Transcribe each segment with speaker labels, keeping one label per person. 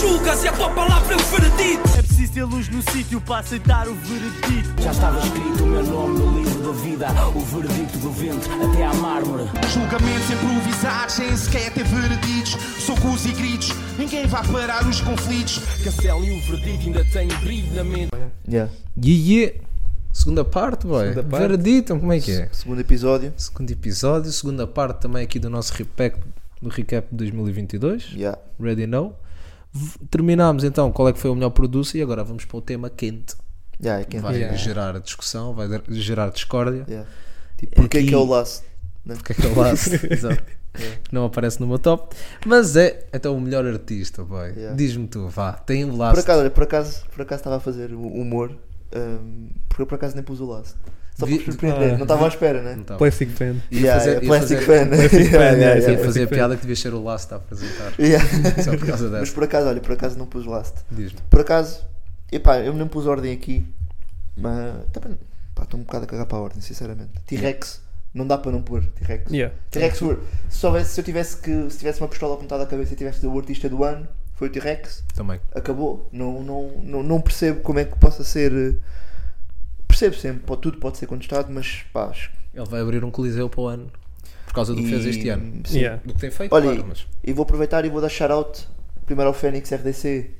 Speaker 1: julgas e a tua palavra é o veredito.
Speaker 2: É preciso ter luz no sítio para aceitar o veredito.
Speaker 3: Já estava escrito o meu nome no livro da vida, o veredito do vento até à mármore.
Speaker 4: Julgamentos improvisados, sem sequer ter vereditos. Socos e gritos, ninguém vai parar os conflitos.
Speaker 3: Castelo e o veredito ainda têm brilho na mente.
Speaker 5: Yeah.
Speaker 6: Iê, iê. Segunda parte, boy.
Speaker 5: Segunda parte.
Speaker 6: Vereditam, como é que é?
Speaker 5: Segundo episódio.
Speaker 6: Segundo episódio, segunda parte também aqui do nosso recap, do recap de 2022.
Speaker 5: Yeah.
Speaker 6: Ready now. V- Terminámos então qual é que foi o melhor produto e agora vamos para o tema quente.
Speaker 5: Yeah, é quente.
Speaker 6: Vai
Speaker 5: Yeah.
Speaker 6: gerar discussão, vai dar- gerar discórdia.
Speaker 5: Yeah. Tipo, porque é
Speaker 6: Aqui-
Speaker 5: que é o laço?
Speaker 6: Porque é que eu laço, exato. Que Não aparece no meu top. Mas é, então o melhor artista, boy.
Speaker 5: Yeah.
Speaker 6: Diz-me tu, vá. Tem um
Speaker 5: Por
Speaker 6: laço.
Speaker 5: acaso, olha, por acaso, por acaso estava a fazer o humor, hum, porque eu por acaso nem pus o laço. Só para
Speaker 6: Vi-
Speaker 5: te surpreender,
Speaker 7: Ah.
Speaker 5: não estava à espera, né?
Speaker 6: Não tá.
Speaker 7: Plastic Band.
Speaker 5: Yeah,
Speaker 6: fazer-
Speaker 5: yeah,
Speaker 6: ia
Speaker 5: plastic
Speaker 6: fazer- né?
Speaker 5: fan.
Speaker 7: Plastic
Speaker 5: Yeah,
Speaker 7: fan,
Speaker 5: yeah,
Speaker 7: yeah,
Speaker 5: yeah.
Speaker 6: Ia
Speaker 7: sim.
Speaker 6: fazer a
Speaker 7: Perfeito.
Speaker 6: piada que devia ser o laço a apresentar.
Speaker 5: Yeah.
Speaker 6: Só por causa
Speaker 5: Mas
Speaker 6: dessa.
Speaker 5: por acaso, olha, por acaso não pus o laço.
Speaker 6: Diz-me.
Speaker 5: Por acaso, epá, eu não pus ordem aqui, mas também, pá, estou um bocado a cagar para a ordem, sinceramente. T-Rex, não dá para não pôr T-Rex.
Speaker 7: Yeah.
Speaker 5: T-Rex, foi- se, houvesse- se eu tivesse que, se tivesse uma pistola apontada à cabeça e tivesse de ser o artista do ano, foi o T-Rex,
Speaker 6: Também.
Speaker 5: acabou. Não, não, não, não percebo como é que possa ser. eh, Percebo sempre, pode- tudo pode ser contestado, mas pá, acho
Speaker 6: Ele vai abrir um coliseu para o ano. Por causa do que
Speaker 5: e-
Speaker 6: fez este ano.
Speaker 5: sim.
Speaker 7: Yeah.
Speaker 6: Do que tem feito,
Speaker 5: Olha,
Speaker 6: claro, mas.
Speaker 5: E vou aproveitar e vou dar shout-out primeiro ao Fênix RDC,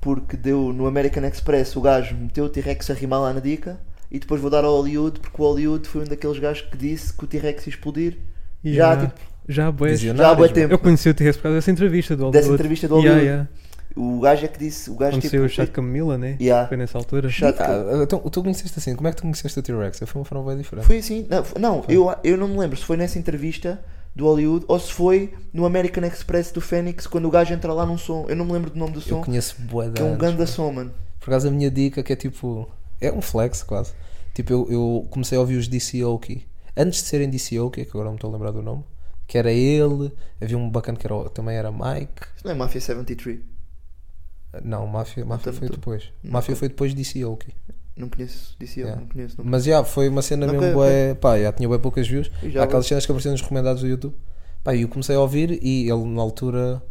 Speaker 5: porque deu no American Express o gajo meteu o T-Rex a rimar lá na dica. E depois vou dar ao Hollywood, porque o Hollywood foi um daqueles gajos que disse que o T-Rex ia explodir. Já,
Speaker 7: Yeah. Já há bué.
Speaker 6: Visionários,
Speaker 5: Já há bué
Speaker 6: mano.
Speaker 5: tempo.
Speaker 7: Eu conheci o T-Rex por causa dessa entrevista do Hollywood.
Speaker 5: Dessa entrevista do
Speaker 7: Yeah,
Speaker 5: Hollywood.
Speaker 7: yeah.
Speaker 5: O gajo é que disse. O gajo
Speaker 7: Quando
Speaker 5: tipo.
Speaker 7: saiu o Chat Camila, né?
Speaker 5: Yeah.
Speaker 7: Foi nessa altura.
Speaker 5: Chat com-
Speaker 6: Ah, então, tu conheceste assim, como é que tu conheceste o T-Rex? Foi uma forma bem diferente.
Speaker 5: Foi assim. Não, foi- não eu, eu não me lembro se foi nessa entrevista do Hollywood ou se foi no American Express do Fênix, quando o gajo entra lá num som. Eu não me lembro do nome do
Speaker 6: Eu
Speaker 5: um som.
Speaker 6: conheço bué de
Speaker 5: Que é um
Speaker 6: anos,
Speaker 5: ganda
Speaker 6: mano.
Speaker 5: som, mano.
Speaker 6: Por acaso a minha dica que é tipo. É um flex quase. Tipo, eu, eu comecei a ouvir os DC Oki. Antes de serem DC Oki, é que agora não me estou a lembrar do nome, que era ele, havia um bacana que era, o- também era Mike.
Speaker 5: Isso não é Mafia 73.
Speaker 6: Não, Mafia, Mafia
Speaker 5: Então,
Speaker 6: foi
Speaker 5: tu-
Speaker 6: depois.
Speaker 5: não
Speaker 6: Mafia
Speaker 5: tô-
Speaker 6: foi depois de DC Oki.
Speaker 5: Não conheço. Disse eu,
Speaker 6: Yeah.
Speaker 5: não conheço. Não
Speaker 6: Mas já, foi uma cena
Speaker 5: Nunca-
Speaker 6: mesmo bué, pá, já tinha bué poucas views.
Speaker 5: E já
Speaker 6: Há aquelas
Speaker 5: vai-
Speaker 6: cenas que apareciam nos recomendados do YouTube. Pá, e eu comecei a ouvir e ele na altura,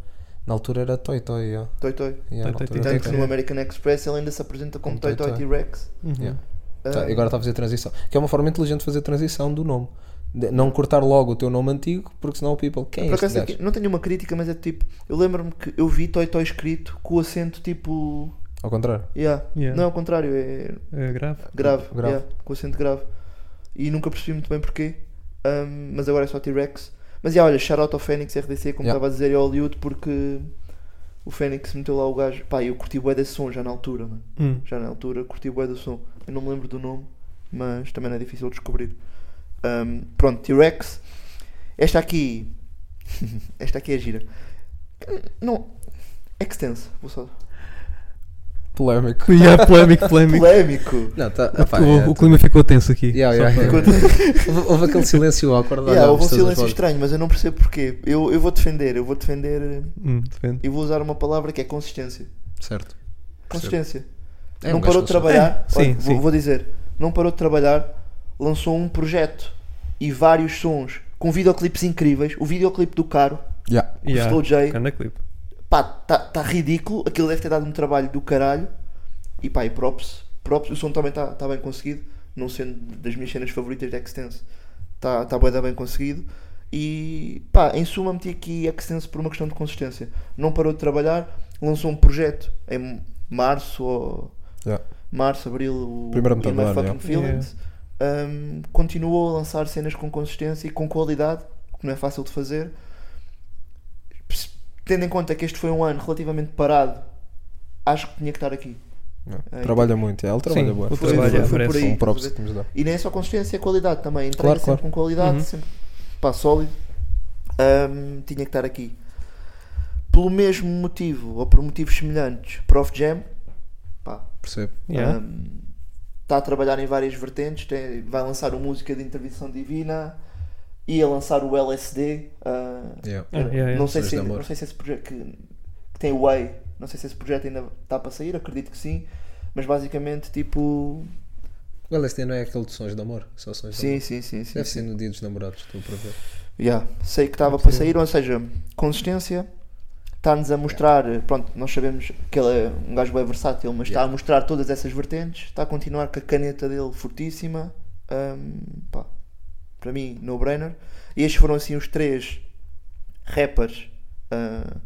Speaker 6: na altura era Toy Toy, já.
Speaker 5: Toy Toy.
Speaker 6: Já, na
Speaker 7: Toy
Speaker 6: altura
Speaker 7: Toy
Speaker 6: era
Speaker 5: Tanto que
Speaker 7: T-Rex.
Speaker 5: no American Express ele ainda se apresenta como
Speaker 6: Como Toy
Speaker 5: Toy Toy
Speaker 6: Toy.
Speaker 5: T-Rex.
Speaker 7: Uhum.
Speaker 6: Yeah.
Speaker 5: Ah,
Speaker 6: Tá, agora está a fazer transição. Que é uma forma inteligente de fazer transição do nome. De- não cortar logo o teu nome antigo, porque senão o people. Quem é
Speaker 5: por
Speaker 6: este
Speaker 5: acaso
Speaker 6: gajo?
Speaker 5: aqui- não tenho uma crítica, mas é tipo. Eu lembro-me que eu vi Toy Toy escrito com o acento tipo.
Speaker 6: Ao contrário.
Speaker 5: Yeah.
Speaker 7: Yeah.
Speaker 5: Não, ao contrário, é
Speaker 7: É grave.
Speaker 5: grave.
Speaker 6: Grave.
Speaker 5: yeah, com o acento grave. E nunca percebi muito bem porquê. ahm, mas agora é só T-Rex. Mas yeah, olha, shout-out ao Fênix RDC, como
Speaker 6: Yeah.
Speaker 5: estava a dizer, e ao Hollywood, porque o Fênix meteu lá o gajo. Pá, eu curti bué desse som já na altura, mano.
Speaker 7: Hum.
Speaker 5: já na altura, curti bué do som. Eu não me lembro do nome, mas também não é difícil descobrir. Ahm, pronto, T-Rex. Esta aqui. Esta aqui é gira. Não. Extenso, vou só.
Speaker 6: Polémico.
Speaker 7: Yeah, polémico, polémico.
Speaker 5: Polémico!
Speaker 6: Não, tá,
Speaker 7: O-
Speaker 6: epá,
Speaker 7: o,
Speaker 6: é,
Speaker 7: o clima ficou tenso aqui.
Speaker 6: Yeah,
Speaker 7: Só
Speaker 6: yeah.
Speaker 7: para-
Speaker 6: houve, houve aquele silêncio awkward.
Speaker 5: Yeah, houve um
Speaker 6: olhámos todas
Speaker 5: silêncio
Speaker 6: logo.
Speaker 5: estranho, mas eu não percebo porquê. Eu, eu vou defender, eu vou defender.
Speaker 7: Hum, depende.
Speaker 5: E vou usar uma palavra que é consistência.
Speaker 6: Certo.
Speaker 5: Consistência.
Speaker 6: É
Speaker 5: não
Speaker 6: um
Speaker 5: parou
Speaker 6: gajo
Speaker 5: de trabalhar.
Speaker 7: É,
Speaker 5: olha,
Speaker 7: sim,
Speaker 5: vou,
Speaker 7: sim.
Speaker 5: vou dizer, não parou de trabalhar, lançou um projeto e vários sons com videoclipes incríveis. O videoclipe do Caro,
Speaker 6: Yeah.
Speaker 5: o Slow J,
Speaker 7: Ganda clip.
Speaker 5: pá, tá, tá ridículo. Aquilo deve ter dado um trabalho do caralho. E pá, e props, props. O som também está tá bem conseguido, não sendo das minhas cenas favoritas de Extense, está tá bem, bem conseguido. E pá, em suma, meti aqui Extense por uma questão de consistência. Não parou de trabalhar, lançou um projeto em março ou
Speaker 6: Yeah.
Speaker 5: março, abril, o
Speaker 6: Primeira
Speaker 5: In
Speaker 6: metade
Speaker 5: My
Speaker 6: do
Speaker 5: Fucking
Speaker 6: ano,
Speaker 5: Feelings, um, continuou a lançar cenas com consistência e com qualidade, o que não é fácil de fazer. Pss, Tendo em conta que este foi um ano relativamente parado, acho que tinha que estar aqui.
Speaker 6: Yeah.
Speaker 5: Ah,
Speaker 6: Trabalha muito. Yeah, ele trabalha
Speaker 7: Sim,
Speaker 6: boa.
Speaker 7: o
Speaker 5: Foi-
Speaker 7: trabalho
Speaker 5: foi- foi
Speaker 7: aparece.
Speaker 5: por aí.
Speaker 6: Um props que nos dá.
Speaker 5: E nem é só consistência, é qualidade também. Entrega
Speaker 6: Claro,
Speaker 5: sempre
Speaker 6: claro.
Speaker 5: com qualidade,
Speaker 7: Uhum.
Speaker 5: sempre pá, sólido. Um, tinha que estar aqui. Pelo mesmo motivo, ou por motivos semelhantes, Prof Jam, pá,
Speaker 6: Percebo.
Speaker 7: Yeah.
Speaker 5: está tá a trabalhar em várias vertentes, tem- vai lançar o Música de Intervenção Divina, ia lançar o LSD, ah,
Speaker 6: Yeah.
Speaker 7: Ah, yeah, yeah.
Speaker 5: não, sei
Speaker 6: Seres
Speaker 5: se,
Speaker 6: de amor.
Speaker 5: não sei se esse projeto que, que tem o Way, não sei se esse projeto ainda está para sair, acredito que sim, mas basicamente tipo.
Speaker 6: O LSD não é aquele de sons de amor? Só sons de
Speaker 5: Sim,
Speaker 6: amor.
Speaker 5: sim, sim, sim.
Speaker 6: Deve
Speaker 5: sim.
Speaker 6: ser no dia dos namorados, estou para ver.
Speaker 5: Yeah, sei que estava para sair, ou seja, consistência, está-nos a mostrar, pronto, nós sabemos que ele é um gajo bem versátil, mas está a mostrar todas essas vertentes, está a continuar com a caneta dele fortíssima, hum, pá, para mim, no-brainer. E estes foram assim os três rappers, ah,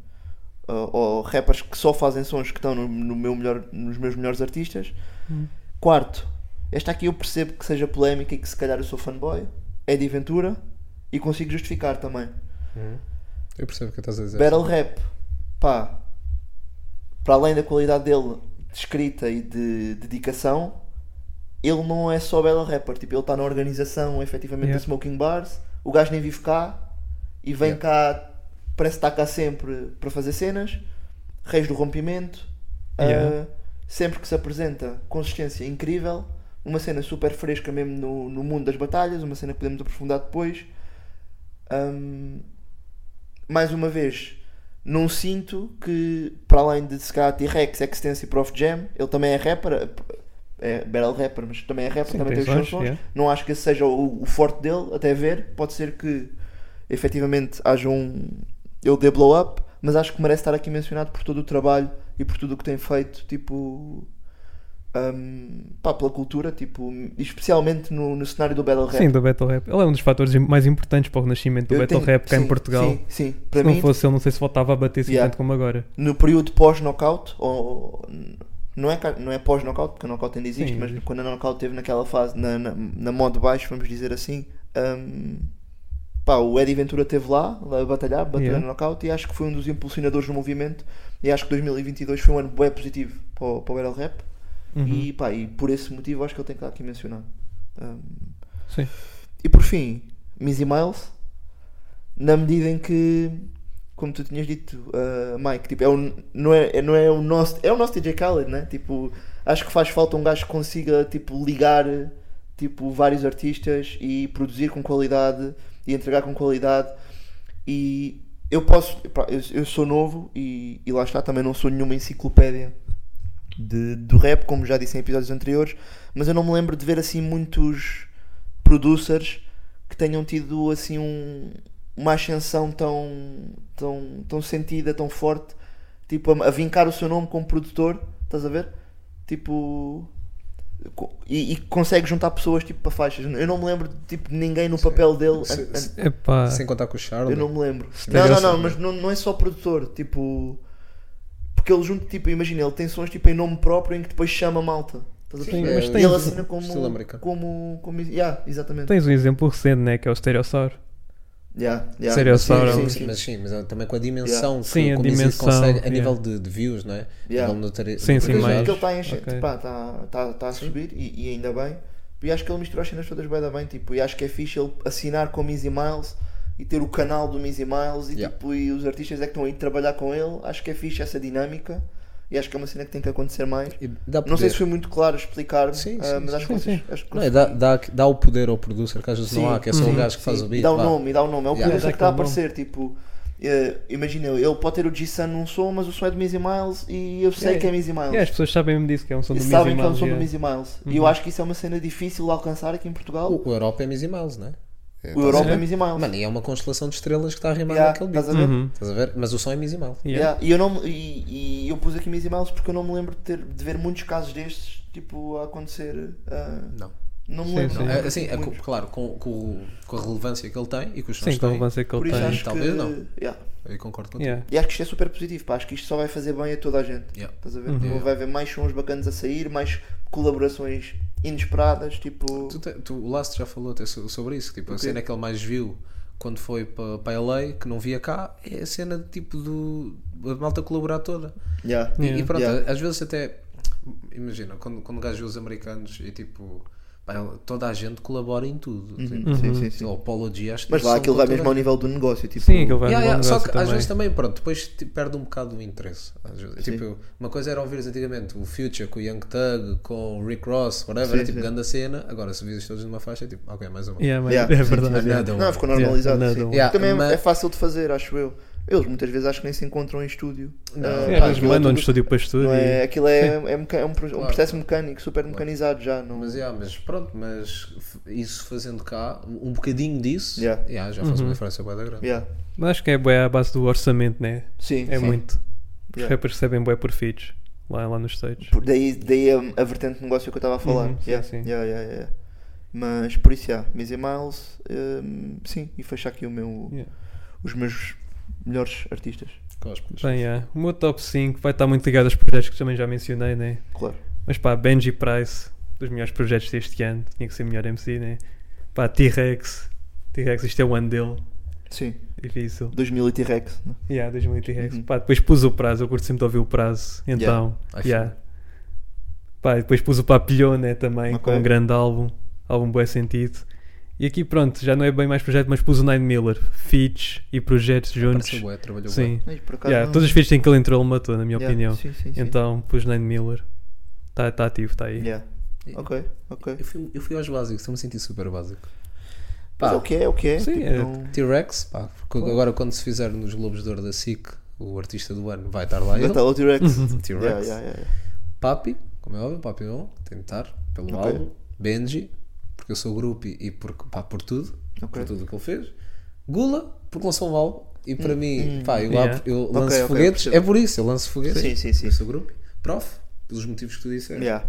Speaker 5: ah, ou rappers que só fazem sons que estão no, no meu melhor, nos meus melhores artistas. Quarto, esta aqui eu percebo que seja polémica e que se calhar eu sou fanboy, é de Ventura, e consigo justificar também.
Speaker 6: Eu percebo o que estás a dizer.
Speaker 5: Battle Rap, pá, para além da qualidade dele de escrita e de dedicação, ele não é só Battle Rapper, tipo, ele está na organização efetivamente
Speaker 7: Yeah.
Speaker 5: do Smoking Bars, o gajo nem vive cá e vem cá, parece que está cá sempre para fazer cenas, Reis do Rompimento,
Speaker 7: Yeah.
Speaker 5: ah, sempre que se apresenta, consistência incrível, uma cena super fresca mesmo no, no mundo das batalhas, uma cena que podemos aprofundar depois. Ahm, mais uma vez, não sinto que, para além de se calhar T-Rex, Extense e Prof Jam, ele também é rapper, é battle rapper, mas também é rapper,
Speaker 7: Sim,
Speaker 5: também
Speaker 7: tem
Speaker 5: tem os seus
Speaker 7: sons,
Speaker 5: sons.
Speaker 7: yeah.
Speaker 5: Não acho que esse seja o, o forte dele, até ver. Pode ser que efetivamente haja um. Ele dê blow up, mas acho que merece estar aqui mencionado por todo o trabalho e por tudo o que tem feito, tipo. hum, pá, pela cultura, tipo, especialmente no, no cenário do battle rap.
Speaker 7: Sim, do Battle Rap. Ele é um dos fatores im- mais importantes para o renascimento do
Speaker 5: Eu
Speaker 7: Battle
Speaker 5: tenho-
Speaker 7: Rap cá em
Speaker 5: sim,
Speaker 7: Portugal.
Speaker 5: Sim, sim. Para
Speaker 7: Se não
Speaker 5: mim,
Speaker 7: fosse ele, não sei se voltava a bater-se
Speaker 5: Yeah.
Speaker 7: tanto como agora.
Speaker 5: no período pós-knockout, ou não é, ca- não é pós-knockout, porque knockout ainda existe,
Speaker 7: Sim,
Speaker 5: mas
Speaker 7: existe.
Speaker 5: quando a knockout teve naquela fase, na, na, na modo baixo, vamos dizer assim, hum, pá, o Eddie Ventura esteve lá, lá a batalhar, bateu
Speaker 7: Yeah.
Speaker 5: no knockout, e acho que foi um dos impulsionadores do movimento, e acho que 2022 foi um ano bem positivo para o, para o Battle Rap, e
Speaker 7: Uhum.
Speaker 5: pá, e por esse motivo acho que eu tenho que estar aqui mencionado. Hum,
Speaker 7: Sim.
Speaker 5: e por fim, Missy Miles, na medida em que, como tu tinhas dito, uh, Mike, tipo, é o, não, é, é- não é o nosso. É o nosso DJ Khaled, né? Tipo, acho que faz falta um gajo que consiga tipo, ligar tipo, vários artistas e produzir com qualidade e entregar com qualidade. E eu posso. pá, Eu, eu sou novo e, e lá está, também não sou nenhuma enciclopédia de, do rap, como já disse em episódios anteriores, mas eu não me lembro de ver assim muitos producers que tenham tido assim um- uma ascensão tão, tão, tão sentida, tão forte, tipo a, a vincar o seu nome como produtor, estás a ver? Tipo co- e, e consegue juntar pessoas tipo para faixas. Eu não me lembro de tipo, de ninguém no papel dele.
Speaker 6: Se-
Speaker 5: an-
Speaker 6: se-
Speaker 7: Epá,
Speaker 6: Sem contar com o Charles.
Speaker 5: eu não me lembro.
Speaker 6: é
Speaker 5: Não, não,
Speaker 6: engraçado,
Speaker 5: não, mas não, não é só produtor, tipo. Porque ele junta, tipo, imagina, ele tem sons tipo em nome próprio em que depois chama a malta. Estás a
Speaker 6: Sim,
Speaker 5: perceber?
Speaker 7: mas
Speaker 5: E
Speaker 7: tem-
Speaker 5: ele assina como.
Speaker 6: estilo americano.
Speaker 5: Como. como yeah, exatamente.
Speaker 7: tens um exemplo recente, né? Que é o Stereossauro.
Speaker 5: Yeah, yeah.
Speaker 7: Stereossauro.
Speaker 5: Sim,
Speaker 6: Sim,
Speaker 5: sim, sim.
Speaker 6: Mas sim, mas também com a dimensão que
Speaker 7: Sim, a
Speaker 6: o Comic Zip
Speaker 7: dimensão,
Speaker 6: consegue a
Speaker 7: yeah.
Speaker 6: nível de, de views, não é?
Speaker 5: Yeah.
Speaker 6: Não notari-
Speaker 7: Sim, sim,
Speaker 5: Porque
Speaker 7: mais.
Speaker 5: ele está a encher,
Speaker 7: Ok.
Speaker 5: pá, está tá, tá a subir e, e ainda bem. E acho que ele misturou as cenas todas bem, da bem, tipo, e acho que é fixe ele assinar com o Mizzy Miles e ter o canal do Mizzy Miles e,
Speaker 6: Yeah.
Speaker 5: tipo, e os artistas é que estão aí trabalhar com ele. Acho que é fixe essa dinâmica e acho que é uma cena que tem que acontecer mais.
Speaker 6: E dá
Speaker 5: Não sei
Speaker 6: poder.
Speaker 5: se foi muito claro explicar,
Speaker 6: Sim,
Speaker 5: ah,
Speaker 6: sim,
Speaker 5: mas
Speaker 6: sim,
Speaker 5: acho que
Speaker 7: sim,
Speaker 5: vocês. acho que
Speaker 6: Não, é, dá, dá, dá o poder ao producer, que às vezes não
Speaker 5: Sim,
Speaker 6: há, que é só
Speaker 7: Uhum.
Speaker 5: sim,
Speaker 6: o gajo que faz
Speaker 5: sim.
Speaker 6: o beat.
Speaker 5: E dá o
Speaker 6: vá.
Speaker 5: nome, e dá o nome. É o
Speaker 6: Yeah.
Speaker 5: producer
Speaker 7: Dá
Speaker 5: que está a
Speaker 7: aquele nome.
Speaker 5: aparecer. Tipo, eh, imagina, ele pode ter o G-Sun num som, mas o som é do Mizzy Miles e eu sei
Speaker 7: Yeah.
Speaker 5: que é Mizzy Miles.
Speaker 7: Yeah, as pessoas sabem mesmo disso, que é um som
Speaker 5: E
Speaker 7: do Mizzy
Speaker 5: sabem que é um
Speaker 7: Miles,
Speaker 5: som do
Speaker 7: yeah.
Speaker 5: Mizzy Miles. E eu acho que isso é uma cena difícil de alcançar aqui em Portugal.
Speaker 6: Uhum. O, o Europa é Mizzy Miles, não é?
Speaker 5: o Europa é
Speaker 7: certo.
Speaker 5: Mizzy Miles.
Speaker 6: Mano, e é uma constelação de estrelas que Uhum, está a rimar
Speaker 5: Yeah,
Speaker 6: naquele beat.
Speaker 5: estás a ver?
Speaker 7: Uhum.
Speaker 6: Estás a ver? Mas o som é Mizzy Miles.
Speaker 7: Yeah.
Speaker 5: Yeah, E, eu não, e, e eu pus aqui Mizzy Miles porque eu não me lembro de, ter, de ver muitos casos destes tipo, a acontecer. ah,
Speaker 6: Não.
Speaker 5: não me
Speaker 7: Sim,
Speaker 5: lembro.
Speaker 7: sim.
Speaker 6: É, assim, é co-
Speaker 5: Muitos.
Speaker 6: claro, com, com, o- com a relevância que ele tem e com os sons
Speaker 7: Sim,
Speaker 6: que
Speaker 7: com a
Speaker 6: ele tem.
Speaker 7: relevância que
Speaker 5: Por
Speaker 7: ele
Speaker 5: isso
Speaker 7: tem.
Speaker 5: acho
Speaker 6: Talvez
Speaker 5: que.
Speaker 6: não.
Speaker 5: yeah.
Speaker 6: Eu concordo contigo.
Speaker 7: Yeah.
Speaker 5: E acho que isto é super positivo, pá. Acho que isto só vai fazer bem a toda a gente.
Speaker 6: Yeah.
Speaker 5: Estás a ver?
Speaker 6: Uhum.
Speaker 5: Vai haver mais sons bacanas a sair, mais colaborações inesperadas. Tipo.
Speaker 6: Tu, te- tu, o Last já falou até so- sobre isso, que, tipo, a cena que ele mais viu quando foi para pa LA, que não via cá, é a cena de, tipo do a malta colaborar toda.
Speaker 5: Yeah.
Speaker 6: E- E, pronto,
Speaker 5: Yeah.
Speaker 6: às vezes até imagina, quando, quando o gajo vê os americanos e tipo pá, ele- toda a gente colabora em tudo. Tipo,
Speaker 7: Uhum.
Speaker 5: Sim, sim, sim.
Speaker 6: Ou apologia às
Speaker 5: Uhum. Mas lá
Speaker 6: são
Speaker 5: aquilo vai
Speaker 6: culturais.
Speaker 5: mesmo ao nível do negócio. Tipo,
Speaker 7: Sim, aquilo vai
Speaker 6: Yeah,
Speaker 7: no
Speaker 6: yeah,
Speaker 7: bom
Speaker 6: Só
Speaker 7: negócio
Speaker 6: que às
Speaker 7: também.
Speaker 6: vezes também, pronto, depois te perde um bocado o interesse. Às vezes. Tipo, uma coisa era ouvires antigamente o Future com o Young Thug, com o Rick Ross, whatever,
Speaker 5: Sim,
Speaker 6: é tipo
Speaker 5: sim.
Speaker 6: grande cena. Agora, se vires todos numa faixa, é tipo, ok, mais uma.
Speaker 7: Yeah, mas
Speaker 5: Yeah.
Speaker 7: É
Speaker 5: Sim, sim,
Speaker 7: verdade.
Speaker 5: sim.
Speaker 6: Nada,
Speaker 5: Não,
Speaker 6: mano.
Speaker 5: ficou normalizado.
Speaker 7: Yeah, um-
Speaker 5: sim.
Speaker 6: nada,
Speaker 5: Também é-
Speaker 6: mas-
Speaker 5: é fácil de fazer, acho eu. Eles muitas vezes acho que nem se encontram em estúdio. Ah,
Speaker 7: Sim,
Speaker 5: pá,
Speaker 7: às vezes
Speaker 5: aquilo é
Speaker 7: mandam de
Speaker 5: tudo-
Speaker 7: estúdio para estúdio.
Speaker 5: Não é, aquilo é, é, meca- é um, pro- um
Speaker 6: Claro.
Speaker 5: processo mecânico, super mecanizado já. Não...
Speaker 6: Mas, é- yeah, mas pronto, mas f- isso fazendo cá, um um bocadinho disso,
Speaker 5: Yeah.
Speaker 6: yeah, já faz
Speaker 7: Uhum.
Speaker 6: uma diferença bem da grande.
Speaker 5: Yeah.
Speaker 7: Mas acho que é bué à base do orçamento, né?
Speaker 5: Sim,
Speaker 7: É
Speaker 5: sim.
Speaker 7: muito. Os
Speaker 5: Yeah.
Speaker 7: rappers recebem bué por feeds lá, lá nos States.
Speaker 5: Por- Daí, daí a, a vertente de negócio que eu estava a falar.
Speaker 7: Uhum, sim,
Speaker 5: Yeah,
Speaker 7: sim.
Speaker 5: yeah, yeah, yeah. Mas por isso, yeah, Mizzy Miles, hum, sim, e fechar aqui o meu,
Speaker 7: Yeah.
Speaker 5: os meus melhores artistas,
Speaker 6: Cosmos.
Speaker 7: Bem, yeah. o meu top 5 vai estar muito ligado aos projetos que também já mencionei, né?
Speaker 5: claro.
Speaker 7: Mas pá, Benji Price, dos melhores projetos deste ano, tinha que ser melhor MC, né? Pá, T-Rex, T-Rex, isto é o ano dele,
Speaker 5: Sim,
Speaker 7: difícil.
Speaker 5: 2000 e T-Rex. né?
Speaker 7: Yeah, 2000 T-Rex.
Speaker 5: Uhum.
Speaker 7: Pá, depois pus o prazo, eu curto sempre de ouvir o prazo, então,
Speaker 6: I
Speaker 7: yeah. Pá, e depois pus o Papilhão, né, também,
Speaker 5: Ok.
Speaker 7: com um grande álbum, álbum bom sentido. E aqui pronto, já não é bem mais projeto, mas pus o Nine Miller, feats e projetos
Speaker 6: Parece
Speaker 7: juntos.
Speaker 6: bué, trabalhou
Speaker 7: Sim.
Speaker 5: Mas por acaso
Speaker 7: Yeah,
Speaker 5: não-
Speaker 7: todos os feats em que ele entrou, ele matou, na minha
Speaker 5: Yeah,
Speaker 7: opinião.
Speaker 5: Sim, sim, sim.
Speaker 7: Então pus Nine Miller. Está tá ativo, está aí.
Speaker 5: Yeah.
Speaker 6: bué.
Speaker 5: Ok, ok.
Speaker 6: Eu fui, eu fui aos básicos, estou-me a sentir super básico.
Speaker 5: Mas é
Speaker 6: Pá,
Speaker 5: o que é, é o que é.
Speaker 7: Sim,
Speaker 5: tipo,
Speaker 7: é-
Speaker 5: não-
Speaker 6: T-Rex, pá, co- agora quando se fizer nos Globos de Ouro da SIC, o artista do ano vai estar lá ele.
Speaker 5: Até o T-Rex.
Speaker 6: T-Rex.
Speaker 5: Yeah, yeah, yeah, yeah.
Speaker 6: Papi, como é óbvio, Papi não, tentar, pelo
Speaker 5: Ok.
Speaker 6: álbum. Benji, porque eu sou grupo e por, pá, por tudo,
Speaker 5: Ok.
Speaker 6: por tudo o que ele fez. Gula, porque lançou um álbum e para mim, pá, eu,
Speaker 7: Yeah.
Speaker 6: abro- eu
Speaker 5: Hum, Ok,
Speaker 6: lanço
Speaker 5: ok, eu
Speaker 6: foguetes,
Speaker 5: percebo.
Speaker 6: é por isso, eu lanço foguetes.
Speaker 5: Sim, sim, sim.
Speaker 6: Eu sou grupo. Prof, pelos motivos que tu disseste.
Speaker 5: Yeah.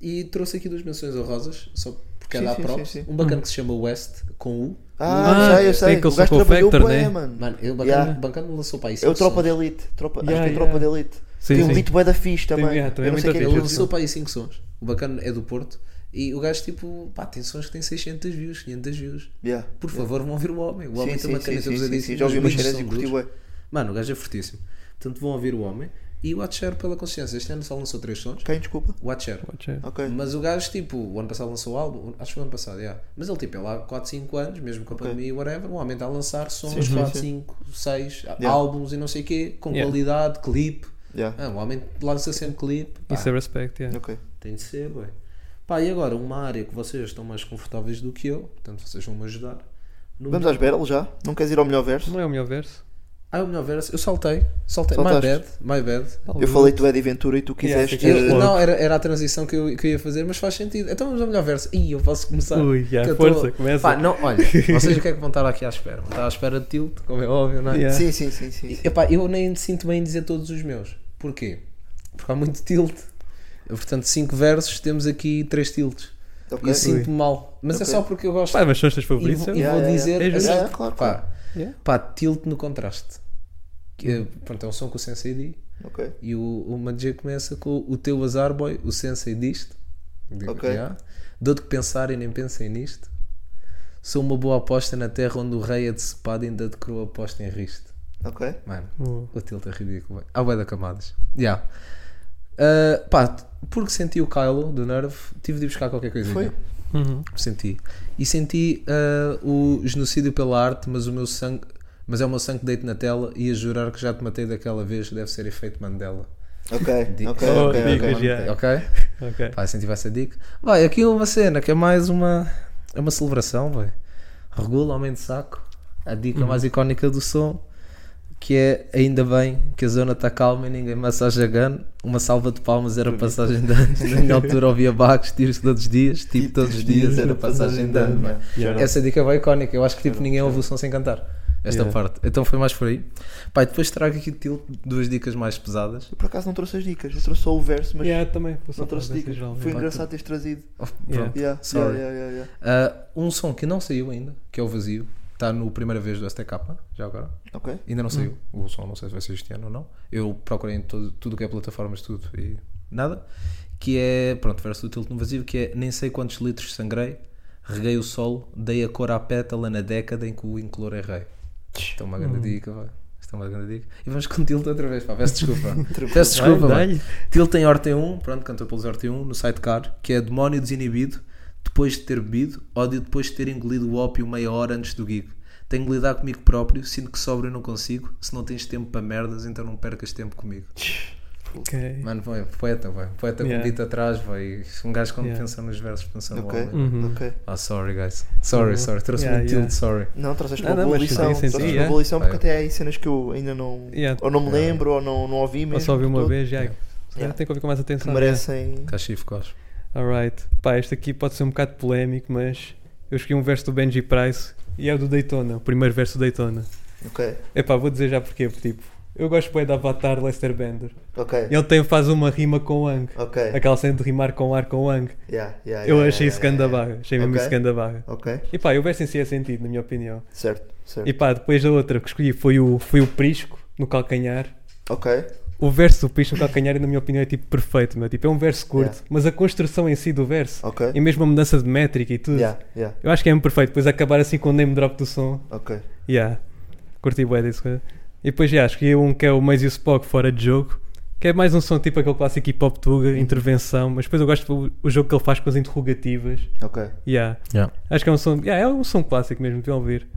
Speaker 6: E trouxe aqui duas menções honrosas, só porque é
Speaker 5: Sim,
Speaker 6: dar
Speaker 5: sim,
Speaker 6: props.
Speaker 5: sim, sim.
Speaker 6: Um bacana que se chama West, com U.
Speaker 5: Ah,
Speaker 7: Ah,
Speaker 5: sei, eu
Speaker 7: sei
Speaker 5: sei.
Speaker 7: que ele
Speaker 5: O gajo
Speaker 7: sacou o
Speaker 5: trabalhou
Speaker 7: Factor,
Speaker 5: bué,
Speaker 7: né?
Speaker 5: mano.
Speaker 6: Mano, ele bacana,
Speaker 5: Ah, Yeah.
Speaker 6: bacana lançou para aí
Speaker 5: É o
Speaker 6: 5
Speaker 5: Tropa de
Speaker 6: sons.
Speaker 5: Elite. Tropa,
Speaker 7: Yeah,
Speaker 5: acho que é
Speaker 7: yeah.
Speaker 5: Tropa de Elite.
Speaker 7: Sim,
Speaker 5: Tem um
Speaker 7: sim.
Speaker 5: beat bué da fixe também.
Speaker 7: yeah, também
Speaker 5: Eu não
Speaker 7: é
Speaker 5: sei quem é
Speaker 7: muito
Speaker 6: Ele
Speaker 5: que
Speaker 7: fixe.
Speaker 5: produziu.
Speaker 6: lançou para aí 5 sons. O bacana é do Porto. E o gajo, tipo, pá, tem sons que têm 600 views, 500 views.
Speaker 5: Yeah.
Speaker 6: Por favor, vão ouvir o homem. O homem
Speaker 5: Sim,
Speaker 6: tem uma
Speaker 5: sim, sim,
Speaker 6: caneta
Speaker 5: sim, sim,
Speaker 6: usadíssima.
Speaker 5: sim. Já ouvi
Speaker 6: os
Speaker 5: umas
Speaker 6: beats
Speaker 5: cenas e
Speaker 6: são
Speaker 5: curti
Speaker 6: duros.
Speaker 5: bué.
Speaker 6: Mano, o gajo é fortíssimo. Portanto, vão ouvir o homem. E o Watcher pela consciência. Este ano só lançou 3 sons.
Speaker 5: Quem, desculpa?
Speaker 6: Watcher.
Speaker 7: Pode ser.
Speaker 5: Ok.
Speaker 6: Mas o gajo, tipo, o ano passado lançou o álbum, acho que foi o ano passado, yeah. mas ele, tipo, é lá há 4, 5 anos, mesmo com a pandemia e whatever, o homem está a lançar sons,
Speaker 5: Sim, sim, sim.
Speaker 6: 4, 5, 6
Speaker 5: Yeah.
Speaker 6: álbuns e não sei o quê, com
Speaker 7: Yeah.
Speaker 6: qualidade, clipe.
Speaker 5: Yeah.
Speaker 6: Ah, o homem lança sempre clipe.
Speaker 5: Ah.
Speaker 6: Pá,
Speaker 7: Isso é respect, yeah.
Speaker 5: Ok.
Speaker 6: Tem de ser, ué. Pá, e agora, uma área que vocês estão mais confortáveis do que eu, portanto vocês vão-me ajudar. No
Speaker 5: Vamos às Battle já? Não queres ir ao melhor verso?
Speaker 7: Não é o melhor verso?
Speaker 6: Ah, o melhor verso, eu saltei, saltei,
Speaker 5: Saltaste.
Speaker 6: my bad, my bad.
Speaker 5: Eu falei do Eddie Ventura e tu quiseste. eh,
Speaker 7: fiquei
Speaker 6: Eu-
Speaker 7: louco.
Speaker 6: não, era, era a transição que eu, que eu ia fazer, mas faz sentido. Então vamos ao melhor verso. Ih, eu posso começar.
Speaker 7: Ui, já,
Speaker 6: Que eu
Speaker 7: força, começa.
Speaker 6: Pá, não, olha, vocês o que é que vão estar aqui à espera? Vão estar à espera de tilt, como é óbvio, não é?
Speaker 7: Yeah.
Speaker 5: Sim, sim, sim, sim.
Speaker 6: E,
Speaker 5: sim.
Speaker 6: epá, eu nem me sinto bem em dizer todos os meus. Porquê? Porque há muito tilt. Portanto, cinco versos, temos aqui três tilts. E
Speaker 5: Ok.
Speaker 6: eu sinto-me mal. Mas é
Speaker 5: Ok.
Speaker 6: só porque eu gosto.
Speaker 7: Pá, mas são os teus
Speaker 6: e
Speaker 7: favoritos?
Speaker 6: vou,
Speaker 7: é?
Speaker 6: e
Speaker 5: Yeah,
Speaker 6: vou
Speaker 5: yeah,
Speaker 6: dizer.
Speaker 7: yeah.
Speaker 5: É justo.
Speaker 6: assim,
Speaker 5: É, claro,
Speaker 6: pá,
Speaker 5: claro.
Speaker 7: Yeah.
Speaker 6: pá, tilt no contraste. Que, eh, pronto, é um som com o Sensei D.
Speaker 5: Ok.
Speaker 6: E o, o Manjê começa com o teu azar, boy, o sensei disto. Digo,
Speaker 5: Ok.
Speaker 6: "Ya. Dou-te que pensar e nem pensei nisto. Sou uma boa aposta na terra onde o rei é decepado e ainda de crua aposta em risto.
Speaker 5: Ok.
Speaker 6: Mano,
Speaker 7: Uh.
Speaker 6: o tilt é ridículo. Há bué da camadas. Ya. Ah, pá, t- porque senti o Kylo do Nerve, tive de ir buscar qualquer coisa.
Speaker 5: Foi?
Speaker 7: Uhum.
Speaker 6: Senti. E senti ah, o genocídio pela arte, mas o meu sangue. Mas é o meu sangue que deito na tela e a jurar que já te matei daquela vez, deve ser efeito Mandela.
Speaker 5: Ok. Ok.
Speaker 6: Digo-
Speaker 5: Ok.
Speaker 7: Oh,
Speaker 5: ok.
Speaker 7: dicas, yeah.
Speaker 6: Ok?
Speaker 7: Ok.
Speaker 6: Pá, incentivar essa dica. Vai, aqui é uma cena que é mais uma. É uma celebração, vai. Regula, aumento de saco. A dica mais icónica do som. Que é ainda bem que a zona está calma e ninguém massage a gun. Uma salva de palmas era passagem de anos. Na minha altura ouvia bagos, tiros todos os dias. Tipo, todos os dias era passagem de anos. vai.
Speaker 7: Yeah.
Speaker 6: Essa dica é bem icónica. Eu acho que tipo, ninguém ouve o som sem cantar. Esta
Speaker 7: Yeah.
Speaker 6: parte. Então foi mais por aí. Pai, depois trago aqui tilt, duas dicas mais pesadas.
Speaker 5: Eu por acaso não trouxe as dicas. Eu trouxe só o verso, mas
Speaker 7: Yeah, também. vou só
Speaker 5: não trouxe
Speaker 7: falar dessa
Speaker 5: dicas.
Speaker 7: geral,
Speaker 5: Foi
Speaker 7: yeah.
Speaker 5: engraçado teres trazido.
Speaker 6: Oh,
Speaker 7: Yeah.
Speaker 5: Yeah. Yeah,
Speaker 6: Sorry.
Speaker 5: yeah, yeah, yeah.
Speaker 6: Ah, um som que não saiu ainda, que é o vazio, está no primeira vez do STK, já agora.
Speaker 5: Ok.
Speaker 6: Ainda não saiu. O som não sei se vai ser este ano ou não. Eu procurei em todo, tudo o que é plataformas, tudo e nada. Que é, pronto, verso do tilt no vazio, que é nem sei quantos litros sangrei, reguei o solo, dei a cor à pétala na década em que o incolor é rei. Isto é uma
Speaker 7: Hum.
Speaker 6: grande dica, vai. Isto é uma grande dica. E vamos com o tilt outra vez, pá. Peço desculpa. Peço desculpa,
Speaker 7: Vai,
Speaker 6: vai.
Speaker 7: dá-lhe.
Speaker 6: Tilt tem Hortem 1, pronto, cantou pelos Hortem 1 no sidecar, que é demónio desinibido depois de ter bebido, ódio depois de ter engolido o ópio meia hora antes do gig. Tenho de lidar comigo próprio, sinto que sobro e não consigo. Se não tens tempo para merdas, então não percas tempo comigo.
Speaker 7: Ok.
Speaker 6: Mano, vai, poeta, vai. Poeta
Speaker 7: Yeah.
Speaker 6: com dito atrás, vai. Um gajo quando
Speaker 7: Yeah.
Speaker 6: pensa nos versos pensa no
Speaker 5: Ok.
Speaker 6: homem.
Speaker 7: Uhum.
Speaker 5: Ok.
Speaker 6: Oh, sorry, guys. Sorry,
Speaker 7: Uhum.
Speaker 6: sorry. Trouxe-me
Speaker 7: Yeah,
Speaker 6: um tilt,
Speaker 7: yeah.
Speaker 6: sorry.
Speaker 5: Não, trazeste
Speaker 7: Não,
Speaker 5: uma
Speaker 7: não,
Speaker 5: boa
Speaker 7: mas
Speaker 5: lição.
Speaker 7: sim, sim,
Speaker 5: Trazeste
Speaker 7: sim,
Speaker 5: uma
Speaker 7: é.
Speaker 5: boa lição porque
Speaker 6: Vai.
Speaker 5: até aí cenas que eu ainda não.
Speaker 7: Yeah.
Speaker 5: Ou não me
Speaker 6: Yeah.
Speaker 5: lembro, ou não, não ouvi mesmo.
Speaker 7: Ou só ouvi uma
Speaker 5: todo,
Speaker 7: vez, já.
Speaker 6: Yeah.
Speaker 5: Yeah.
Speaker 7: Tem que ouvir com mais
Speaker 5: Que
Speaker 7: atenção.
Speaker 5: merecem.
Speaker 6: Cachifo Cos.
Speaker 7: Alright. Pá, este aqui pode ser um bocado polémico, mas eu escolhi um verso do Benji Price e é o do Daytona, o primeiro verso do Daytona.
Speaker 5: Ok,
Speaker 7: Epá, vou dizer já porquê, porque, tipo, eu gosto bem da Avatar Lester Bender.
Speaker 5: ok.
Speaker 7: Ele tem, faz uma rima com o Ang.
Speaker 5: Ok.
Speaker 7: Aquela cena de rimar com ar com o Ang.
Speaker 5: Yeah, yeah,
Speaker 7: Eu
Speaker 5: yeah,
Speaker 7: achei
Speaker 5: yeah,
Speaker 7: isso ganda
Speaker 5: yeah,
Speaker 7: barra. Achei mesmo
Speaker 5: Ok.
Speaker 7: isso ganda barra.
Speaker 5: Ok,
Speaker 7: E pá, o verso em si é sentido, na minha opinião.
Speaker 5: certo, certo.
Speaker 7: E pá, depois da outra que escolhi foi o, foi o Prisco, no calcanhar.
Speaker 5: Ok,
Speaker 7: O verso do Prisco no calcanhar, na minha opinião, é tipo perfeito, meu. Tipo, é um verso curto,
Speaker 5: Yeah.
Speaker 7: mas a construção em si do verso,
Speaker 5: ok.
Speaker 7: e mesmo a mudança de métrica e tudo,
Speaker 5: Yeah, yeah,
Speaker 7: eu acho que é mesmo perfeito. Depois acabar assim com o name drop do som,
Speaker 5: ok.
Speaker 7: yeah. Curti bué disso. cara. E depois, já, escolhi um que é o Maze e o Spock fora de jogo, que é mais um som tipo aquele clássico hip hop
Speaker 5: Uhum.
Speaker 7: tuga, intervenção, mas depois eu gosto do o jogo que ele faz com as interrogativas.
Speaker 5: Ok.
Speaker 7: Yeah.
Speaker 6: Yeah.
Speaker 7: Acho que é um som. Yeah, é um som clássico mesmo, deviam ouvir.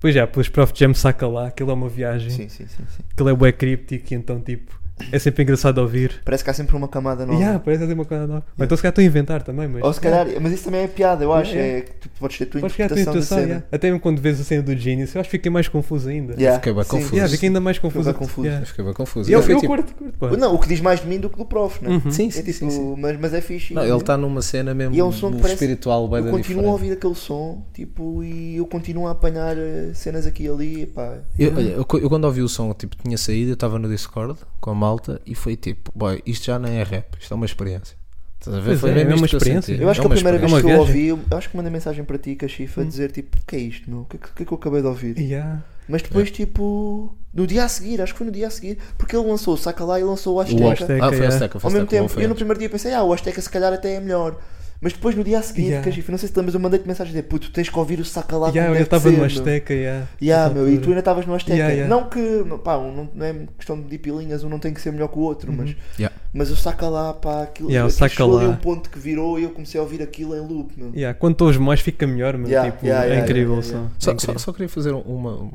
Speaker 7: Pois já, pelos Prof Jam saca lá, aquilo é uma viagem,
Speaker 5: Sim, sim, sim, sim.
Speaker 7: aquilo é bué críptico, e então tipo, é sempre engraçado ouvir.
Speaker 5: Parece que há sempre uma camada nova.
Speaker 7: Yeah, parece fazer uma coisa nova. Ou Então se calhar estou a inventar também, mas.
Speaker 5: Ou se calhar, mas isso também é piada, eu acho.
Speaker 7: Yeah,
Speaker 5: É que tu podes ter a tua
Speaker 7: Podes ficar a tua
Speaker 5: interpretação da
Speaker 7: intuição,
Speaker 5: cena.
Speaker 7: yeah. Até mesmo quando vês a cena do Genius, eu acho que fiquei mais confuso ainda.
Speaker 5: Yeah,
Speaker 6: Fiquei bem
Speaker 5: sim.
Speaker 6: confuso.
Speaker 7: Yeah, fiquei ainda mais
Speaker 5: Ficou
Speaker 7: confuso.
Speaker 5: bem confuso. é
Speaker 7: Yeah.
Speaker 6: Fiquei bem confuso.
Speaker 7: Eu,
Speaker 6: Ele foi
Speaker 7: eu
Speaker 6: tipo-
Speaker 7: curto, curto, pá.
Speaker 5: Não, o que diz mais de mim do que do prof, né?
Speaker 7: Uhum.
Speaker 6: Sim,
Speaker 5: É
Speaker 6: sim,
Speaker 5: tipo,
Speaker 6: sim, sim.
Speaker 5: Mas, mas é fixe.
Speaker 6: Não,
Speaker 5: né?
Speaker 6: ele está numa cena mesmo
Speaker 5: E é um som que parece-
Speaker 6: espiritual bem
Speaker 5: Eu
Speaker 6: da
Speaker 5: continuo
Speaker 6: diferente.
Speaker 5: a ouvir aquele som, tipo, e eu continuo a apanhar eh, cenas aqui e ali, pá.
Speaker 6: Eu, olha, eu, co- eu quando ouvi o som, tipo, tinha saído, eu estava no Discord com a malta e foi tipo, boy, isto já não é rap, isto é uma experiência. Estás a ver?
Speaker 7: Pois
Speaker 6: foi
Speaker 7: é,
Speaker 6: mesmo
Speaker 7: é uma
Speaker 6: isto que
Speaker 7: experiência.
Speaker 6: senti.
Speaker 5: Eu acho
Speaker 6: É
Speaker 5: que a
Speaker 6: uma
Speaker 5: primeira vez
Speaker 6: experiência.
Speaker 5: que eu
Speaker 7: É uma Hum.
Speaker 5: ouvi, eu eu acho que mandei mensagem para ti, Cachifa, a dizer tipo, o que é isto, meu? O que, é que- o que é que eu acabei de ouvir?
Speaker 7: Yeah.
Speaker 5: Mas depois,
Speaker 7: É.
Speaker 5: tipo, no dia a seguir, acho que foi no dia a seguir, porque ele lançou o Saca lá e lançou o
Speaker 6: O
Speaker 5: Azteca.
Speaker 7: Azteca.
Speaker 6: Ah, foi
Speaker 7: é.
Speaker 6: a Azteca, foi
Speaker 5: Ao
Speaker 6: a
Speaker 5: mesmo
Speaker 6: Azteca,
Speaker 5: tempo,
Speaker 6: foi
Speaker 5: eu
Speaker 6: a
Speaker 5: no primeiro dia pensei, ah, o Azteca se calhar até é melhor. Mas depois no dia a seguir,
Speaker 7: Yeah.
Speaker 5: Cachifa, não sei se te lembras, eu mandei-te mensagem a dizer, puto, tens que ouvir o Saca lá
Speaker 7: Yeah,
Speaker 5: como
Speaker 7: eu
Speaker 5: deve
Speaker 7: estava
Speaker 5: ser,
Speaker 7: no
Speaker 5: meu."
Speaker 7: Azteca, yeah.
Speaker 5: Yeah,
Speaker 7: nessa
Speaker 5: meu, e tu
Speaker 7: altura.
Speaker 5: ainda estavas no Azteca.
Speaker 7: Yeah, yeah.
Speaker 5: Não que, pá, um não, não é questão de pilinhas, um não tem que ser melhor que o outro, mas,
Speaker 6: Yeah.
Speaker 5: mas o saca lá, pá, aquilo,
Speaker 7: Uhum. Yeah, o
Speaker 5: aquilo
Speaker 7: Saca
Speaker 5: chegou ali
Speaker 7: Lá.
Speaker 5: um ponto que virou e eu comecei a ouvir aquilo em loop, meu.
Speaker 7: Yeah, Quando ouves mais fica melhor, meu.
Speaker 5: Yeah,
Speaker 7: tipo,
Speaker 5: yeah,
Speaker 7: é
Speaker 5: yeah,
Speaker 7: incrível
Speaker 5: yeah,
Speaker 7: o som.
Speaker 5: yeah.
Speaker 7: É
Speaker 6: Só, só,
Speaker 7: incrível.
Speaker 6: só queria fazer uma,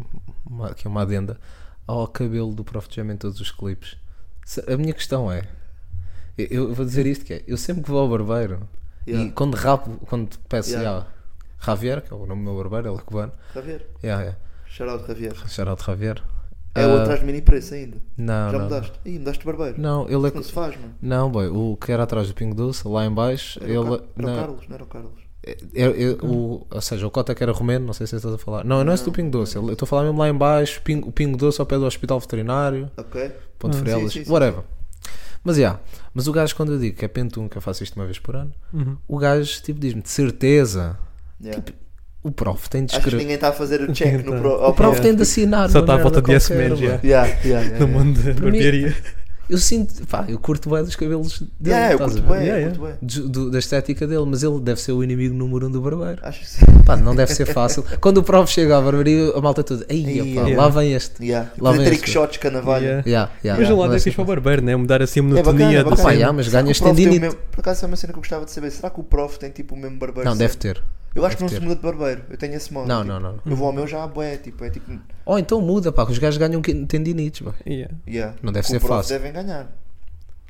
Speaker 6: uma, aqui uma adenda ao cabelo do Prof. Jam em todos os clipes. Se- A minha questão é: eu, eu vou dizer isto que é, eu sempre que vou ao barbeiro
Speaker 5: Yeah.
Speaker 6: e quando rapo, quando peço
Speaker 5: Yeah.
Speaker 6: yeah, Javier, que é o nome do meu barbeiro, ele é cubano,
Speaker 5: Javier,
Speaker 6: yeah, yeah,
Speaker 5: Charaldo Javier.
Speaker 6: shout-out Javier.
Speaker 5: É
Speaker 6: Ah,
Speaker 5: o atrás de mini preço ainda.
Speaker 6: Não,
Speaker 5: Já
Speaker 6: não, não.
Speaker 5: mudaste? Ih, mudaste de barbeiro.
Speaker 6: Não, ele é.
Speaker 5: Não se faz, mano.
Speaker 6: Não, boy, o que era atrás do Pingo Doce, lá em baixo,
Speaker 5: Era, o,
Speaker 6: ele.
Speaker 5: Car- era o
Speaker 6: Não,
Speaker 5: Carlos, não era o Carlos.
Speaker 6: é- é- o, ou seja, o Cota que era romeno, não sei se estás a falar. Não, não é esse do Pingo Doce, ele- eu estou a falar mesmo lá em baixo, Pingo- o Pingo Doce ao pé do Hospital Veterinário,
Speaker 5: Ok.
Speaker 6: Ponto
Speaker 5: Ah.
Speaker 6: Frelas,
Speaker 5: Sim, sim, sim,
Speaker 6: whatever. Mas yeah, mas o gajo, quando eu digo que é pentum, que eu faço isto uma vez por ano,
Speaker 7: Uhum.
Speaker 6: o gajo tipo diz-me de certeza,
Speaker 5: Yeah.
Speaker 6: o prof tem de
Speaker 5: Acho que
Speaker 6: escrever.
Speaker 5: ninguém está a fazer o check
Speaker 7: Então.
Speaker 5: no pro. ao
Speaker 6: Tipo, O prof
Speaker 5: pro-
Speaker 6: tem de assinar.
Speaker 7: Só
Speaker 6: uma
Speaker 7: está à
Speaker 6: merda
Speaker 7: volta de yes
Speaker 6: qualquer,
Speaker 7: man,
Speaker 6: mano.
Speaker 7: já.
Speaker 5: Yeah, yeah, yeah, yeah.
Speaker 7: No mundo da
Speaker 6: Para mim-
Speaker 7: barbearia.
Speaker 6: Eu sinto, pá, eu curto bem dos cabelos dele.
Speaker 5: Yeah, eu
Speaker 6: estás a
Speaker 5: curto
Speaker 6: ver?
Speaker 5: bem,
Speaker 7: Yeah,
Speaker 5: eu
Speaker 7: yeah.
Speaker 5: curto bem.
Speaker 6: Do- do- da estética dele, mas ele deve ser o inimigo número um do barbeiro.
Speaker 5: Acho que sim.
Speaker 6: Pá, não deve ser fácil. Quando o prof chega à barbearia, a malta toda, ei,
Speaker 5: Ei,
Speaker 6: pá,
Speaker 5: é.
Speaker 6: lá vem este.
Speaker 5: Yeah.
Speaker 6: Lá
Speaker 5: Fazer
Speaker 6: vem
Speaker 5: trick
Speaker 6: esse.
Speaker 5: shots com a navalha.
Speaker 7: Yeah.
Speaker 6: Yeah, yeah,
Speaker 7: Mas de um
Speaker 6: yeah, tipo,
Speaker 7: lado
Speaker 6: não
Speaker 7: é
Speaker 6: deve ser
Speaker 7: fixe para o barbeiro, né? Mudar assim a
Speaker 5: É bacana,
Speaker 7: monotonia
Speaker 5: é
Speaker 7: do
Speaker 5: bacana.
Speaker 6: Opa,
Speaker 7: cena.
Speaker 6: yeah, mas
Speaker 5: Será que o
Speaker 6: ganhas
Speaker 5: prof tem o
Speaker 6: tendinite.
Speaker 5: mesmo- Por acaso é uma cena que eu gostava de saber. Será que o prof tem tipo o mesmo barbeiro?
Speaker 6: Não, deve
Speaker 5: sempre?
Speaker 6: ter.
Speaker 5: Eu acho que não
Speaker 6: Deve
Speaker 5: se
Speaker 6: ter.
Speaker 5: muda de barbeiro. Eu tenho esse modo.
Speaker 6: Não,
Speaker 5: tipo,
Speaker 6: não, não.
Speaker 5: Eu vou ao meu já à bué, tipo, é tipo.
Speaker 6: Ou então muda, pá, que os gajos ganham tendinites, pá.
Speaker 7: Yeah.
Speaker 5: Yeah,
Speaker 6: Não deve
Speaker 5: com
Speaker 6: ser
Speaker 5: o prof
Speaker 6: fácil.
Speaker 5: devem ganhar.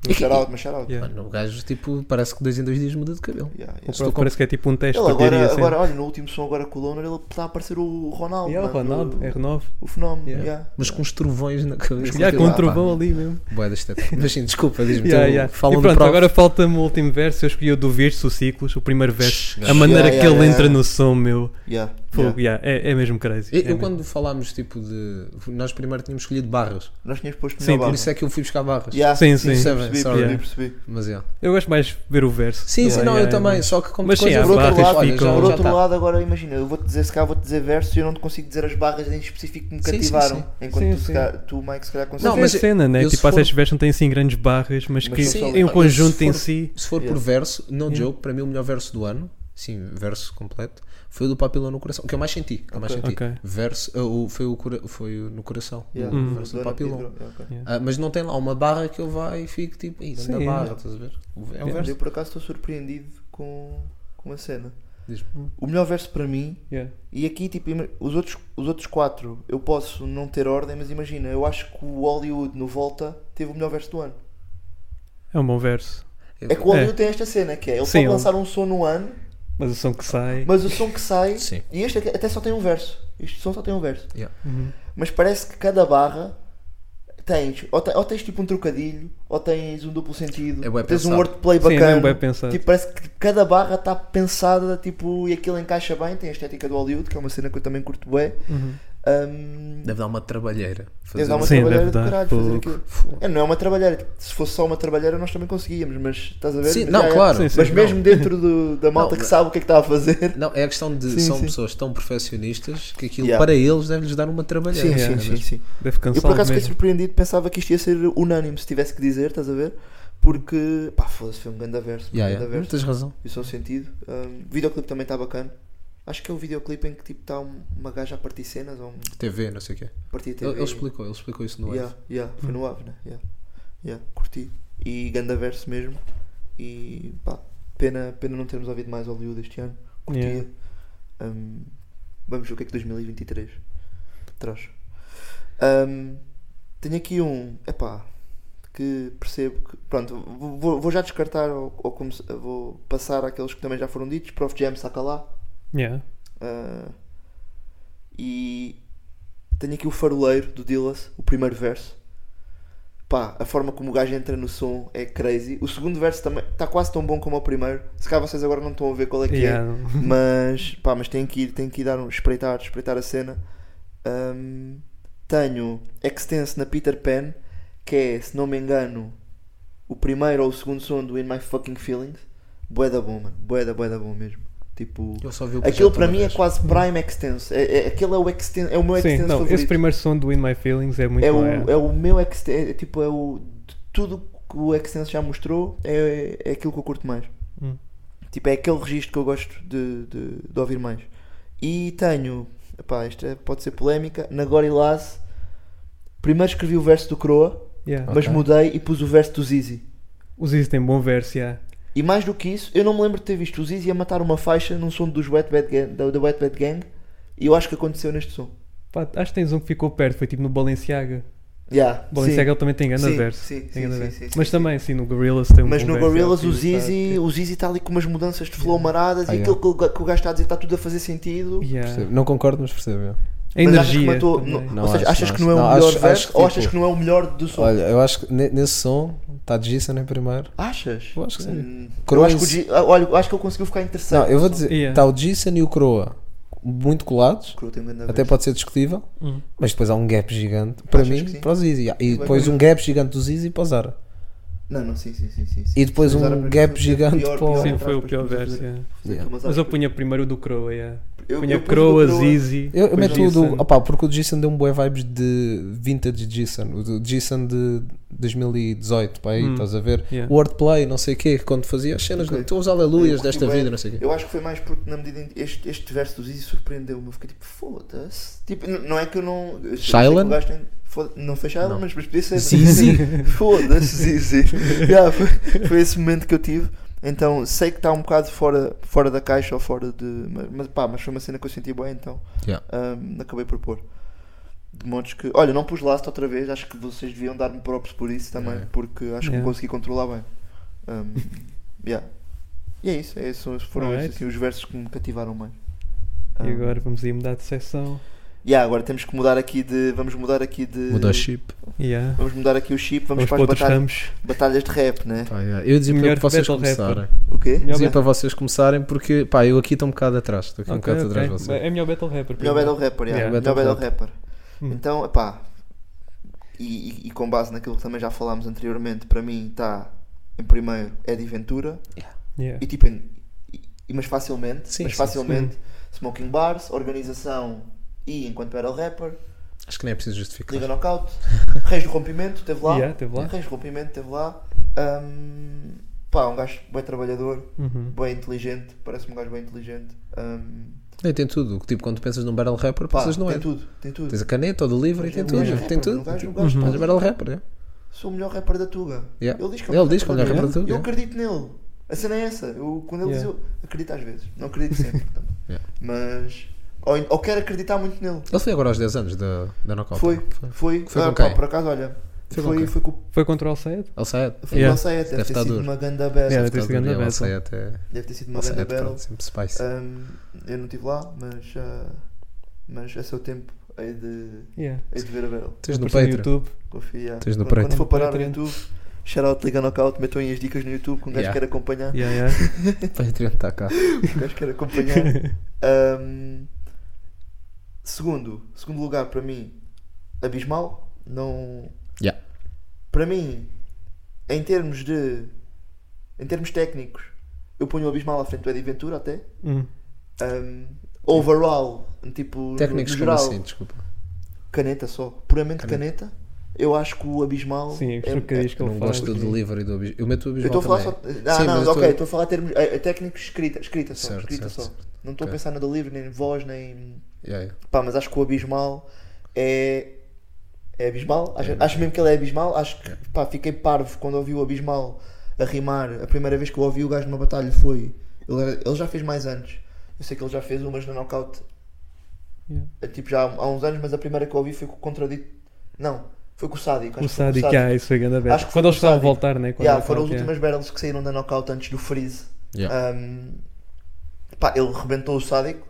Speaker 6: E-
Speaker 5: Mas shout-out, mas shout-out.
Speaker 7: Yeah.
Speaker 6: Mano, o gajo, tipo, parece que dois em dois dias muda de cabelo.
Speaker 5: Yeah, yeah.
Speaker 7: O
Speaker 6: Estou
Speaker 7: prof
Speaker 6: com-
Speaker 7: parece que é tipo um teste
Speaker 5: Ele
Speaker 7: de barbearia.
Speaker 5: agora,
Speaker 7: assim.
Speaker 5: agora, olha, no último som agora com o Loner, ele está a aparecer o Ronaldo.
Speaker 7: Yeah, o
Speaker 5: mano,
Speaker 7: Ronaldo,
Speaker 5: o,
Speaker 7: é Renove.
Speaker 5: o fenómeno.
Speaker 7: Yeah.
Speaker 5: yeah.
Speaker 6: Mas com os trovões na cabeça.
Speaker 7: Já
Speaker 5: aquilo
Speaker 7: com
Speaker 5: lá,
Speaker 7: o trovão ali mesmo.
Speaker 6: Boa da estética. Mas sim, desculpa, diz-me.
Speaker 7: Yeah,
Speaker 6: tu
Speaker 7: yeah. E
Speaker 6: Então, Falam do
Speaker 7: pronto,
Speaker 6: prof.
Speaker 7: agora falta-me o último verso. Eu escolhi o do Virso Ciclos, o primeiro verso.
Speaker 6: Shhh,
Speaker 7: A maneira
Speaker 5: yeah,
Speaker 7: que
Speaker 5: yeah,
Speaker 7: ele
Speaker 5: yeah.
Speaker 7: entra no som, meu.
Speaker 5: Yeah,
Speaker 7: Fogo,
Speaker 5: yeah.
Speaker 7: yeah, é, é mesmo crazy.
Speaker 6: Eu,
Speaker 7: é
Speaker 6: eu
Speaker 7: mesmo.
Speaker 6: quando falámos, tipo, de. Nós primeiro tínhamos escolhido barras.
Speaker 5: Nós tínhamos posto
Speaker 7: Sim,
Speaker 5: melhor
Speaker 6: Por
Speaker 5: barba.
Speaker 6: isso é que eu fui buscar barras.
Speaker 5: Yeah,
Speaker 7: Sim, sim.
Speaker 5: percebi,
Speaker 6: Seven,
Speaker 5: percebi,
Speaker 6: sorry.
Speaker 5: percebi, percebi.
Speaker 6: Mas é.
Speaker 7: Eu gosto mais de ver o verso.
Speaker 6: Sim, sim,
Speaker 7: Yeah, é
Speaker 6: não, eu
Speaker 7: yeah,
Speaker 6: também.
Speaker 7: yeah.
Speaker 6: Só que como
Speaker 7: Mas sim, há
Speaker 5: Por outro,
Speaker 7: barras,
Speaker 5: lado,
Speaker 7: olha, já-
Speaker 5: por
Speaker 7: já
Speaker 5: outro
Speaker 6: tá.
Speaker 5: lado, agora imagina, eu vou-te dizer se calhar vou-te dizer versos e eu não te consigo dizer as barras em específico que me
Speaker 6: Sim, sim,
Speaker 5: cativaram.
Speaker 6: sim.
Speaker 5: Enquanto
Speaker 7: Sim,
Speaker 5: tu, se
Speaker 7: sim.
Speaker 5: calhar- tu, Mike, se calhar
Speaker 7: Não,
Speaker 5: consegues.
Speaker 6: Não,
Speaker 7: mas
Speaker 6: mas
Speaker 7: é cena, né?
Speaker 6: eu se
Speaker 7: Tipo, há
Speaker 6: for-
Speaker 7: certos versos não têm assim grandes barras,
Speaker 5: Mas
Speaker 7: mas que
Speaker 5: são
Speaker 7: em
Speaker 5: sólidos.
Speaker 7: conjunto
Speaker 6: Se
Speaker 7: em
Speaker 6: for-
Speaker 7: si.
Speaker 6: Se for
Speaker 5: Yeah.
Speaker 6: por verso, no
Speaker 7: Yeah.
Speaker 6: joke, para mim o melhor verso do ano, sim, verso completo, foi o do Papilão no Coração, que eu mais senti. Que eu mais senti.
Speaker 7: Ok.
Speaker 6: Verso, ah, o- foi, o cora- foi o no Coração,
Speaker 5: Yeah,
Speaker 6: o
Speaker 7: Hum,
Speaker 5: do
Speaker 6: verso do
Speaker 5: Ana
Speaker 6: Papilão.
Speaker 5: Pedro, yeah, ok.
Speaker 6: Ah, mas não tem lá uma barra que eu vá e fico tipo, "Ih,
Speaker 7: Sim,
Speaker 6: anda barra,
Speaker 7: é.
Speaker 6: estás a ver? É um
Speaker 7: Yeah.
Speaker 5: Eu
Speaker 6: verso.
Speaker 5: por acaso estou surpreendido com, com a cena.
Speaker 6: Diz-me.
Speaker 5: O melhor verso para mim,
Speaker 7: Yeah.
Speaker 5: e aqui tipo, ima- os outros, os outros quatro, eu posso não ter ordem, mas imagina, eu acho que o Hollywood no Volta teve o melhor verso do ano.
Speaker 7: É um bom verso.
Speaker 5: É que o
Speaker 7: É.
Speaker 5: Hollywood tem esta cena que é, ele
Speaker 7: Sim,
Speaker 5: pode
Speaker 7: ele-
Speaker 5: lançar um som no ano,
Speaker 7: Mas o som que sai.
Speaker 5: mas o som que sai,
Speaker 6: Sim.
Speaker 5: e este aqui até só tem um verso. Este som só tem um verso.
Speaker 6: Yeah.
Speaker 5: Mas parece que cada barra tens, ou, te- ou tens tipo um trocadilho, ou tens um duplo sentido,
Speaker 6: É bué
Speaker 5: tens um
Speaker 6: pensado.
Speaker 5: wordplay
Speaker 7: Sim, é
Speaker 5: bacana.
Speaker 7: bué pensado.
Speaker 5: Tipo, parece que cada barra está pensada tipo, e aquilo encaixa bem, tem a estética do Hollywood, que é uma cena que eu também curto Um, bem.
Speaker 7: Uhum.
Speaker 6: Deve dar uma trabalheira. Fazer
Speaker 5: Deve dar uma
Speaker 7: Sim,
Speaker 5: trabalheira
Speaker 7: deve
Speaker 5: do
Speaker 7: dar,
Speaker 5: caralho fazer
Speaker 7: pouco.
Speaker 5: aquilo.
Speaker 6: Fogo.
Speaker 5: É, não é uma trabalheira. tipo, Se fosse só uma trabalheira, nós também conseguíamos, mas estás a ver?
Speaker 6: Sim,
Speaker 5: Já
Speaker 6: não,
Speaker 5: é.
Speaker 6: claro.
Speaker 7: Sim, sim.
Speaker 5: Mas
Speaker 6: Não.
Speaker 5: mesmo dentro do- da malta
Speaker 6: Não,
Speaker 5: que
Speaker 6: mas-
Speaker 5: sabe o que é que está a fazer.
Speaker 6: Não, é a questão de
Speaker 5: Sim,
Speaker 6: são
Speaker 5: sim.
Speaker 6: pessoas tão perfeccionistas que aquilo
Speaker 5: Yeah.
Speaker 6: para eles deve-lhes dar uma trabalheira.
Speaker 5: Sim,
Speaker 6: não é
Speaker 5: sim,
Speaker 6: mesmo?
Speaker 5: sim, sim.
Speaker 7: Deve
Speaker 5: Eu por
Speaker 7: cansar
Speaker 5: acaso fiquei
Speaker 7: mesmo.
Speaker 5: surpreendido, pensava que isto ia ser unânime, se tivesse que dizer, estás a ver? Porque, pá, foda-se, foi um grande verso.
Speaker 6: Yeah,
Speaker 5: um
Speaker 6: yeah.
Speaker 5: grande
Speaker 6: Não,
Speaker 5: verso.
Speaker 6: Tens razão.
Speaker 5: Isso é um sentido. Um, o videoclipe também está bacana. Acho que é o videoclipe em que tipo está uma gaja a partir cenas ou um
Speaker 6: TV, não sei o quê.
Speaker 5: a partir de
Speaker 6: Ele,
Speaker 5: TV.
Speaker 6: ele explicou, ele explicou isso no
Speaker 5: Yeah,
Speaker 6: F.
Speaker 5: yeah, foi no Ave, né? Yeah. Yeah, curti. E ganda verso mesmo. E pá, pena, pena não termos ouvido mais Hollywood este ano. Curtia.
Speaker 7: Yeah.
Speaker 5: Um, vamos ver o que é que 2023 traz. Um, tenho aqui um, epá, que percebo que. Pronto, vou- vou, vou já descartar ou, ou comece- vou passar àqueles que também já foram ditos. Prof. Jam, saca lá.
Speaker 7: Yeah.
Speaker 5: Ah, e tenho aqui o faroleiro do Dillas, o primeiro verso. Pá, a forma como o gajo entra no som é crazy. O segundo verso também está quase tão bom como o primeiro. Se calhar vocês agora não estão a ver qual é que
Speaker 7: Yeah,
Speaker 5: é.
Speaker 7: não.
Speaker 5: Mas, pá, mas tem que ir, tem que ir dar um, espreitar, espreitar a cena. Ahm, tenho Extense na Peter Pan, que é, se não me engano, o primeiro ou o segundo som do In My Fucking Feelings. Bué da bom, mano. Bué da, bué da bom mesmo. Tipo,
Speaker 6: Eu só vi o
Speaker 5: Aquilo
Speaker 6: projeto
Speaker 5: para
Speaker 6: uma
Speaker 5: mim é
Speaker 6: vez.
Speaker 5: quase Prime Extense. É, é- aquele é o, exten, é o meu
Speaker 7: Sim,
Speaker 5: Extense
Speaker 7: não, esse
Speaker 5: favorito.
Speaker 7: primeiro som do In My Feelings é muito
Speaker 5: é,
Speaker 7: bom.
Speaker 5: o, é o meu Extense. É, tipo, é o. de Tudo que o Extense já mostrou é, é aquilo que eu curto mais.
Speaker 7: Hum.
Speaker 5: Tipo, é aquele registro que eu gosto de, de, de ouvir mais. E tenho. Epá, isto é- pode ser polémica. Na Gorillaz, primeiro escrevi o verso do Croa,
Speaker 7: Yeah.
Speaker 5: mas mudei e pus o verso do Zizi.
Speaker 7: Os Easy têm bom verso, yeah.
Speaker 5: E mais do que isso, eu não me lembro de ter visto o Zizi a matar uma faixa num som dos Wet Bad Gang, da, da Wet Bad Gang. E eu acho que aconteceu neste som.
Speaker 7: Pá, acho que tens um que ficou perto, foi tipo no Balenciaga.
Speaker 5: Yeah,
Speaker 7: Balenciaga ele também tem grande
Speaker 5: Sim,
Speaker 7: verso.
Speaker 5: sim,
Speaker 7: tem
Speaker 5: sim,
Speaker 7: grande
Speaker 5: sim,
Speaker 7: verso.
Speaker 5: sim, sim,
Speaker 7: Mas
Speaker 5: sim.
Speaker 7: também, sim, no Gorillaz tem um
Speaker 5: Mas
Speaker 7: bom
Speaker 5: no
Speaker 7: verso,
Speaker 5: Gorillaz
Speaker 7: ele
Speaker 5: o
Speaker 7: está-
Speaker 5: Zizi, o Zizi está ali com umas mudanças de flow maradas
Speaker 6: Ah,
Speaker 5: e
Speaker 6: yeah.
Speaker 5: aquilo que, o ga- que o gajo está a dizer está tudo a fazer sentido.
Speaker 7: Yeah.
Speaker 6: Percebo. Não concordo, mas percebo. eu.
Speaker 7: A
Speaker 5: Mas achas que
Speaker 7: energia.
Speaker 5: matou-
Speaker 7: também.
Speaker 5: não-
Speaker 6: Não,
Speaker 5: ou seja,
Speaker 6: acho,
Speaker 5: achas
Speaker 6: não
Speaker 5: que não é o
Speaker 6: acho. Não,
Speaker 5: melhor
Speaker 6: acho-
Speaker 5: verso
Speaker 6: acho que,
Speaker 5: ou
Speaker 6: tipo,
Speaker 5: achas que não é o melhor do som?
Speaker 6: Olha, eu acho que ne- nesse som está Jason em primeiro.
Speaker 5: achas?
Speaker 6: Eu acho que sim.
Speaker 5: Hum, eu
Speaker 6: Crow
Speaker 5: acho que, o
Speaker 6: em si-
Speaker 5: G- ah, olha, eu acho que ele conseguiu ficar em terceiro.
Speaker 6: Não, eu vou dizer,
Speaker 7: Yeah.
Speaker 6: está o Jason e o Croa muito colados,
Speaker 5: Crow tem um grande
Speaker 6: até
Speaker 5: verso.
Speaker 6: pode ser discutível,
Speaker 7: Hum.
Speaker 6: mas depois há um gap gigante para
Speaker 5: Achas que
Speaker 6: mim,
Speaker 5: sim?
Speaker 6: para o Zizi. yeah. E
Speaker 5: Vai
Speaker 6: depois
Speaker 5: comigo.
Speaker 6: um gap gigante do Zizi para o Zara.
Speaker 5: Não, não, sim, sim, sim. sim, sim.
Speaker 6: E depois
Speaker 5: Mas
Speaker 6: um
Speaker 5: era para mim
Speaker 6: gap
Speaker 5: foi o é
Speaker 6: gigante
Speaker 5: pior,
Speaker 6: para o-
Speaker 5: pior
Speaker 7: Sim,
Speaker 5: atrás,
Speaker 7: foi o
Speaker 5: depois
Speaker 7: pior
Speaker 5: podemos
Speaker 7: verso.
Speaker 5: fazer-
Speaker 7: yeah.
Speaker 5: fazer
Speaker 6: Yeah.
Speaker 5: aqui umas
Speaker 7: Mas eu
Speaker 5: aspas.
Speaker 7: punha primeiro o do Croa, yeah.
Speaker 5: Eu-
Speaker 7: punha
Speaker 5: eu pus o
Speaker 7: Croa,
Speaker 5: Croa.
Speaker 7: Zizi.
Speaker 6: Eu, eu
Speaker 7: depois
Speaker 6: meto o
Speaker 7: Jason.
Speaker 6: do. Opá, porque o Jason deu um boé vibes de vintage Jason. O do Jason de 2018, pá, aí
Speaker 7: Hum.
Speaker 6: estás a ver?
Speaker 7: Yeah.
Speaker 6: Wordplay, não sei o quê, quando fazia as cenas,
Speaker 5: Ok.
Speaker 6: estou os aleluias
Speaker 5: Eu
Speaker 6: desta
Speaker 5: curti bué.
Speaker 6: vida, não sei o quê.
Speaker 5: Eu acho que foi mais porque, na medida em que este, este verso do Zizi surpreendeu-me, eu fiquei tipo, foda-se. Tipo, n- não é que eu não. eu sei- eu sei que o
Speaker 6: Shylon?
Speaker 5: gajo tem- foda- Não foi Shylon,
Speaker 6: Não.
Speaker 5: mas, mas podia ser.
Speaker 6: Zizi.
Speaker 5: Foda-se, Zizi. Yeah, foi, foi esse momento que eu tive. Então sei que está um bocado fora, fora da caixa ou fora de. Mas, mas pá, mas foi uma cena que eu senti bem, então
Speaker 6: Yeah.
Speaker 5: hum, acabei por pôr. De modos que. Olha, não pus last outra vez, acho que vocês deviam dar-me props por isso também,
Speaker 6: É.
Speaker 5: porque acho que
Speaker 7: Yeah.
Speaker 5: me consegui controlar bem. Hum, yeah. E é isso, é isso foram
Speaker 7: Alright.
Speaker 5: esses, assim, os versos que me cativaram mais.
Speaker 7: E
Speaker 5: Hum,
Speaker 7: agora vamos aí mudar de secção.
Speaker 5: yeah, agora temos que mudar aqui de. Vamos mudar aqui de.
Speaker 6: Mudou o chip.
Speaker 7: Yeah.
Speaker 5: Vamos mudar aqui o chip, vamos,
Speaker 7: Vamos para
Speaker 5: para as
Speaker 7: outros
Speaker 5: batalhas,
Speaker 7: ramos.
Speaker 5: batalhas de rap, né?
Speaker 6: Pá, yeah. Eu dizia
Speaker 7: Melhor
Speaker 6: para vocês
Speaker 7: battle rapper.
Speaker 6: começarem.
Speaker 5: O quê?
Speaker 7: Melhor
Speaker 6: Dizia
Speaker 7: battle-
Speaker 6: para vocês começarem porque pá, eu aqui estou um bocado atrás, estou aqui um
Speaker 7: Ok,
Speaker 6: bocado
Speaker 7: ok.
Speaker 6: atrás de vocês.
Speaker 7: É melhor Battle Rapper.
Speaker 5: Melhor
Speaker 7: primeiro.
Speaker 5: Battle Rapper, yeah.
Speaker 7: Yeah,
Speaker 5: melhor
Speaker 6: Battle
Speaker 5: Battle Rapper.
Speaker 7: Hum.
Speaker 5: Então, epá, e, e- e com base naquilo que também já falámos anteriormente, para mim está em primeiro Eddie Ventura
Speaker 7: Yeah.
Speaker 5: e tipo, em- e- e- mas facilmente,
Speaker 6: Sim,
Speaker 5: mas
Speaker 6: sim,
Speaker 5: facilmente
Speaker 7: Uhum.
Speaker 5: Smoking Bars, organização e enquanto Battle Rapper,
Speaker 6: Acho que nem é preciso justificar.
Speaker 5: Liga Knockout, Reis do Rompimento, teve lá,
Speaker 7: Yeah, teve lá.
Speaker 5: Reis do Rompimento, teve lá, Hum, pá, um gajo bem trabalhador,
Speaker 7: Uhum.
Speaker 5: bem inteligente, parece-me um gajo bem inteligente. Hum,
Speaker 6: Não, e tem tudo. Tipo, quando pensas num battle rapper,
Speaker 5: pá,
Speaker 6: pensas não
Speaker 5: tem
Speaker 6: é.
Speaker 5: tudo, tem tudo.
Speaker 6: Tens a caneta ou do livro e
Speaker 5: Mas
Speaker 6: tem
Speaker 5: é um
Speaker 6: tudo.
Speaker 5: gajo
Speaker 6: Tem
Speaker 5: rapper,
Speaker 6: tudo.
Speaker 5: um gajo- um
Speaker 6: Tipo,
Speaker 5: gajo
Speaker 6: Mas
Speaker 5: pode-
Speaker 6: é battle rapper, é?
Speaker 5: sou o melhor rapper da Tuga.
Speaker 6: Yeah.
Speaker 5: Ele diz que é o
Speaker 6: Ele
Speaker 5: melhor
Speaker 6: diz que é o melhor rapper da Tuga.
Speaker 5: Eu acredito nele. A cena é essa. Eu, quando ele
Speaker 7: Yeah.
Speaker 5: diz, eu acredito às vezes. Não acredito sempre. também.
Speaker 6: Yeah.
Speaker 5: Mas. Ou, ou quero acreditar muito nele.
Speaker 6: Ele foi agora aos 10 anos da, da Knockout.
Speaker 5: Foi,
Speaker 6: não?
Speaker 5: foi.
Speaker 6: Foi
Speaker 5: Ah,
Speaker 6: com
Speaker 5: pá,
Speaker 6: quem?
Speaker 5: por acaso, olha.
Speaker 6: Foi com
Speaker 5: foi,
Speaker 6: quem?
Speaker 5: foi com
Speaker 7: Foi contra o Alceid?
Speaker 6: Ele sai. Deve
Speaker 5: foi yeah.
Speaker 7: Yeah.
Speaker 5: Lafayette, deve,
Speaker 6: Deve
Speaker 5: ter
Speaker 6: estar
Speaker 5: sido
Speaker 6: duro.
Speaker 5: uma ganda battle.
Speaker 7: Yeah,
Speaker 6: estar
Speaker 7: ter sido grande
Speaker 6: duro, ele
Speaker 7: battle.
Speaker 6: sai até-
Speaker 5: Deve ter sido uma
Speaker 6: ele sai
Speaker 5: ganda
Speaker 6: até,
Speaker 5: battle. É.
Speaker 6: pronto, Sempre spicy.
Speaker 5: Ahm, eu não estive lá, mas, ah, mas a seu tempo hei de,
Speaker 7: Yeah.
Speaker 5: hei de ver a battle.
Speaker 6: Tens no
Speaker 7: Apareceu
Speaker 6: Patreon.
Speaker 7: YouTube.
Speaker 5: Confia.
Speaker 6: Tens no
Speaker 5: quando, quando
Speaker 6: Patreon.
Speaker 5: for parar no
Speaker 7: Patreon.
Speaker 5: YouTube, shoutout Liga Knockout, metam aí as dicas no YouTube que um gajo
Speaker 6: Yeah.
Speaker 5: quer acompanhar.
Speaker 7: Yeah, yeah.
Speaker 6: Patreon está cá.
Speaker 5: Um gajo quer acompanhar. Ahm, segundo, segundo lugar para mim, abismal. Não.
Speaker 6: Yeah.
Speaker 5: Para mim, em termos de. Em termos técnicos, eu ponho o abismal à frente do Eddie Ventura até.
Speaker 7: Hum.
Speaker 5: Ahm, overall, tipo, no-
Speaker 6: Técnicos
Speaker 5: no
Speaker 6: como
Speaker 5: geral,
Speaker 6: assim, desculpa.
Speaker 7: Então
Speaker 5: caneta só, puramente caneta. Eu acho que o abismal.
Speaker 7: Sim, os
Speaker 5: é-
Speaker 7: trocadilhos que
Speaker 6: Eu
Speaker 7: ele
Speaker 6: não
Speaker 7: faz.
Speaker 6: gosto do
Speaker 7: sim.
Speaker 6: delivery do abismo. Eu meto o
Speaker 5: Eu
Speaker 6: abismo
Speaker 5: estou a falar só. Ah,
Speaker 6: Sim, mas
Speaker 5: não,
Speaker 6: eu
Speaker 5: ok,
Speaker 6: tô-
Speaker 5: estou a falar termos. eh, eh, técnicos escrita, escrita só,
Speaker 6: Certo,
Speaker 5: escrita
Speaker 6: certo,
Speaker 5: só.
Speaker 6: certo.
Speaker 5: Não estou
Speaker 6: Ok.
Speaker 5: a pensar na delivery, nem em voz, nem.
Speaker 6: Yeah, yeah.
Speaker 5: Pá, mas acho que o abismal é. É abismal. Acho, acho mesmo que ele é abismal. Acho que, pá, fiquei parvo quando ouvi o abismal a rimar. A primeira vez que eu ouvi o gajo numa batalha foi. Ele, era- ele já fez mais anos. Eu sei que ele já fez umas no knockout.
Speaker 7: Yeah.
Speaker 5: eh, Tipo, já há, há uns anos, mas a primeira que eu ouvi foi com o Contradito. Não, foi com o Sádico.
Speaker 7: O
Speaker 5: acho que foi com
Speaker 7: Sádico, ah, isso foi grande aberto.
Speaker 5: Acho que foi
Speaker 7: Quando
Speaker 5: o
Speaker 7: eles estavam a
Speaker 5: Sádico.
Speaker 7: voltar, né? Quando
Speaker 5: Yeah,
Speaker 7: ele
Speaker 5: foram as
Speaker 7: tava-
Speaker 5: últimas battles que saíram da knockout antes do freeze.
Speaker 6: Yeah.
Speaker 5: Um, pá, ele rebentou o sádico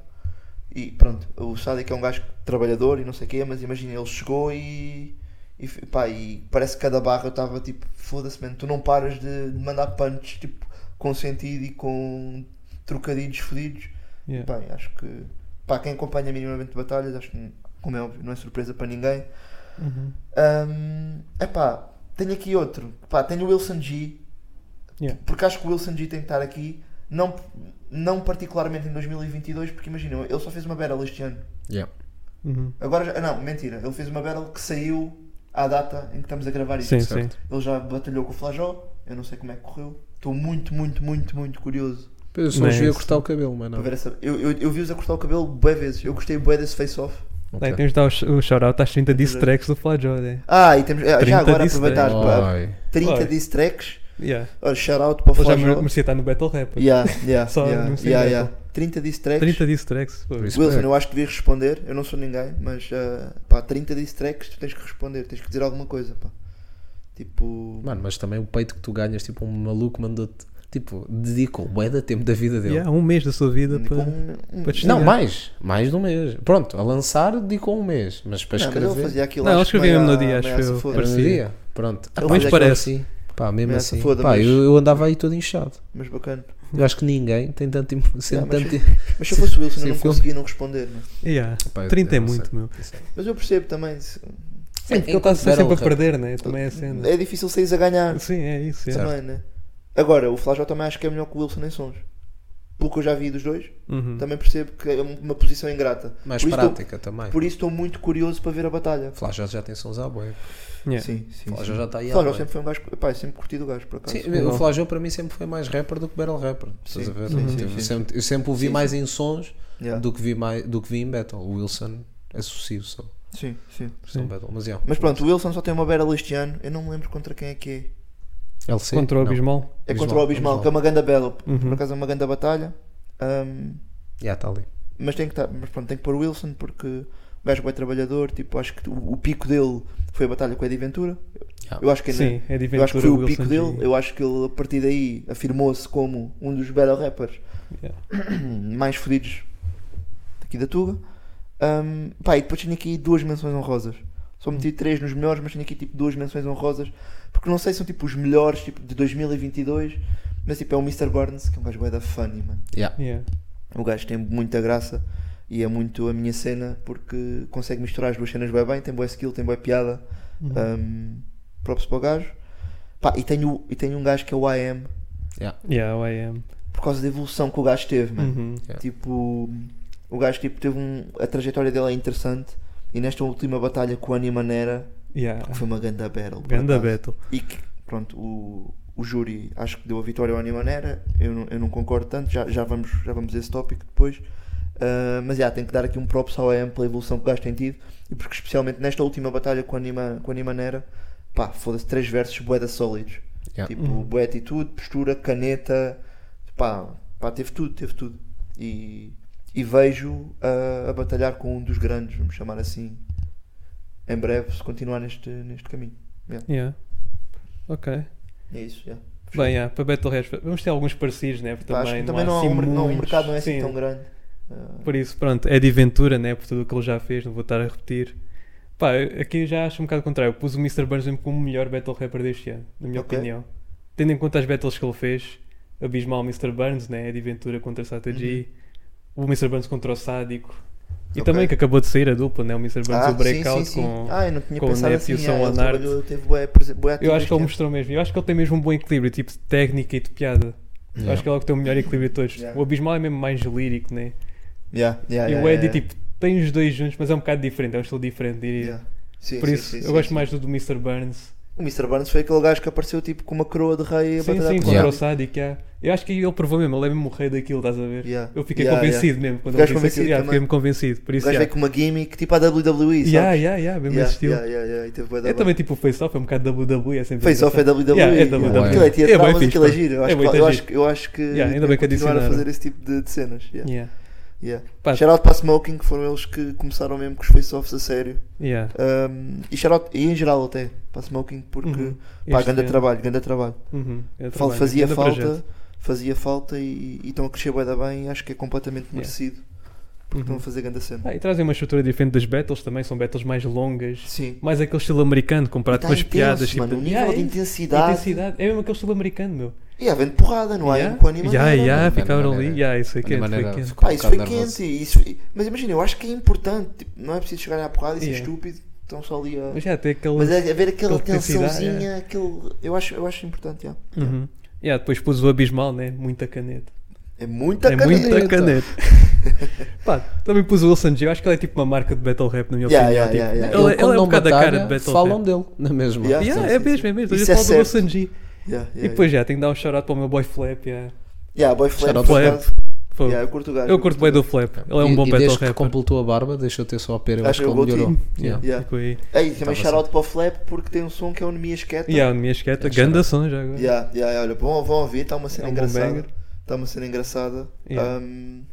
Speaker 5: e pronto, o sádico é um gajo trabalhador e não sei o quê, mas imagina, ele chegou e, e, f- pá, e parece que cada barra eu estava tipo, foda-se, mano, tu não paras de, de mandar punches tipo, com sentido e com trocadilhos fodidos.
Speaker 7: Yeah. Yeah.
Speaker 5: Bem, acho que pá, quem acompanha minimamente batalhas, acho que, como é óbvio, não é surpresa para ninguém.
Speaker 7: Uhum.
Speaker 5: Um, epá, tenho aqui outro. Pá, tenho o Wilson G.
Speaker 7: Yeah.
Speaker 5: Porque acho que o Wilson G tem que estar aqui. Não, não particularmente em 2022, porque imagina, ele só fez uma battle este ano.
Speaker 6: Yeah.
Speaker 7: Uhum.
Speaker 5: Agora já. Não, mentira. Ele fez uma battle que saiu à data em que estamos a gravar isto.
Speaker 7: Sim,
Speaker 6: certo.
Speaker 7: sim.
Speaker 5: Ele já batalhou com o Flajó. Eu não sei como é que correu. Estou muito, muito, muito, muito curioso.
Speaker 6: Eu só
Speaker 7: Não é
Speaker 6: os vi a
Speaker 7: isso.
Speaker 6: cortar o cabelo, mano.
Speaker 5: Para ver essa... eu, eu, eu vi-os a cortar o cabelo bué vezes. Eu gostei bué desse face-off.
Speaker 7: Aí temos de dar o sh- o shout-out às 30 diss tracks do Flajó, né?
Speaker 5: Ah, e temos. ah,
Speaker 7: 30
Speaker 5: Já agora
Speaker 7: diss
Speaker 5: aproveitar.
Speaker 7: tracks.
Speaker 5: pá,
Speaker 6: Oi.
Speaker 5: 30
Speaker 7: Oi.
Speaker 5: diss tracks.
Speaker 7: Yeah.
Speaker 5: Olha, shout-out para o
Speaker 7: Ele já
Speaker 5: Flajó.
Speaker 7: mere- merecia estar no Battle Rap.
Speaker 5: Yeah, yeah,
Speaker 7: Só
Speaker 5: yeah,
Speaker 7: no single.
Speaker 5: yeah, yeah. 30 diss tracks.
Speaker 7: 30 diss tracks. pô.
Speaker 6: Por isso-
Speaker 5: Wilson,
Speaker 6: Respect.
Speaker 5: eu acho que devias responder. Eu não sou ninguém, mas ah, pá, 30 diss tracks tu tens que responder, tens que dizer alguma coisa. Pá. Tipo,
Speaker 6: Mano, mas também o peito que tu ganhas, tipo, um maluco mandou-te. Tipo, dedicou bué da tempo da vida é dele.
Speaker 7: Yeah, um mês da sua vida
Speaker 5: com-
Speaker 7: para.
Speaker 5: um-
Speaker 7: para
Speaker 6: Não,
Speaker 7: Yeah.
Speaker 6: mais. Mais de um mês. Pronto, a lançar dedicou um mês. Mas para
Speaker 5: não, mas ele
Speaker 6: escrever.
Speaker 5: fazia aquilo.
Speaker 7: Não, eu
Speaker 5: acho que
Speaker 7: escrevi
Speaker 5: meio
Speaker 7: mesmo no
Speaker 5: à-
Speaker 7: dia, acho
Speaker 5: meio à
Speaker 7: eu.
Speaker 5: safoda.
Speaker 6: Era no
Speaker 7: Parecia.
Speaker 6: dia. Pronto. Ah,
Speaker 5: Ele
Speaker 6: mas
Speaker 5: fazia
Speaker 6: parece. Pá, mesmo
Speaker 5: Ameaça
Speaker 6: assim.
Speaker 5: foda,
Speaker 6: Pá,
Speaker 5: mas-
Speaker 6: eu, eu andava aí todo inchado.
Speaker 5: Mas bacana.
Speaker 6: Eu acho que ninguém tem tanto. emo- sente
Speaker 5: mas-
Speaker 6: tanto-
Speaker 5: Mas se eu fosse o Wilson,
Speaker 6: Sim,
Speaker 5: eu não
Speaker 6: filme.
Speaker 5: conseguia não responder. Mas,
Speaker 7: Yeah.
Speaker 6: Pá, eu-
Speaker 7: 30 é
Speaker 6: eu não sei.
Speaker 7: muito, meu.
Speaker 5: mas eu percebo também. se-
Speaker 7: Sim, porque ele está
Speaker 6: enquanto
Speaker 7: sempre
Speaker 6: battle
Speaker 7: a
Speaker 6: rap.
Speaker 7: perder, né? Também é a cena.
Speaker 5: É difícil sair a ganhar
Speaker 7: Sim, é isso. Yeah.
Speaker 5: também, né? Agora, o Flajó também acho que é melhor que o Wilson em sons. Pelo que eu já vi dos dois,
Speaker 7: Uhum.
Speaker 5: também percebo que é uma posição ingrata.
Speaker 6: Mais
Speaker 5: Por isso tô-
Speaker 6: prática também.
Speaker 5: Por isso estou muito curioso para ver a batalha.
Speaker 6: Flá já, já tem sons à boia.
Speaker 7: Yeah.
Speaker 5: Sim, sim.
Speaker 6: Flá
Speaker 5: sim.
Speaker 6: já É. já está aí à
Speaker 5: Flávio
Speaker 6: boia.
Speaker 5: sempre foi um gajo. Pá, eu sempre curti do gajo, por acaso.
Speaker 6: Sim,
Speaker 5: Sim,
Speaker 6: o Flajão para mim sempre foi mais rapper do que battle rapper. Estás a ver?
Speaker 5: Sim, sim,
Speaker 6: Tipo,
Speaker 5: sim.
Speaker 6: sempre- eu sempre o vi
Speaker 5: Sim,
Speaker 6: mais em sons
Speaker 5: yeah.
Speaker 6: do, que vi mais, do que vi em battle. O Wilson associo só.
Speaker 5: sim, sim.
Speaker 6: só
Speaker 7: Sim.
Speaker 6: battle. Mas, yeah.
Speaker 5: Mas pronto, o Wilson só tem uma battle este ano. Eu não me lembro contra quem é que é.
Speaker 6: LC?
Speaker 7: Contra o
Speaker 6: Não.
Speaker 7: Abismal.
Speaker 5: É contra o Abismal, que é uma ganda battle. Por
Speaker 7: Uhum.
Speaker 5: acaso é uma ganda batalha. Um, Ahm,
Speaker 6: Yeah, está ali.
Speaker 5: mas tem que estar. Mas pronto, tem que pôr o Wilson porque o gajo é bem trabalhador. Tipo, acho que o, o pico dele foi a batalha com o Eddie Ventura.
Speaker 6: Yeah.
Speaker 5: Eu acho que ainda.
Speaker 7: Sim, é de
Speaker 5: Eu acho que
Speaker 7: Ventura,
Speaker 5: foi o
Speaker 7: Wilson
Speaker 5: pico dele.
Speaker 7: G.
Speaker 5: Eu acho que ele a partir daí afirmou-se como um dos battle rappers
Speaker 7: Yeah.
Speaker 5: mais fodidos daqui da Tuga. Ahm, pá, e depois tinha aqui duas menções honrosas. Só
Speaker 7: Hum.
Speaker 5: meti três nos melhores, mas tinha aqui tipo duas menções honrosas. Porque não sei se são tipo os melhores tipo, de 2022, mas tipo é o Mr. Burns, que é um gajo bué da funny, mano.
Speaker 7: Yeah.
Speaker 5: O gajo tem muita graça e é muito a minha cena porque consegue misturar as duas cenas bem bem, tem boa skill, tem boa piada. Um, props para o gajo. Pá, e tenho, e tenho um gajo que é o AM,
Speaker 7: Yeah, o I am.
Speaker 5: por causa da evolução que o gajo teve, mano.
Speaker 7: Uhum.
Speaker 6: Yeah.
Speaker 5: Tipo, o gajo tipo, teve um. A trajetória dele é interessante. E nesta última batalha com o Anima Nera,
Speaker 7: Yeah.
Speaker 5: foi uma ganda battle. por
Speaker 7: Ganda
Speaker 5: acaso.
Speaker 7: Battle.
Speaker 5: E que, pronto, o, o júri acho que deu a vitória ao Anima Nera. Eu, não- eu não concordo tanto, já, já, vamos, já vamos a esse tópico depois. Ah, mas já, tenho que dar aqui um props ao AM pela evolução que o gajo tem tido. E porque, especialmente nesta última batalha com o Anima, com o Anima Nera, pá, foda-se, três versos boeda sólidos.
Speaker 6: Yeah.
Speaker 5: Tipo,
Speaker 7: Uhum.
Speaker 5: boa atitude, postura, caneta, pá, pá, teve tudo, teve tudo. E, e vejo ah, a batalhar com um dos grandes, vamos chamar assim, em breve, se continuar neste, neste caminho.
Speaker 7: Yeah. Ok.
Speaker 5: É isso, yeah.
Speaker 7: Bem, yeah, para Battle Royale, vamos ter alguns parecidos, né? Porque
Speaker 5: Pá, acho que também
Speaker 7: também,
Speaker 5: não,
Speaker 7: há
Speaker 5: há
Speaker 7: assim
Speaker 5: um mer- não, o
Speaker 7: muitos.
Speaker 5: mercado não é assim
Speaker 7: Sim.
Speaker 5: tão grande. Ah,
Speaker 7: Por isso, pronto, é de Ventura, né? Por tudo o que ele já fez, não vou estar a repetir. Pá, eu- aqui eu já acho um bocado contrário. Eu pus o Mr. Burns mesmo como o melhor Battle Rapper deste ano, na minha
Speaker 5: Ok.
Speaker 7: opinião. Tendo em conta as battles que ele fez, Abismal Mr. Burns, né? Eddie Ventura contra Sata G, o Mr. Burns contra o Sádico. E
Speaker 5: Uhum. Ok.
Speaker 7: também que acabou de sair a dupla, né? O Mr. Burns,
Speaker 5: ah,
Speaker 7: o Breakout
Speaker 5: sim, sim, sim.
Speaker 7: com.
Speaker 5: ah, eu não tinha
Speaker 7: com o
Speaker 5: pensado
Speaker 7: Neto
Speaker 5: assim.
Speaker 7: e o
Speaker 5: ah,
Speaker 7: São
Speaker 5: ele
Speaker 7: Leonardo.
Speaker 5: trabalhou- teve bué prese- bué
Speaker 7: Eu acho que ele
Speaker 5: atividade.
Speaker 7: mostrou mesmo. Eu acho que ele tem mesmo um bom equilíbrio, tipo de técnica e de piada. Eu acho que ele é o que tem o melhor equilíbrio de todos.
Speaker 5: Yeah.
Speaker 7: O Abismal é mesmo mais lírico, né?
Speaker 5: Yeah, yeah,
Speaker 7: E
Speaker 5: yeah,
Speaker 7: o Eddie,
Speaker 5: yeah,
Speaker 7: tipo, tem os dois juntos, mas é um bocado diferente, é um estilo diferente, diria.
Speaker 5: yeah. Sim,
Speaker 7: Por
Speaker 5: sim,
Speaker 7: isso,
Speaker 5: sim,
Speaker 7: eu
Speaker 5: sim,
Speaker 7: gosto
Speaker 5: sim.
Speaker 7: mais do do Mr. Burns.
Speaker 5: O Mr. Burns foi aquele gajo que apareceu tipo com uma coroa de rei a
Speaker 7: Sim,
Speaker 5: bater à porta.
Speaker 7: sim, contra
Speaker 6: Yeah.
Speaker 7: o Sádico, yeah. Eu acho que ele provou mesmo, ele é mesmo o rei daquilo, estás a ver?
Speaker 5: Yeah.
Speaker 7: Eu fiquei
Speaker 5: Yeah,
Speaker 7: convencido mesmo quando
Speaker 5: Ficaste
Speaker 7: ele disse aquilo.
Speaker 5: convencido
Speaker 7: Yeah,
Speaker 5: também.
Speaker 7: Fiquei-me convencido, por
Speaker 5: O
Speaker 7: isso,
Speaker 5: gajo
Speaker 7: yeah.
Speaker 5: veio com uma gimmick tipo a WWE, sabe?
Speaker 7: Yeah, yeah, yeah, mesmo esse estilo.
Speaker 5: e teve bué da
Speaker 7: É
Speaker 5: bom.
Speaker 7: também tipo o Face-Off, é um bocado WWE, é sempre...
Speaker 5: Face-off é WWE.
Speaker 7: Yeah, é
Speaker 5: yeah.
Speaker 7: WWE.
Speaker 5: Aquilo é teatral,
Speaker 7: É bué
Speaker 5: mas
Speaker 7: fixe,
Speaker 5: aquilo é
Speaker 7: pá.
Speaker 5: giro. Eu
Speaker 7: É
Speaker 5: acho,
Speaker 7: muito
Speaker 5: que, eu
Speaker 7: giro.
Speaker 5: acho, que- eu acho que
Speaker 7: Yeah, ainda
Speaker 5: devem
Speaker 7: bem que
Speaker 5: continuar a
Speaker 7: adicionaram.
Speaker 5: fazer esse tipo de, de cenas. Yeah.
Speaker 7: Yeah.
Speaker 5: Yeah.
Speaker 7: Pá,
Speaker 5: Shoutout para a Smoking, que foram eles que começaram mesmo com os face-offs a sério.
Speaker 7: yeah.
Speaker 5: Um, e, shoutout, e em geral até, para a Smoking, porque
Speaker 7: Uhum.
Speaker 5: pá,
Speaker 7: Este
Speaker 5: grande
Speaker 7: ano.
Speaker 5: trabalho, grande trabalho.
Speaker 7: Uhum, é
Speaker 5: Fal-
Speaker 7: trabalho,
Speaker 5: fazia
Speaker 7: grande
Speaker 5: falta,
Speaker 7: projeto.
Speaker 5: fazia falta e e estão a crescer bué da bem e acho que é completamente
Speaker 7: Yeah.
Speaker 5: merecido. Porque
Speaker 7: Uhum.
Speaker 5: estão a fazer grande cena.
Speaker 7: Ah, e trazem uma estrutura diferente das battles também, são battles mais longas,
Speaker 5: Sim.
Speaker 7: mais aquele estilo americano comparado
Speaker 5: Tá
Speaker 7: com as
Speaker 5: intenso,
Speaker 7: piadas.
Speaker 5: mano, o nível
Speaker 7: yeah,
Speaker 5: de
Speaker 7: é-
Speaker 5: intensidade.
Speaker 7: intensidade. É mesmo aquele estilo americano, meu.
Speaker 5: E havendo porrada, não há
Speaker 7: Yeah.
Speaker 5: anime com anime.
Speaker 7: Yeah,
Speaker 5: maneira,
Speaker 7: yeah,
Speaker 5: mano.
Speaker 6: mano.
Speaker 7: ficaram
Speaker 6: Maneira-
Speaker 7: ali. Yeah, isso é
Speaker 6: De
Speaker 7: quente, foi
Speaker 6: maneira
Speaker 7: quente.
Speaker 6: ficou um
Speaker 5: Pá, isso foi
Speaker 6: bocado nervoso.
Speaker 5: quente. Isso... Mas imagina, eu acho que é importante. tipo, não é preciso chegar à porrada e ser
Speaker 7: Yeah.
Speaker 5: estúpido. Estão só ali a.
Speaker 7: Mas já tem aquele.
Speaker 5: Mas é haver aquela
Speaker 7: aquela intensidade,
Speaker 5: tensãozinha, aquele. Eu acho, eu acho importante, yeah.
Speaker 7: Uhum. Yeah, depois pus o abismal, né? Muita caneta.
Speaker 5: É muita
Speaker 7: é
Speaker 5: caneta.
Speaker 7: muita caneta. Pá, também pus o Wilson G. Eu acho que ele é tipo uma marca de battle rap, na minha
Speaker 5: Yeah,
Speaker 7: opinião.
Speaker 5: yeah,
Speaker 7: tipo,
Speaker 5: yeah, yeah.
Speaker 7: Ele,
Speaker 6: quando
Speaker 7: ele é um
Speaker 6: não
Speaker 7: bocado a cara de
Speaker 6: batalha,
Speaker 7: battle
Speaker 6: falam
Speaker 7: rap.
Speaker 6: dele, na mesma.
Speaker 5: Yeah. Sim,
Speaker 7: Yeah, é
Speaker 5: sim,
Speaker 7: mesmo,
Speaker 5: sim.
Speaker 7: é mesmo.
Speaker 5: Isso
Speaker 7: Hoje
Speaker 5: é
Speaker 7: eu falo do
Speaker 5: certo.
Speaker 7: Wilson G.
Speaker 5: Yeah, yeah,
Speaker 7: E depois já, tenho que dar um shout-out para o meu boy Flap. Yeah.
Speaker 5: Yeah, boy flap.
Speaker 6: Shout out
Speaker 5: por
Speaker 7: Flap.
Speaker 5: acaso.
Speaker 7: Pô,
Speaker 5: Yeah, eu curto o gajo.
Speaker 7: eu curto bem do Flap. Ele é um
Speaker 6: E-
Speaker 7: bom
Speaker 6: e
Speaker 7: battle
Speaker 6: desde que
Speaker 7: rapper.
Speaker 6: completou a barba, deixou de ter só a pera, eu
Speaker 5: Acho
Speaker 6: acho que
Speaker 5: que
Speaker 6: ele
Speaker 5: eu vou
Speaker 6: melhorou.
Speaker 7: Yeah,
Speaker 5: Yeah.
Speaker 7: fico aí.
Speaker 5: Ei, É também
Speaker 6: Tava
Speaker 5: shoutout para o Flap porque tem um som que é o Nemia Esqueta.
Speaker 7: assim. Yeah, a minha esqueta.
Speaker 6: É um
Speaker 7: Ganda som já agora.
Speaker 5: Yeah, yeah, yeah, olha, vão, vão ouvir, está uma cena
Speaker 7: É um bom
Speaker 5: engraçada.
Speaker 7: banger.
Speaker 5: Está uma cena engraçada.
Speaker 7: Yeah.
Speaker 5: Um,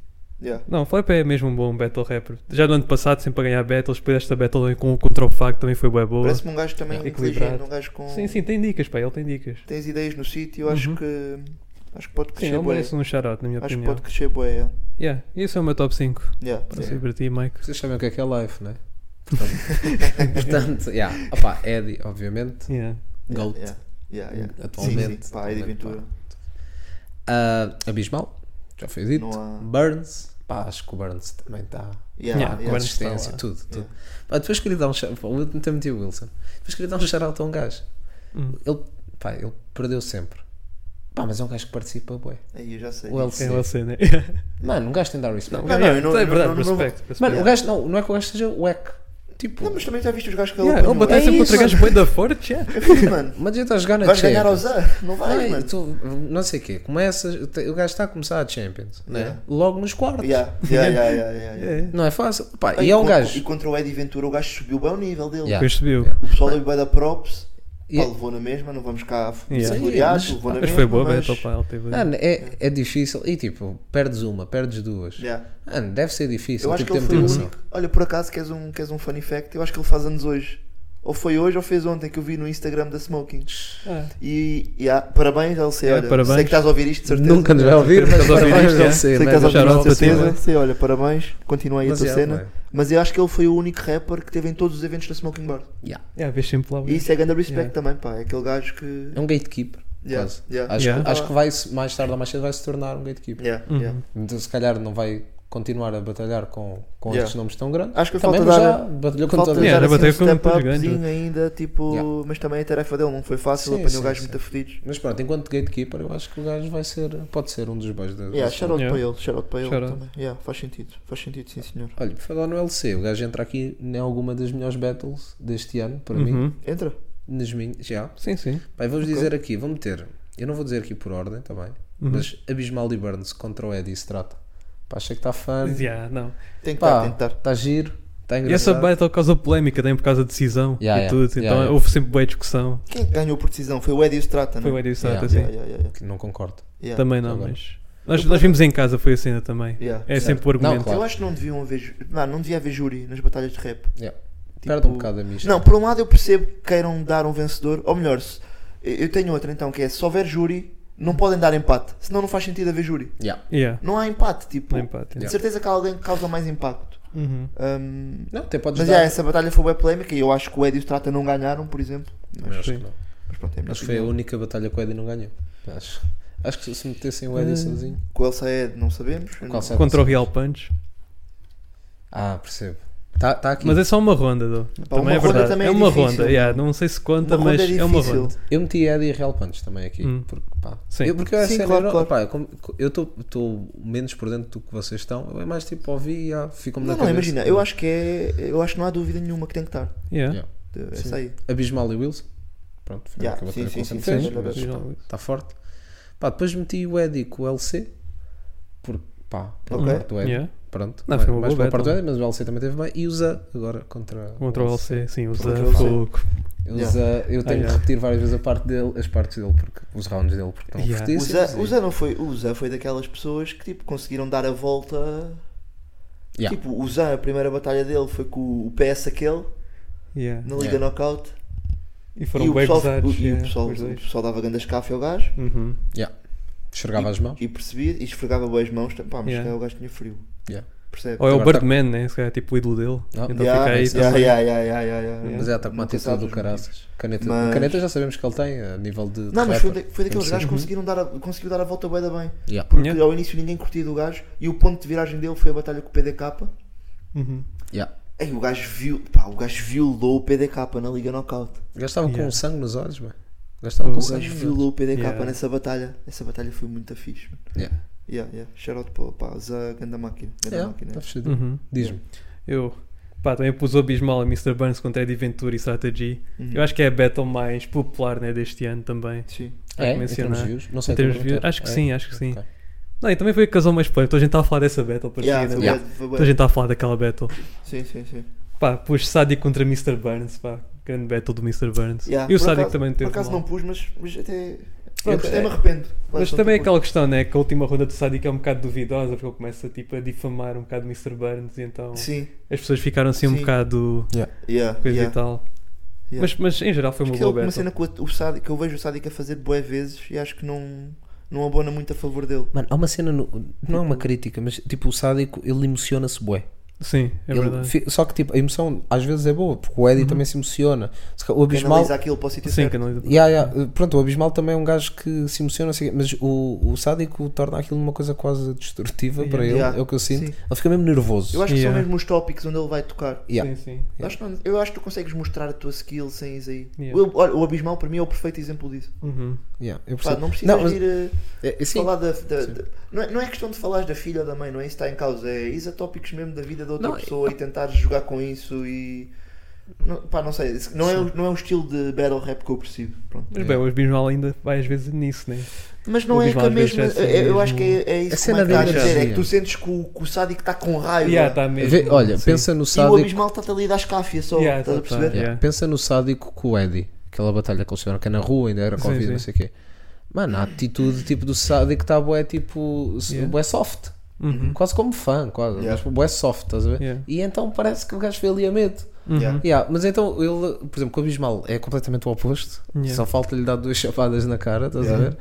Speaker 5: yeah.
Speaker 7: Não, o Flap é mesmo um bom battle rapper. Já no ano passado, sempre a ganhar battles, depois esta battle com, contra o Facto também foi bué boa.
Speaker 5: Parece-me um gajo também
Speaker 7: Yeah.
Speaker 5: inteligente,
Speaker 7: Equilibrado.
Speaker 5: um gajo com.
Speaker 7: Sim, sim, tem dicas, pá, ele tem dicas.
Speaker 5: Tens ideias no sítio, acho
Speaker 7: Uhum.
Speaker 5: que. Acho que pode
Speaker 7: Sim,
Speaker 5: crescer
Speaker 7: ele
Speaker 5: bué.
Speaker 7: merece um shout-out, na minha
Speaker 5: Acho que
Speaker 7: opinião.
Speaker 5: pode crescer bué. yeah.
Speaker 7: Yeah, esse é o meu top 5.
Speaker 5: Yeah.
Speaker 7: Não sei para ti, Mike.
Speaker 6: Vocês sabem o que é que é live, não é? Portanto, portanto yeah. Opá, Eddie, obviamente.
Speaker 7: Yeah.
Speaker 6: Gold.
Speaker 5: Yeah, yeah, yeah.
Speaker 6: Atualmente,
Speaker 5: Sim, sim. Pá, Eddie
Speaker 6: atualmente,
Speaker 5: Ventura.
Speaker 6: Ah, Abismal, já foi dito.
Speaker 5: Não há-
Speaker 6: Burns, pá, acho que o Burns também tá- está.
Speaker 5: Yeah,
Speaker 7: Yeah,
Speaker 5: yeah.
Speaker 7: Burns. está
Speaker 6: Consistência,
Speaker 7: lá.
Speaker 6: tudo, tudo.
Speaker 5: É.
Speaker 6: Pá, depois queria dar um shout pá, o Wilton tem metido o Wilson. Depois queria dar um shout-out a um gajo.
Speaker 7: Hum.
Speaker 6: Ele, pá, ele perdeu sempre. Pá, mas é um gajo que participa, bué.
Speaker 5: Aí eu já sei.
Speaker 6: O
Speaker 7: É
Speaker 6: LC.
Speaker 7: você, né?
Speaker 6: Mano, um gajo tem de dar respeito.
Speaker 5: Não, não, eu não-
Speaker 7: é
Speaker 5: eu não- eu
Speaker 7: verdade,
Speaker 5: não-
Speaker 7: respect.
Speaker 6: Mano,
Speaker 7: respect.
Speaker 6: o gajo, não, não é que o gajo seja wack. Tipo,
Speaker 5: Não, mas também já viste os gajos que ele
Speaker 7: Yeah, ele
Speaker 5: apanhou.
Speaker 7: bateu
Speaker 5: É
Speaker 7: sempre
Speaker 5: isso,
Speaker 7: contra gajos bem da forte, yeah.
Speaker 5: Eu fiz, É mano.
Speaker 6: mas já está a jogar na
Speaker 5: Vais ganhar
Speaker 6: Champions.
Speaker 5: aos anos. Não vais,
Speaker 6: Ai,
Speaker 5: mano.
Speaker 6: é, tu- não sei o quê. Começa, o gajo está a começar a Champions, né?
Speaker 5: Yeah.
Speaker 6: Logo nos quartos.
Speaker 5: Yeah, yeah, yeah, yeah, yeah, yeah.
Speaker 7: É.
Speaker 6: Não é fácil. Pá, e é um
Speaker 5: con-
Speaker 6: gajo.
Speaker 5: E contra o Eddie Ventura, o gajo subiu bem o nível dele.
Speaker 6: Yeah.
Speaker 7: Percebeu?
Speaker 6: Yeah.
Speaker 5: O pessoal deu bué da props. Pá,
Speaker 6: Yeah.
Speaker 5: levou na mesma, não vamos cá
Speaker 7: Yeah.
Speaker 5: yeah.
Speaker 7: Sim,
Speaker 6: mas-
Speaker 5: levou na
Speaker 7: Mas
Speaker 5: mesma.
Speaker 7: foi boa,
Speaker 5: mas-
Speaker 7: battle, pá, ele teve.
Speaker 6: Mano, é, é difícil. E tipo, perdes uma, perdes duas.
Speaker 5: Yeah.
Speaker 6: Mano, deve ser difícil.
Speaker 5: Eu acho que
Speaker 6: tipo,
Speaker 5: ele foi
Speaker 6: tem
Speaker 5: o
Speaker 6: muita noção.
Speaker 5: único. Olha, por acaso queres um, queres um funny fact? Eu acho que ele faz anos hoje. Ou foi hoje ou fez ontem que eu vi no Instagram da Smoking.
Speaker 6: É.
Speaker 7: Ah,
Speaker 5: E, e há- parabéns, LC.
Speaker 7: Yeah,
Speaker 5: Olha,
Speaker 7: parabéns.
Speaker 5: sei que estás a ouvir isto, de certeza.
Speaker 6: Nunca nos vai ouvir, mas
Speaker 7: Estás a ouvir
Speaker 6: parabéns
Speaker 7: isto,
Speaker 6: a
Speaker 7: é?
Speaker 6: você,
Speaker 5: Sei que
Speaker 6: né?
Speaker 5: estás a ouvir
Speaker 7: Shout
Speaker 5: isto,
Speaker 7: out
Speaker 5: de
Speaker 7: para ti,
Speaker 5: certeza.
Speaker 7: né?
Speaker 5: Sei, olha, parabéns. Continua aí a
Speaker 6: Mas
Speaker 5: tua
Speaker 6: é,
Speaker 5: cena.
Speaker 6: ué.
Speaker 5: Mas eu acho que ele foi o único rapper que teve em todos os eventos da Smoking Bar.
Speaker 6: Yeah.
Speaker 7: yeah, vês sempre lá.
Speaker 5: E isso é grande respect
Speaker 7: Yeah.
Speaker 5: também, pá. É aquele gajo que.
Speaker 6: É um gatekeeper.
Speaker 5: Yeah,
Speaker 6: quase.
Speaker 5: yeah.
Speaker 6: Acho,
Speaker 7: Yeah.
Speaker 6: Que, acho que vai, se- mais tarde ou mais cedo, vai se tornar um gatekeeper.
Speaker 5: Yeah,
Speaker 7: Uhum.
Speaker 5: yeah.
Speaker 6: Então, se calhar, não vai continuar a batalhar com, com
Speaker 5: Yeah.
Speaker 6: estes nomes tão grandes.
Speaker 5: Acho que
Speaker 6: Também
Speaker 5: falta
Speaker 6: já
Speaker 5: dar-
Speaker 6: batalhou com
Speaker 5: Falta
Speaker 6: todos.
Speaker 5: dar
Speaker 7: Yeah,
Speaker 5: assim,
Speaker 7: bateu
Speaker 5: um
Speaker 7: com
Speaker 5: step
Speaker 7: todos os
Speaker 5: upzinho
Speaker 7: grandes.
Speaker 5: ainda, tipo,
Speaker 6: Yeah.
Speaker 5: mas também é tarefa dele, não foi fácil,
Speaker 6: Sim,
Speaker 5: apanhou
Speaker 6: sim,
Speaker 5: o gajo
Speaker 6: sim.
Speaker 5: muito afedidos.
Speaker 6: Mas pronto, enquanto gatekeeper, eu acho que o gajo vai ser, pode ser um dos boys da.
Speaker 5: Yeah,
Speaker 6: da-
Speaker 5: shout out
Speaker 7: Yeah.
Speaker 5: para ele, shout out para ele
Speaker 7: Shout out.
Speaker 5: também. Yeah, faz sentido, faz sentido, sim senhor.
Speaker 6: Olha, por falar no LC, o gajo entra aqui em alguma das melhores battles deste ano,
Speaker 5: é
Speaker 6: para mim.
Speaker 7: Uhum.
Speaker 5: Entra.
Speaker 6: Nas minhas. Já.
Speaker 7: Sim, sim.
Speaker 6: Pai, vamos dizer aqui, vou meter. Eu não vou dizer aqui por ordem, está bem? Mas Abismal e Burns contra o Eddie se trata. Pá, achei que está fã.
Speaker 7: Mas, yeah, não.
Speaker 5: Tem que estar,
Speaker 6: Pá,
Speaker 5: tem que estar.
Speaker 6: está giro, está
Speaker 7: E essa
Speaker 6: engraçado.
Speaker 7: battle causa polémica também por causa da decisão
Speaker 6: Yeah,
Speaker 7: e
Speaker 6: yeah.
Speaker 7: tudo.
Speaker 6: Yeah,
Speaker 7: então
Speaker 6: yeah.
Speaker 7: houve sempre boa discussão.
Speaker 5: Quem é que ganhou por decisão? Foi o Eddie Strata,
Speaker 7: Foi
Speaker 5: não
Speaker 7: o
Speaker 5: é?
Speaker 7: Eddie Sato,
Speaker 6: Yeah. Tá
Speaker 7: assim.
Speaker 5: Yeah, yeah, yeah, yeah,
Speaker 6: Que Não concordo.
Speaker 5: yeah.
Speaker 7: Também não,
Speaker 6: Agora.
Speaker 7: mas. Nós, nós vimos em casa, foi a cena também.
Speaker 5: Yeah.
Speaker 7: É sempre o
Speaker 6: Não,
Speaker 7: argumento.
Speaker 6: claro.
Speaker 5: Eu acho que não deviam haver, ju- não, não devia haver júri nas batalhas de rap. Tipo,
Speaker 6: Yeah. Perde um bocado a mística.
Speaker 5: Não, por um lado eu percebo que queiram dar um vencedor, ou melhor, se- eu eu tenho outra então, que é se houver júri, não podem dar empate, senão não faz sentido haver júri.
Speaker 6: Yeah.
Speaker 7: Yeah.
Speaker 5: Não há empate, tipo,
Speaker 7: Não empate.
Speaker 5: de
Speaker 7: yeah.
Speaker 5: certeza que há alguém que causa mais impacto.
Speaker 7: Uhum.
Speaker 5: Ahm,
Speaker 6: Não, até podes
Speaker 5: mas
Speaker 6: dar.
Speaker 5: é, essa batalha foi bem polémica e eu acho que o Eddie e o Strata não ganharam, por exemplo.
Speaker 6: Mas acho que
Speaker 7: Sim.
Speaker 6: não.
Speaker 5: Mas pronto, é a minha
Speaker 6: Acho que foi a
Speaker 5: opinião.
Speaker 6: única batalha que o Eddie não ganhou. Acho, acho que se metessem o Eddie
Speaker 7: Eh,
Speaker 6: sozinho.
Speaker 5: Com o El Saed não sabemos. Eu
Speaker 6: Qual
Speaker 5: não-
Speaker 6: será?
Speaker 7: Contra o Real Punch.
Speaker 6: Ah, percebo. Está tá aqui.
Speaker 7: Mas é só uma ronda, Dô.
Speaker 5: Pá, uma
Speaker 7: Também é
Speaker 5: ronda
Speaker 7: verdade.
Speaker 5: também é
Speaker 7: é uma
Speaker 5: difícil,
Speaker 7: ronda, yeah, não sei se conta,
Speaker 5: Uma
Speaker 7: mas
Speaker 5: ronda é
Speaker 7: é, uma
Speaker 5: difícil.
Speaker 7: ronda.
Speaker 6: Eu meti Eddie e Real Punch também aqui.
Speaker 7: Hum.
Speaker 6: Porque, pá,
Speaker 7: Sim.
Speaker 6: Eu, porque eu,
Speaker 5: Sim,
Speaker 6: Sim,
Speaker 5: claro,
Speaker 6: eu,
Speaker 5: claro.
Speaker 6: pá, como- eu estou menos por dentro do que vocês estão. Eu é mais tipo ouvi e ah, fico-me
Speaker 5: Não,
Speaker 6: na
Speaker 5: não,
Speaker 6: cabeça.
Speaker 5: imagina, eu acho que é. Eu acho que não há dúvida nenhuma que tem que estar.
Speaker 7: Yeah.
Speaker 6: Yeah.
Speaker 5: De- É
Speaker 6: Sim.
Speaker 5: isso aí.
Speaker 6: Abismal e Wilson. Pronto, foi
Speaker 5: Yeah,
Speaker 6: a
Speaker 5: sim,
Speaker 6: batalha que
Speaker 5: sim,
Speaker 6: o
Speaker 5: sim,
Speaker 6: Wilson
Speaker 5: sim,
Speaker 6: fez.
Speaker 5: sim,
Speaker 6: mas
Speaker 5: sim.
Speaker 6: pronto, Está forte. Pá, depois meti o Eddie com o LC. Porque, pá, pela
Speaker 5: Ok.
Speaker 6: parte do Eddie.
Speaker 7: Yeah.
Speaker 6: Pronto. é
Speaker 7: Não, foi uma
Speaker 6: mais pela
Speaker 7: boa
Speaker 6: parte do
Speaker 7: battle.
Speaker 6: Eddie, mas o LC também teve bem. E usa agora contra,
Speaker 7: Contra o LC, sim, usa
Speaker 5: Contra o LC.
Speaker 7: fogo.
Speaker 6: Usa, Eu tenho
Speaker 7: yeah.
Speaker 6: que repetir várias vezes a parte dele, as partes dele, porque os rounds dele porque estão
Speaker 7: Yeah.
Speaker 5: O
Speaker 6: fortíssimos.
Speaker 5: Zé,
Speaker 6: e-
Speaker 5: o Zé não foi. O Zé foi daquelas pessoas que tipo, conseguiram dar a volta.
Speaker 6: Yeah.
Speaker 5: Tipo, o Zé, a primeira batalha dele foi com o PS aquele,
Speaker 7: Yeah.
Speaker 5: na Liga
Speaker 6: Yeah.
Speaker 5: Knockout.
Speaker 7: E
Speaker 5: e
Speaker 7: foram
Speaker 5: o
Speaker 7: bem
Speaker 5: pessoal, o,
Speaker 7: pesados.
Speaker 5: e o
Speaker 7: yeah,
Speaker 5: pessoal,
Speaker 7: os
Speaker 5: o
Speaker 7: dois.
Speaker 5: pessoal dava grandes café ao gajo
Speaker 7: Uhum.
Speaker 6: Esfregava
Speaker 5: e-
Speaker 6: as mãos.
Speaker 5: e percebia e esfregava bem as mãos. Pá, mas
Speaker 7: Yeah.
Speaker 5: se calhar o gajo tinha frio.
Speaker 6: Yeah.
Speaker 5: Percebe?
Speaker 7: Ou é o
Speaker 6: Agora tá-
Speaker 7: Birdman, né? Esse cara é tipo o ídolo dele.
Speaker 6: Ah.
Speaker 7: Então
Speaker 5: Yeah, é
Speaker 7: fica aí
Speaker 5: yeah,
Speaker 7: também.
Speaker 5: yeah, yeah, yeah, yeah, yeah.
Speaker 7: Mas
Speaker 6: Mas é, está com uma
Speaker 5: Não tem
Speaker 6: atitude do
Speaker 5: saltos motivos.
Speaker 6: caraças. Caneta,
Speaker 5: Mas-
Speaker 6: caneta já sabemos que ele tem, a nível de. de
Speaker 5: Não, mas
Speaker 6: rapper.
Speaker 5: foi, da- foi daqueles
Speaker 6: MC.
Speaker 5: gajos que conseguiram dar a, conseguiu dar a volta bué da bem.
Speaker 6: Yeah.
Speaker 5: Porque
Speaker 7: Uhum. Yeah.
Speaker 5: ao início ninguém curtia do gajo e o ponto de viragem dele foi a batalha com o PDK.
Speaker 7: Uhum.
Speaker 6: Yeah.
Speaker 5: Aí o gajo viu, pá, o gajo violou o PDK na Liga Knockout.
Speaker 6: O gajo estava
Speaker 7: Yeah.
Speaker 6: com sangue nos olhos, mano. O gajo estava
Speaker 7: O
Speaker 6: com
Speaker 5: O
Speaker 6: sangue
Speaker 5: gajo
Speaker 6: nos olhos.
Speaker 5: violou o PDK
Speaker 7: Yeah.
Speaker 5: nessa batalha. Essa batalha foi muito fixe. mano.
Speaker 6: Yeah.
Speaker 5: Yeah, yeah. Shout out para pá, Zé, ganda máquina. Ganda
Speaker 6: Yeah,
Speaker 5: máquina.
Speaker 6: tá fechado.
Speaker 7: Uhum.
Speaker 6: Diz-me.
Speaker 7: Eu, pá, também pus o Abismal a Mr. Burns contra Eddie Ventura e Strategy.
Speaker 5: Uhum.
Speaker 7: Eu acho que é a battle mais popular, né? Deste ano também.
Speaker 5: Sim.
Speaker 7: Há que
Speaker 6: É, em termos
Speaker 7: mencionar.
Speaker 6: de views? Não sei.
Speaker 7: Em termos
Speaker 6: estou a
Speaker 7: de views?
Speaker 6: perguntar.
Speaker 7: Acho que
Speaker 6: É?
Speaker 7: sim, acho que sim.
Speaker 6: Ok.
Speaker 7: Não, e também foi a casal mais plena. Então a gente estava a falar dessa battle para
Speaker 5: Yeah,
Speaker 7: seguir.
Speaker 5: foi
Speaker 7: né?
Speaker 6: Yeah.
Speaker 5: bué- foi bué.
Speaker 7: Então a gente estava a falar daquela battle.
Speaker 5: Sim, sim, sim.
Speaker 7: Pá, pus Sadik contra Mr. Burns, pá. Grande battle do Mr. Burns.
Speaker 5: Yeah,
Speaker 7: E o
Speaker 5: por
Speaker 7: Sadik
Speaker 5: acaso-
Speaker 7: também
Speaker 5: Por
Speaker 7: teve.
Speaker 5: acaso
Speaker 7: mal.
Speaker 5: não pus, mas, mas até.
Speaker 6: Pronto,
Speaker 5: Pronto, até
Speaker 6: é-
Speaker 5: me arrependo.
Speaker 7: Mas
Speaker 5: Lá, tipo
Speaker 7: também é
Speaker 5: só
Speaker 7: aquela questão, né? Que a última ronda do Sadik é um bocado duvidosa, porque ele começa tipo, a difamar um bocado o Mr. Burns e então
Speaker 5: por- Sim.
Speaker 7: as pessoas ficaram assim um
Speaker 5: Sim.
Speaker 7: bocado
Speaker 5: Yeah,
Speaker 7: coisa
Speaker 5: yeah.
Speaker 7: e tal.
Speaker 5: Yeah.
Speaker 7: Mas, mas em geral foi uma
Speaker 5: Porque
Speaker 7: boa
Speaker 5: ele uma
Speaker 7: battle.
Speaker 5: cena que o, o Sadi- que eu vejo o Sádico a fazer boé vezes e acho que não, não abona muito a favor dele.
Speaker 6: Mano, há uma cena, no- não é uma crítica, mas tipo o sádico ele emociona-se bué.
Speaker 7: Sim, é
Speaker 6: Ele
Speaker 7: verdade. Uhum.
Speaker 6: fi- só que tipo, a emoção às vezes é boa, porque o Eddie também se emociona. Se ca- O
Speaker 5: Quem
Speaker 6: Abismal.
Speaker 5: analisa aquilo para o sítio
Speaker 7: Sim,
Speaker 5: certo.
Speaker 7: canaliza.
Speaker 6: Yeah, yeah, Pronto, o Abismal também é um gajo que se emociona, assim, mas o, o sádico torna aquilo uma coisa quase destrutiva para ele,
Speaker 5: Yeah.
Speaker 6: é o que eu sinto.
Speaker 5: Sim.
Speaker 6: Ele fica mesmo nervoso.
Speaker 5: Eu acho que
Speaker 7: Yeah.
Speaker 5: são mesmo os tópicos onde ele vai tocar.
Speaker 6: Yeah.
Speaker 7: Sim, sim.
Speaker 6: Yeah.
Speaker 5: Acho que não- eu acho que tu consegues mostrar a tua skill sem isso aí.
Speaker 7: Yeah.
Speaker 5: Eu- olha, o Abismal para mim é o perfeito exemplo disso.
Speaker 7: Uhum.
Speaker 6: Yeah, eu
Speaker 5: Pá,
Speaker 6: percebo.
Speaker 5: não precisas
Speaker 6: mas-
Speaker 5: ir eh,
Speaker 6: é- é- sim.
Speaker 5: falar da. da- da- não, é, não é questão de falares da filha ou da mãe, não é isso que está em causa. É isa tópicos mesmo da vida da outra
Speaker 6: Não, é-
Speaker 5: pessoa e tentares jogar com isso e. Não, pá, não sei. Não é, o- não é um estilo de battle rap que eu percebo. Pronto.
Speaker 7: Mas bem, o Abismal ainda vai às vezes nisso, né?
Speaker 5: Mas não
Speaker 7: O
Speaker 5: é que
Speaker 7: Bisbal
Speaker 5: a
Speaker 7: às vezes
Speaker 5: mesma.
Speaker 7: é assim
Speaker 5: é- Eu acho que
Speaker 7: mesmo.
Speaker 5: é, é isso
Speaker 6: A
Speaker 5: que
Speaker 6: cena
Speaker 5: o Mike
Speaker 6: da
Speaker 5: está a dizer. É que
Speaker 6: energia.
Speaker 5: tu sentes que o, que o Sádico está com raiva.
Speaker 7: Yeah, tá mesmo.
Speaker 6: Vê- olha,
Speaker 7: Sim.
Speaker 6: pensa no
Speaker 5: e o
Speaker 6: sádico.
Speaker 5: Abismal está ali da escáfia só.
Speaker 7: Yeah,
Speaker 5: estás a
Speaker 7: tá, tá.
Speaker 5: perceber?
Speaker 6: Yeah,
Speaker 7: Yeah.
Speaker 6: Pensa no sádico com o Eddie, aquela batalha que eles tiveram, que é na rua, ainda era
Speaker 7: Sim,
Speaker 6: Covid,
Speaker 7: sim.
Speaker 6: não sei o quê. Mano, a atitude tipo, do sádico está bué tipo. s-
Speaker 7: Yeah. Uhum.
Speaker 6: bué soft. Quase como fã, quase.
Speaker 5: Yeah.
Speaker 6: Mas bué soft, estás a ver?
Speaker 7: Yeah.
Speaker 6: E então parece que o gajo foi ali a medo.
Speaker 5: Yeah.
Speaker 6: Yeah, mas então ele, por exemplo, com o Bismal é completamente o oposto.
Speaker 7: Yeah.
Speaker 6: Só falta lhe dar duas chapadas na cara, estás a ver?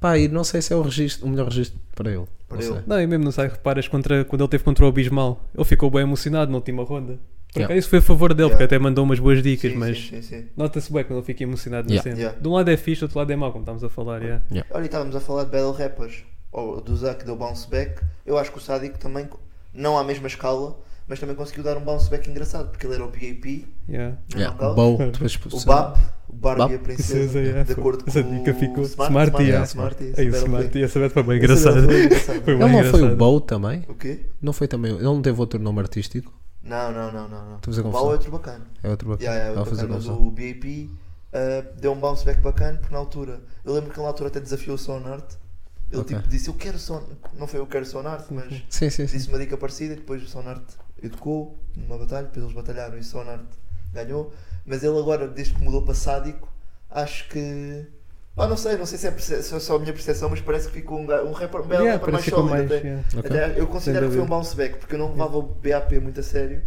Speaker 6: Pá, e não sei se é o, registro, o melhor registro para ele.
Speaker 5: Para
Speaker 6: não
Speaker 5: ele.
Speaker 6: sei.
Speaker 7: Não, e mesmo não sei, reparas contra, quando ele teve contra o Abismal, ele ficou bem emocionado na última ronda. Por
Speaker 6: Yeah.
Speaker 7: acaso isso foi a favor dele, porque
Speaker 5: Yeah.
Speaker 7: até mandou umas boas dicas,
Speaker 5: Sim,
Speaker 7: mas
Speaker 5: sim, sim, sim.
Speaker 7: nota-se bem quando ele fica emocionado na
Speaker 6: Yeah.
Speaker 7: cena.
Speaker 5: Yeah.
Speaker 7: De um lado é fixe, do outro lado é mau, como estávamos a falar. Yeah.
Speaker 5: Olha, e estávamos a falar de battle rappers. Ou do Zack deu bounce back. Eu acho que o Sádico também, co- não à mesma escala, mas também conseguiu dar um bounce back engraçado. Porque ele era o BAP,
Speaker 7: Yeah.
Speaker 5: no
Speaker 6: Yeah.
Speaker 5: knockout,
Speaker 6: Bow, depois
Speaker 5: é um o
Speaker 6: expulsão.
Speaker 5: BAP, o Barbie e a
Speaker 6: Bap.
Speaker 5: Princesa.
Speaker 7: Princesa, yeah.
Speaker 5: De acordo com
Speaker 7: é Essa
Speaker 5: o
Speaker 7: dica ficou
Speaker 5: Smart,
Speaker 7: smart,
Speaker 5: Smart,
Speaker 7: yeah.
Speaker 5: Smart, esse
Speaker 7: Aí o
Speaker 5: battle
Speaker 7: Smart
Speaker 5: foi-
Speaker 7: e essa battle foi bem
Speaker 5: essa battle
Speaker 7: engraçada.
Speaker 5: foi engraçada.
Speaker 7: Foi bem
Speaker 6: Ele não foi o
Speaker 7: engraçada.
Speaker 6: Bow também?
Speaker 5: O quê?
Speaker 6: Não foi também. Ele não teve outro nome artístico?
Speaker 5: Não, não, não, não. não.
Speaker 6: Estamos a
Speaker 5: o
Speaker 6: confusão.
Speaker 5: Bau é outro bacana.
Speaker 6: É outro bacana.
Speaker 5: Yeah, yeah,
Speaker 6: Estava a
Speaker 5: outro
Speaker 6: fazer
Speaker 5: bacana, mas
Speaker 6: confusão.
Speaker 5: o BAP uh, deu um bounce back bacana porque na altura, eu lembro que ele na altura até desafiou o Sonart. Ele
Speaker 6: Ok.
Speaker 5: tipo disse: Eu quero Son. Não foi eu quero Sonart, mas
Speaker 6: Sim, sim, sim.
Speaker 5: disse uma dica parecida. e Depois o Sonart educou numa batalha, depois eles batalharam e o Sonart ganhou. Mas ele agora, desde que mudou para Sádico, acho que. Ah, não sei, não sei se é, perce- se é só a minha percepção, mas parece que ficou um, ga- um rapper, um belo
Speaker 7: Yeah,
Speaker 5: rapper mais
Speaker 7: parece que
Speaker 5: sólido
Speaker 7: ficou mais,
Speaker 5: até.
Speaker 7: yeah.
Speaker 6: Ok.
Speaker 5: Aliás, eu considero
Speaker 7: Sem
Speaker 5: que foi
Speaker 7: dúvida.
Speaker 5: um bounce back porque eu não levava o BAP muito a sério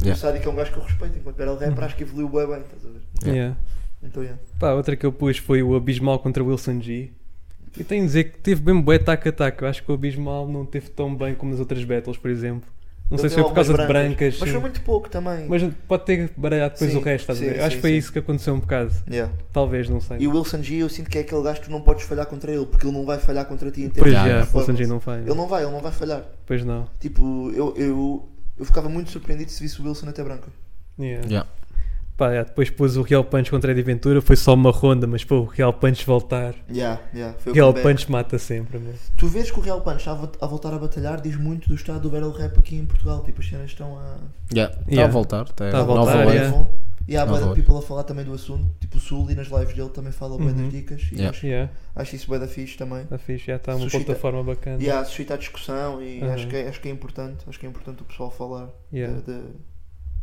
Speaker 5: O
Speaker 6: Yeah.
Speaker 5: Sádico é um gajo que eu respeito, enquanto era
Speaker 7: Uhum.
Speaker 5: rapper acho que evoluiu bem bem, estás a ver?
Speaker 7: Yeah.
Speaker 5: Então, yeah.
Speaker 7: Pá, outra que eu pus foi o Abismal contra o Wilson G. E tenho de dizer que teve bem bué tac a tac. Eu acho que o Abismal não teve tão bem como nas outras battles, por exemplo. Não
Speaker 5: Ele tem
Speaker 7: sei se foi por
Speaker 5: algumas
Speaker 7: causa de brancas.
Speaker 5: Mas
Speaker 7: sim.
Speaker 5: foi muito pouco também.
Speaker 7: Mas pode ter baralhado depois
Speaker 5: Sim,
Speaker 7: o resto, estás a
Speaker 5: sim,
Speaker 7: ver? Acho
Speaker 5: sim,
Speaker 7: que foi
Speaker 5: sim.
Speaker 7: isso que aconteceu um bocado.
Speaker 5: Yeah.
Speaker 7: Talvez, não sei.
Speaker 5: E o Wilson G, eu sinto que é aquele gajo que tu não podes falhar contra ele, porque ele não vai falhar contra ti em termos
Speaker 7: Pois é,
Speaker 5: de
Speaker 7: já, o
Speaker 5: performance.
Speaker 7: Wilson G não faz.
Speaker 5: Ele não vai, ele não vai falhar.
Speaker 7: Pois não.
Speaker 5: Tipo, eu, eu, eu ficava muito surpreendido se visse o Wilson até branca.
Speaker 7: Yeah.
Speaker 6: Yeah.
Speaker 7: Pá, yeah, depois pôs o Real Punch contra Eddie Ventura, foi só uma ronda, mas pô, o Real Punch voltar.
Speaker 5: Yeah, yeah, foi
Speaker 7: O
Speaker 5: o
Speaker 7: Real
Speaker 5: comeback.
Speaker 7: Punch mata sempre, meu.
Speaker 5: Tu vês que o Real Punch a, vo- a voltar a batalhar diz muito do estado do Battle Rap aqui em Portugal. Tipo, as cenas estão a.
Speaker 6: Yeah. Está
Speaker 7: Yeah.
Speaker 6: a voltar. Está
Speaker 7: Tá a voltar,
Speaker 6: nova
Speaker 7: yeah.
Speaker 6: wave.
Speaker 5: bom. E há
Speaker 6: Nova
Speaker 5: bué da
Speaker 6: Wave.
Speaker 5: people a falar também do assunto. Tipo, o Sul e nas lives dele também fala bué
Speaker 7: Uhum.
Speaker 5: das dicas. E
Speaker 6: Yeah.
Speaker 5: acho,
Speaker 7: Yeah,
Speaker 5: acho isso bué da fixe também.
Speaker 7: tá fixe, já está uma
Speaker 5: Suscita.
Speaker 7: plataforma bacana.
Speaker 5: E há suscita a discussão e
Speaker 7: Uhum.
Speaker 5: acho, que é, acho que é importante. Acho que é importante o pessoal falar
Speaker 7: Yeah.
Speaker 5: de- de-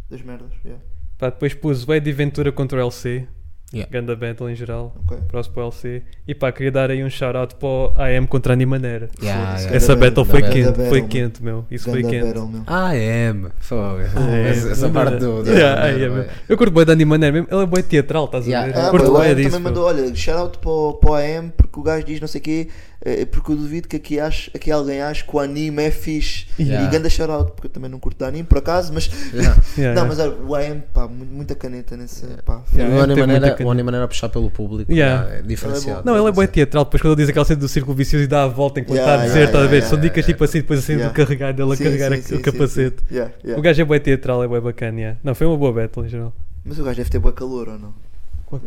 Speaker 5: das merdas. Yeah.
Speaker 7: Pá, depois pus o Eddie Ventura contra o LC.
Speaker 6: Yeah.
Speaker 7: Ganda Battle em geral.
Speaker 5: Ok.
Speaker 7: Próximo para o LC. E pá, queria dar aí um shout-out para o AM contra a Animaneira.
Speaker 6: Yeah,
Speaker 5: Foda-se,
Speaker 6: yeah.
Speaker 7: Essa
Speaker 5: Ganda
Speaker 6: battle,
Speaker 7: battle foi
Speaker 6: ganda
Speaker 7: quente,
Speaker 5: battle,
Speaker 7: foi
Speaker 5: mano.
Speaker 7: quente, meu. Isso
Speaker 5: Ganda
Speaker 7: foi quente.
Speaker 5: battle, meu.
Speaker 6: Ah, AM. Fogo.
Speaker 7: AM,
Speaker 6: é Essa, essa
Speaker 7: É não
Speaker 6: parte
Speaker 7: era.
Speaker 6: do. do-
Speaker 7: Yeah,
Speaker 6: do-
Speaker 7: aí é
Speaker 6: do-
Speaker 7: mesmo. Eu curto boi da Animaneira mesmo. Ele é boi teatral, estás
Speaker 6: Yeah.
Speaker 7: a
Speaker 5: Ah,
Speaker 7: ver? Eu
Speaker 5: pá,
Speaker 7: curto
Speaker 5: o
Speaker 7: boi
Speaker 5: AM
Speaker 7: disso.
Speaker 5: também
Speaker 7: meu.
Speaker 5: mandou, olha, shout-out para, o- para o AM porque o gajo diz não sei o quê, eh, porque eu duvido que aqui, ache, aqui alguém ache que o anime é fixe.
Speaker 6: Yeah.
Speaker 5: E ganda shout-out, porque eu também não curto de anime por acaso, mas.
Speaker 6: Yeah.
Speaker 7: Yeah,
Speaker 5: é. não,
Speaker 7: yeah.
Speaker 5: mas olha, o AM, pá, mu- muita caneta nesse. Pá,
Speaker 6: O
Speaker 7: É. Yeah, ele
Speaker 6: Oni
Speaker 7: teve muita
Speaker 6: é maneira,
Speaker 7: caneta.
Speaker 6: o Oni maneira a puxar pelo público.
Speaker 7: Yeah.
Speaker 6: yeah, é diferenciado.
Speaker 7: Não, ele é boi
Speaker 6: boa
Speaker 7: teatral. Depois quando ele diz aquela cena do círculo vicioso e dá a volta enquanto
Speaker 5: Yeah,
Speaker 7: está a dizer,
Speaker 5: yeah,
Speaker 7: estás a ver?
Speaker 5: yeah,
Speaker 7: São
Speaker 6: yeah,
Speaker 7: dicas tipo assim, depois assim do
Speaker 5: Yeah.
Speaker 7: carregar dele a
Speaker 5: Sim,
Speaker 7: carregar
Speaker 5: sim,
Speaker 7: a-
Speaker 5: sim,
Speaker 7: o
Speaker 5: sim,
Speaker 7: capacete.
Speaker 5: sim. Yeah, yeah.
Speaker 7: O gajo é boi teatral, é boi bacana. yeah. Não, foi uma boa battle em geral.
Speaker 5: Mas o gajo deve ter boa calor ou não?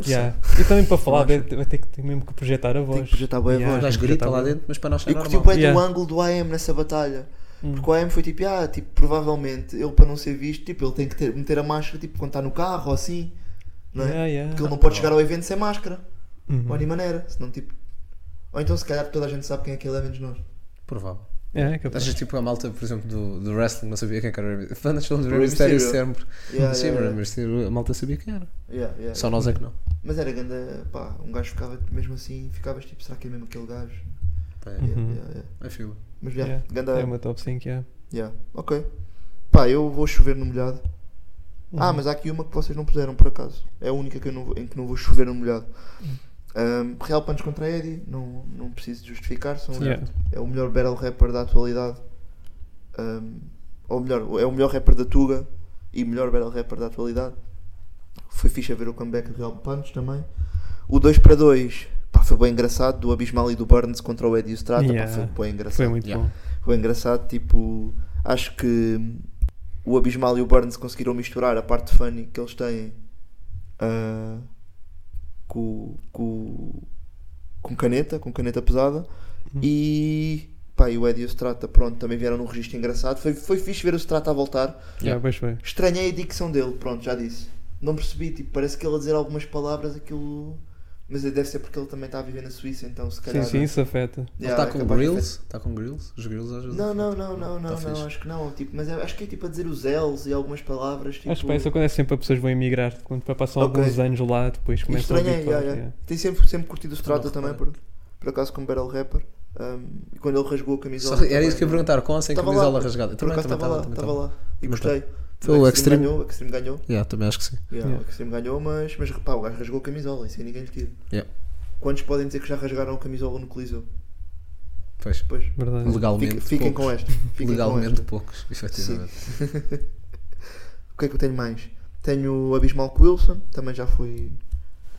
Speaker 7: Yeah. E também para falar, vai vai ter que ter mesmo que projetar a voz.
Speaker 5: Tem que projetar boa
Speaker 7: Yeah.
Speaker 5: a
Speaker 6: O
Speaker 5: voz.
Speaker 6: um gajo grita lá dentro, mas para nós é
Speaker 5: E curti o
Speaker 6: normal.
Speaker 5: bem
Speaker 7: Yeah.
Speaker 5: do ângulo do AM nessa batalha.
Speaker 7: Hum.
Speaker 5: Porque o AM foi tipo, ah, tipo, provavelmente ele para não ser visto, tipo, ele tem que ter- meter a máscara tipo quando está no carro ou assim. Não é?
Speaker 7: Yeah, yeah.
Speaker 5: Porque ele não pode chegar ao evento sem máscara.
Speaker 7: Uhum.
Speaker 5: Ou de maneira, senão tipo. Ou então se calhar toda a gente sabe quem é que ele é menos nós.
Speaker 6: Provável.
Speaker 7: É, é capaz.
Speaker 6: Achas tipo a malta, por exemplo, do, do wrestling, não sabia quem é era o Rey Mysterio. Fãs do Rey
Speaker 5: Rey
Speaker 6: Mysterio
Speaker 5: Mysterio.
Speaker 6: sempre.
Speaker 5: Yeah,
Speaker 6: Sim,
Speaker 5: yeah,
Speaker 6: o Rey
Speaker 5: yeah.
Speaker 6: Mysterio, a malta sabia quem era.
Speaker 5: Yeah, yeah,
Speaker 6: Só
Speaker 5: yeah.
Speaker 6: nós é que não.
Speaker 5: Mas era ganda, pá, um gajo ficava mesmo assim, ficavas tipo, será que é mesmo aquele gajo?
Speaker 6: É,
Speaker 5: Yeah,
Speaker 7: Uhum.
Speaker 5: yeah, yeah.
Speaker 6: é fila.
Speaker 5: Mas yeah,
Speaker 7: Yeah.
Speaker 5: ganda.
Speaker 7: É uma top 5, yeah.
Speaker 5: yeah, ok. Pá, eu vou chover no molhado. Ah,
Speaker 7: Uhum.
Speaker 5: mas há aqui uma que vocês não puseram por acaso. É a única que eu não vou- em que não vou chover no molhado.
Speaker 7: Uhum.
Speaker 5: Ahm, Real Punch contra Eddie, não, não preciso justificar, são
Speaker 7: Yeah.
Speaker 5: é o melhor battle rapper da atualidade. Um, ou melhor, é o melhor rapper da Tuga e melhor battle rapper da atualidade. Foi fixe a ver o comeback do Real Punch também. O 2 para 2 pá, foi bem engraçado. Do Abismal e do Burns contra o Eddie Strata
Speaker 7: Yeah.
Speaker 5: pá, foi bem engraçado.
Speaker 7: Foi muito
Speaker 6: Yeah.
Speaker 7: bom.
Speaker 5: Foi engraçado, tipo, acho que o Abismal e o Burns conseguiram misturar a parte funny que eles têm ah, com, com, com caneta, com caneta pesada.
Speaker 7: Uhum.
Speaker 5: E, pá, e o Eddie e o Strata, pronto, também vieram num registro engraçado. Foi, foi fixe ver o Strata a voltar.
Speaker 7: Yeah, pois foi.
Speaker 5: Estranhei a dicção dele, pronto, já disse. Não percebi, tipo, parece que ele a dizer algumas palavras, aquilo. Mas deve ser porque ele também está a viver na Suíça, então se calhar.
Speaker 7: Sim, sim, isso afeta.
Speaker 5: Yeah,
Speaker 6: está
Speaker 5: é
Speaker 6: tá com
Speaker 5: capaz de
Speaker 6: grills? Está com grills? Os grills às vezes.
Speaker 5: não, não, não, não, não,
Speaker 6: Tá
Speaker 5: não,
Speaker 6: fixe.
Speaker 5: acho que não. Tipo, mas é- acho que é tipo a dizer os L's e algumas palavras. Tipo,
Speaker 7: Acho que pá, isso acontece sempre para pessoas que vão emigrar. Quando vai passar
Speaker 5: Ok.
Speaker 7: alguns anos lá, depois começam a
Speaker 5: Estranhei,
Speaker 7: ouvir.
Speaker 5: yeah,
Speaker 7: falar,
Speaker 5: yeah.
Speaker 7: yeah.
Speaker 5: Tem sempre, sempre curtido o Strata
Speaker 6: Não
Speaker 5: também,
Speaker 6: reparei.
Speaker 5: por, por acaso, como battle rapper. Um, e quando ele rasgou a
Speaker 6: Só-
Speaker 5: camisola.
Speaker 6: era
Speaker 5: também,
Speaker 6: isso que eu
Speaker 5: não-
Speaker 6: ia perguntar, com ou sem
Speaker 5: Tava
Speaker 6: camisola
Speaker 5: lá,
Speaker 6: rasgada? Eu
Speaker 5: Por
Speaker 6: Também
Speaker 5: acaso
Speaker 6: estava
Speaker 5: estava lá,
Speaker 6: lá. Também
Speaker 5: estava
Speaker 6: estava
Speaker 5: lá. E
Speaker 6: Também
Speaker 5: gostei.
Speaker 6: Foi o Extreme.
Speaker 5: ganhou, o Extreme ganhou.
Speaker 6: Yeah, também acho que sim.
Speaker 5: Yeah,
Speaker 7: Yeah.
Speaker 5: O Extreme ganhou, mas, mas repá, o gajo rasgou a camisola, isso aí ninguém lhe tira.
Speaker 6: Yeah.
Speaker 5: Quantos podem dizer que já rasgaram a camisola no Coliseu?
Speaker 6: Pois.
Speaker 5: Pois.
Speaker 7: É Verdade.
Speaker 6: Uhum. Legalmente.
Speaker 5: Fiquem- fiquem
Speaker 6: poucos.
Speaker 5: com esta. Fiquem com
Speaker 6: Legalmente
Speaker 5: esta.
Speaker 6: poucos, efetivamente.
Speaker 5: O que é que eu tenho mais? Tenho o Abismal com Wilson, também já foi.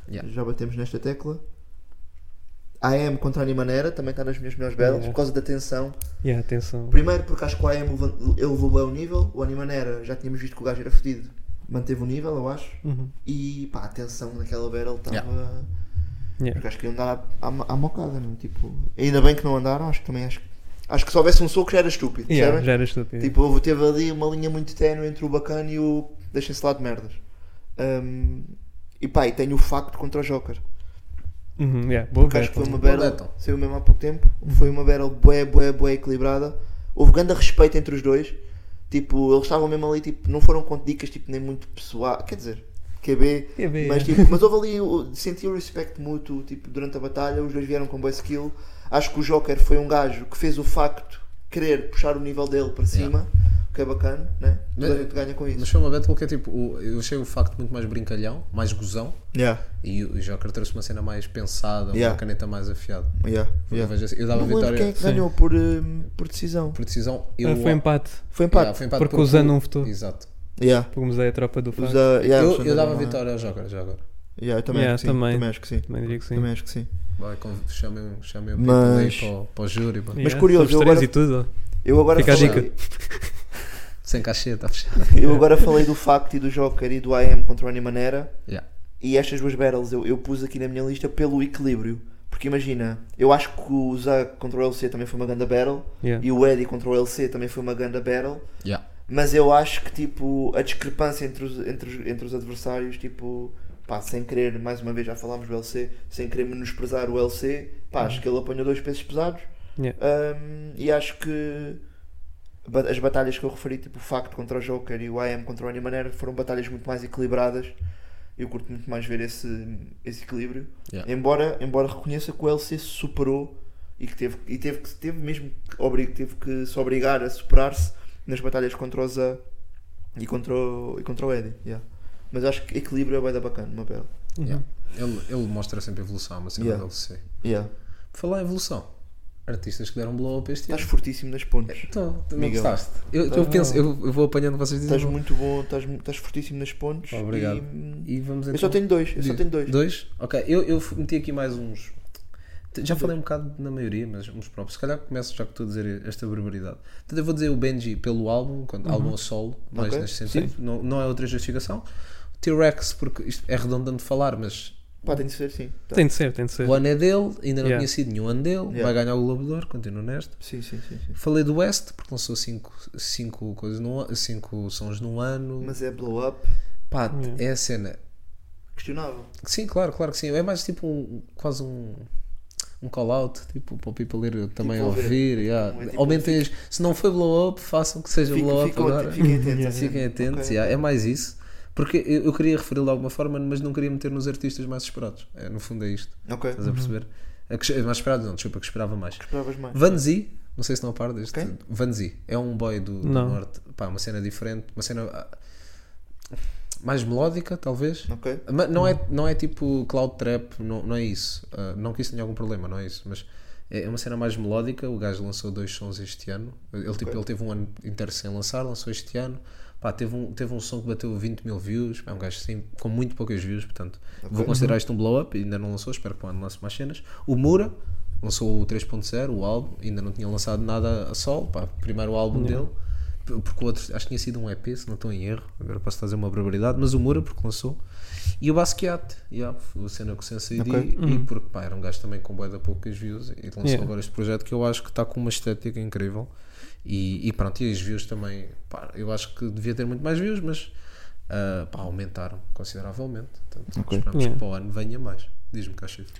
Speaker 6: Yeah.
Speaker 5: Já batemos nesta tecla. AM contra a Animanera, também está nas minhas melhores battles,
Speaker 7: Yeah.
Speaker 5: por causa da tensão.
Speaker 7: Yeah, atenção.
Speaker 5: Primeiro porque acho que o AM levan- elevou bem o nível, o Animanera já tínhamos visto que o gajo era fodido, manteve o nível, eu acho.
Speaker 7: Uhum.
Speaker 5: E pá, a tensão naquela battle estava.
Speaker 7: Yeah.
Speaker 5: Porque acho que iam andar à, à, à mocada, não? Tipo, ainda bem que não andaram, acho que também acho que. Acho que se houvesse um soco já era estúpido,
Speaker 7: Yeah,
Speaker 5: percebem?
Speaker 7: já era estúpido.
Speaker 5: Tipo, houve- teve ali uma linha muito ténue entre o bacana e o deixem-se lá de merdas. Ahm, e pá, e tenho o facto contra o Joker.
Speaker 7: Uhum, yeah, boa
Speaker 5: Porque acho que foi
Speaker 7: battle.
Speaker 5: uma
Speaker 6: Boa
Speaker 5: battle,
Speaker 6: battle.
Speaker 5: saiu mesmo há pouco tempo. Foi uma battle bué, bué, bué equilibrada. Houve grande respeito entre os dois. Tipo, eles estavam mesmo ali, tipo, não foram com dicas tipo, nem muito pessoal. Quer dizer, QB.
Speaker 7: QB,
Speaker 5: mas,
Speaker 7: é.
Speaker 5: tipo, mas houve ali, o- senti o respeito mútuo tipo, durante a batalha. Os dois vieram com boa skill. Acho que o Joker foi um gajo que fez o facto querer puxar o nível dele para cima. que é bacana, né? Toda a
Speaker 6: Mas-
Speaker 5: gente ganha com
Speaker 6: Mas
Speaker 5: isso.
Speaker 6: foi uma battle que é tipo, o- eu achei o facto muito mais brincalhão, mais gozão,
Speaker 5: Yeah,
Speaker 6: e o o Joker trouxe uma cena mais pensada,
Speaker 5: Yeah.
Speaker 6: uma caneta mais afiada.
Speaker 5: yeah,
Speaker 6: Eu,
Speaker 5: yeah.
Speaker 6: vejo assim, eu dava
Speaker 5: Não me lembro
Speaker 6: vitória
Speaker 5: quem é que
Speaker 7: Sim.
Speaker 5: ganhou por, hum, por decisão.
Speaker 6: por decisão. Eu,
Speaker 7: Ah, Foi empate.
Speaker 5: Foi
Speaker 6: Yeah,
Speaker 5: empate.
Speaker 6: foi empate
Speaker 7: Porque o Zan não votou.
Speaker 6: Exato.
Speaker 5: Yeah.
Speaker 7: Porque usei a tropa do
Speaker 5: Os
Speaker 7: Fábio.
Speaker 5: da- yeah,
Speaker 6: Eu,
Speaker 5: os
Speaker 6: eu
Speaker 5: da-
Speaker 6: dava vitória ao Joker, já agora.
Speaker 5: Yeah, eu também,
Speaker 7: Yeah,
Speaker 5: acho que sim,
Speaker 7: também.
Speaker 5: também. acho que sim.
Speaker 7: Também diria que sim.
Speaker 5: é. Também acho que sim.
Speaker 6: Vai, com- chamem chamem o people
Speaker 5: Mas-
Speaker 6: aí para o, para o júri. pá.
Speaker 7: Yeah,
Speaker 5: curioso,
Speaker 7: somos
Speaker 5: eu
Speaker 7: três
Speaker 5: agora-
Speaker 7: e tudo.
Speaker 5: Eu agora,
Speaker 7: Fica a
Speaker 5: falei,
Speaker 6: Sem cachê, está fechado.
Speaker 5: eu agora falei do Fact e do Joker e do AM contra o Animanera.
Speaker 6: Yeah.
Speaker 5: E estas duas battles eu, eu pus aqui na minha lista pelo equilíbrio. Porque imagina, eu acho que o Zack contra o LC também foi uma ganda battle.
Speaker 7: Yeah.
Speaker 5: E o Eddie contra o LC também foi uma ganda battle.
Speaker 6: Yeah.
Speaker 5: Mas eu acho que tipo a discrepância entre os, entre os, entre os adversários, tipo, pá, sem querer, mais uma vez já falámos do LC, sem querer menosprezar o LC, pá, acho que ele apanhou dois pesos pesados.
Speaker 7: Yeah.
Speaker 5: Hum, e acho que ba- as batalhas que eu referi, tipo o Facto contra o Joker e o IM contra o Animanera, foram batalhas muito mais equilibradas. Eu curto muito mais ver esse, esse equilíbrio.
Speaker 6: Yeah.
Speaker 5: Embora, embora reconheça que o LC se superou e que teve, e teve, que- teve mesmo que, obri- teve que se obrigar a superar-se nas batalhas contra o Zé e contra o, e contra o Eddie. yeah. Mas acho que equilíbrio é bem da bacana, uma bela.
Speaker 6: Yeah. Ele, ele mostra sempre evolução, mas sempre
Speaker 5: Yeah.
Speaker 6: yeah. LC.
Speaker 5: Yeah.
Speaker 6: Por falar em evolução, artistas que deram blow up este
Speaker 5: Estás
Speaker 6: ano.
Speaker 5: fortíssimo nas pontes.
Speaker 6: Estou, não
Speaker 5: Miguel.
Speaker 6: gostaste? Eu, eu penso, eu, eu vou apanhando vocês
Speaker 5: Estás
Speaker 6: dizem.
Speaker 5: muito bom, estás, mu- estás fortíssimo nas pontes.
Speaker 6: Obrigado.
Speaker 5: e-
Speaker 6: E vamos
Speaker 5: Eu
Speaker 6: então.
Speaker 5: só tenho dois, eu só
Speaker 6: Diz-
Speaker 5: tenho dois.
Speaker 6: Dois? Ok, eu, eu meti aqui mais uns. Já falei um bocado na maioria, mas uns próprios. Se calhar começo já que estou a dizer esta barbaridade. Portanto, eu vou dizer o Benji pelo álbum, quando, álbum a solo, mais
Speaker 5: Ok,
Speaker 6: neste sentido. Não, não é outra justificação. T-Rex, porque isto é redundante falar, mas
Speaker 5: Pá, tem de ser sim. Tá.
Speaker 7: Tem de ser, tem de ser.
Speaker 6: o ano é dele, ainda não
Speaker 7: Yeah.
Speaker 6: tinha sido nenhum ano dele.
Speaker 5: Yeah.
Speaker 6: Vai ganhar o Globo de Ouro, continuo nesta.
Speaker 5: Sim, sim, sim, sim.
Speaker 6: Falei do West, porque lançou 5 cinco, cinco coisas num an- cinco sons num ano.
Speaker 5: Mas é blow up.
Speaker 6: Pá, é a cena.
Speaker 5: Questionável.
Speaker 6: Sim, claro, claro que sim. É mais tipo um, quase um, um call-out, tipo, para o people ir também
Speaker 5: Tipo, ouvir.
Speaker 6: ouvir. yeah.
Speaker 5: Tipo, é tipo,
Speaker 6: Aumentem as- Se não foi blow-up, façam que seja
Speaker 5: Fico-
Speaker 6: blow-up
Speaker 5: ficam
Speaker 6: agora.
Speaker 5: atentos, fiquem atentos. né?
Speaker 6: Fiquem atentos,
Speaker 5: Ok.
Speaker 6: yeah, é mais isso. Porque eu, eu queria referi-lo de alguma forma, mas não queria meter nos artistas mais esperados. É, no fundo é isto.
Speaker 5: Ok.
Speaker 6: Estás a perceber? A que- mais esperados não, desculpa, que esperava mais.
Speaker 5: Esperavas mais.
Speaker 6: Van Zee, não sei se não par deste.
Speaker 5: Quem?
Speaker 6: Van Zee é um boy do, do
Speaker 7: Não.
Speaker 6: norte. Pá, uma cena diferente, uma cena ah, mais melódica, talvez.
Speaker 5: Ok.
Speaker 6: Mas não, é, não é tipo cloud trap, não, não é isso. Ah, não que isso tenha algum problema, não é isso. Mas é uma cena mais melódica. O gajo lançou dois sons este ano. Ele, tipo, ele teve um ano inteiro sem lançar, lançou este ano. Pá, teve, um, teve um som que bateu 20 mil views. É um gajo assim, com muito poucas views, portanto, vou considerar isto um blow-up. Ainda não lançou, espero que para o ano lance mais cenas. O Mura lançou o 3.0, o álbum. Ainda não tinha lançado nada a sol. Pá, primeiro álbum dele. P- porque o outro acho que tinha sido um EP, se não estou em erro, agora posso fazer uma barbaridade, mas o Moura porque lançou, e o Basquiat, yeah, o cena com o Sense ID,
Speaker 5: Ok.
Speaker 6: e porque pá, era um gajo também com bué da poucas views, e lançou
Speaker 7: Uhum. Yeah.
Speaker 6: agora este projeto que eu acho que está com uma estética incrível, e, e pronto, e as views também, pá, eu acho que devia ter muito mais views, mas ah, pá, aumentaram consideravelmente, portanto esperamos
Speaker 7: Yeah.
Speaker 6: que para o ano venha mais, diz-me Cachifo.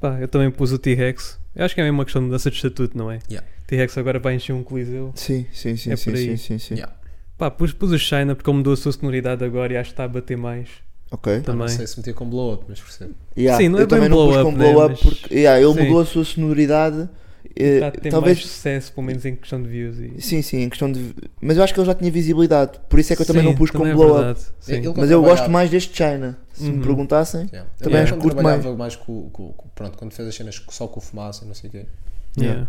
Speaker 7: Pá, eu também pus o T-Rex. Eu acho que é mesmo uma questão de mudança de estatuto, não é?
Speaker 6: Yeah.
Speaker 7: T-Rex agora vai encher um coliseu.
Speaker 5: Sim, sim, sim,
Speaker 7: É
Speaker 5: sim,
Speaker 7: por
Speaker 5: sim,
Speaker 7: aí.
Speaker 5: sim, sim.
Speaker 6: Yeah.
Speaker 7: Pá, pus, pus o China porque ele mudou a sua sonoridade agora e acho que está a bater mais
Speaker 5: Ok.
Speaker 6: Ah, Não
Speaker 7: também.
Speaker 6: sei se meter com blow-up, mas percebo.
Speaker 5: Yeah,
Speaker 7: Sim, não é
Speaker 5: eu também
Speaker 7: bem
Speaker 5: não
Speaker 7: blow
Speaker 5: pus
Speaker 7: up,
Speaker 5: com
Speaker 7: né,
Speaker 5: blow up
Speaker 7: mas-
Speaker 5: porque yeah, ele
Speaker 7: Sim.
Speaker 5: mudou a sua sonoridade. eh,
Speaker 7: Está a ter mais
Speaker 5: talvez.
Speaker 7: sucesso, pelo menos em questão de views. E...
Speaker 5: Sim, sim, em questão de. Mas eu acho que ele já tinha visibilidade. Por isso é que eu também
Speaker 7: Sim,
Speaker 5: não pus com
Speaker 7: é
Speaker 5: blow up.
Speaker 7: verdade, sim.
Speaker 6: Ele-
Speaker 5: Mas eu
Speaker 6: trabalhava-
Speaker 5: gosto mais deste China. Se me
Speaker 7: Uhum.
Speaker 5: perguntassem.
Speaker 6: Yeah.
Speaker 5: Também
Speaker 7: acho
Speaker 6: eu
Speaker 5: que curto
Speaker 6: trabalhava mais, com, com- com- pronto, quando fez as cenas só com fumaça e não sei o quê.
Speaker 7: Yeah.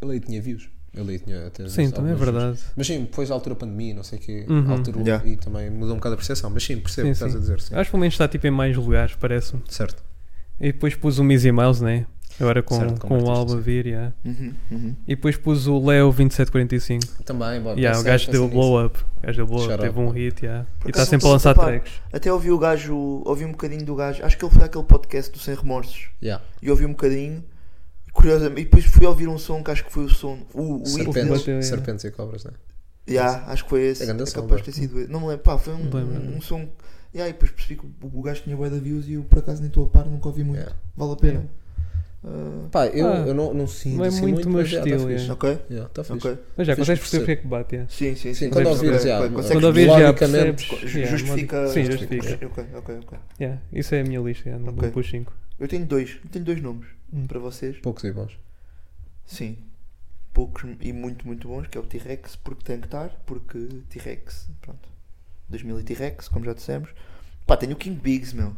Speaker 6: Ele aí tinha views. Ele aí tinha até às
Speaker 7: Sim,
Speaker 6: vezes
Speaker 7: também é
Speaker 6: algumas views.
Speaker 7: verdade.
Speaker 6: Mas sim, depois da altura da pandemia, não sei o quê,
Speaker 7: Uhum.
Speaker 6: alterou
Speaker 5: Yeah.
Speaker 6: e também mudou um bocado a percepção. Mas sim, percebo
Speaker 7: Sim,
Speaker 6: o que estás
Speaker 7: sim.
Speaker 6: a dizer. Sim.
Speaker 7: Acho que pelo menos está tipo em mais lugares, parece-me.
Speaker 6: Certo.
Speaker 7: E depois pus o Mizzy Miles, né? Agora com,
Speaker 6: Certo, como
Speaker 7: com o
Speaker 6: artista,
Speaker 7: álbum a
Speaker 6: sim.
Speaker 7: vir, yeah.
Speaker 5: Uhum, uhum.
Speaker 7: E depois pus o Leo 2745.
Speaker 6: Também, bora.
Speaker 7: Yeah, o
Speaker 6: pensei-
Speaker 7: gajo
Speaker 6: pensei
Speaker 7: deu
Speaker 6: nisso.
Speaker 7: blow up. O gajo deu blow up,
Speaker 6: Shout
Speaker 7: teve
Speaker 6: out.
Speaker 7: um hit, yeah.
Speaker 5: Por
Speaker 7: E está
Speaker 5: acaso,
Speaker 7: sempre a lançar
Speaker 5: repara,
Speaker 7: tracks.
Speaker 5: Até ouvi o gajo. Ouvi um bocadinho do gajo. Acho que ele foi aquele podcast do Sem Remorsos.
Speaker 6: Yeah.
Speaker 5: e ouvi um bocadinho. Curiosamente, e depois fui ouvir um som que acho que foi o som. O, o hit
Speaker 6: Serpentes,
Speaker 5: deles.
Speaker 7: bateu, yeah.
Speaker 6: serpentes e cobras, né?
Speaker 5: Yeah, acho que foi esse.
Speaker 6: É
Speaker 5: É,
Speaker 6: grande som,
Speaker 5: capaz de
Speaker 6: bro.
Speaker 5: ter sido esse. Não me lembro. Pá, foi um,
Speaker 7: Não lembro,
Speaker 5: um,
Speaker 7: não.
Speaker 5: som. Yeah, e depois percebi que o, o gajo tinha bué de views e eu por acaso nem estou a par, nunca ouvi muito.
Speaker 6: Yeah.
Speaker 5: Vale a pena. Ah,
Speaker 6: Pá, eu,
Speaker 7: Ah,
Speaker 6: eu não, não sinto
Speaker 7: não é
Speaker 6: assim muito,
Speaker 7: muito o meu
Speaker 6: mas já, tá
Speaker 7: estilo,
Speaker 6: fixe.
Speaker 7: yeah.
Speaker 5: ok,
Speaker 6: Yeah, tá fixe.
Speaker 5: ok.
Speaker 7: Mas já,
Speaker 6: Fiz
Speaker 7: consegues
Speaker 6: perceber.
Speaker 7: perceber porque é que bate, yeah.
Speaker 5: Sim, sim,
Speaker 6: Sim,
Speaker 5: sim.
Speaker 6: quando
Speaker 5: Ok,
Speaker 6: ouvires,
Speaker 5: ok,
Speaker 6: já.
Speaker 5: ok,
Speaker 7: Quando
Speaker 5: consegues-
Speaker 7: ouvires já
Speaker 6: Logicamente,
Speaker 7: percebes.
Speaker 5: ju-
Speaker 7: yeah,
Speaker 5: Justifica.
Speaker 7: Sim, justifica.
Speaker 5: Ok, ok, ok.
Speaker 7: Yeah, isso é a minha lista, yeah, no
Speaker 5: Ok.
Speaker 7: Blue 5. Hum.
Speaker 5: Eu tenho dois. eu tenho dois nomes para vocês.
Speaker 6: Poucos e bons.
Speaker 5: Sim. poucos e muito, muito bons, que é o T-Rex, porque tem que estar, porque T-Rex, pronto, 2000 e T-Rex, como já dissemos. Pá, tem o King Biggs, meu.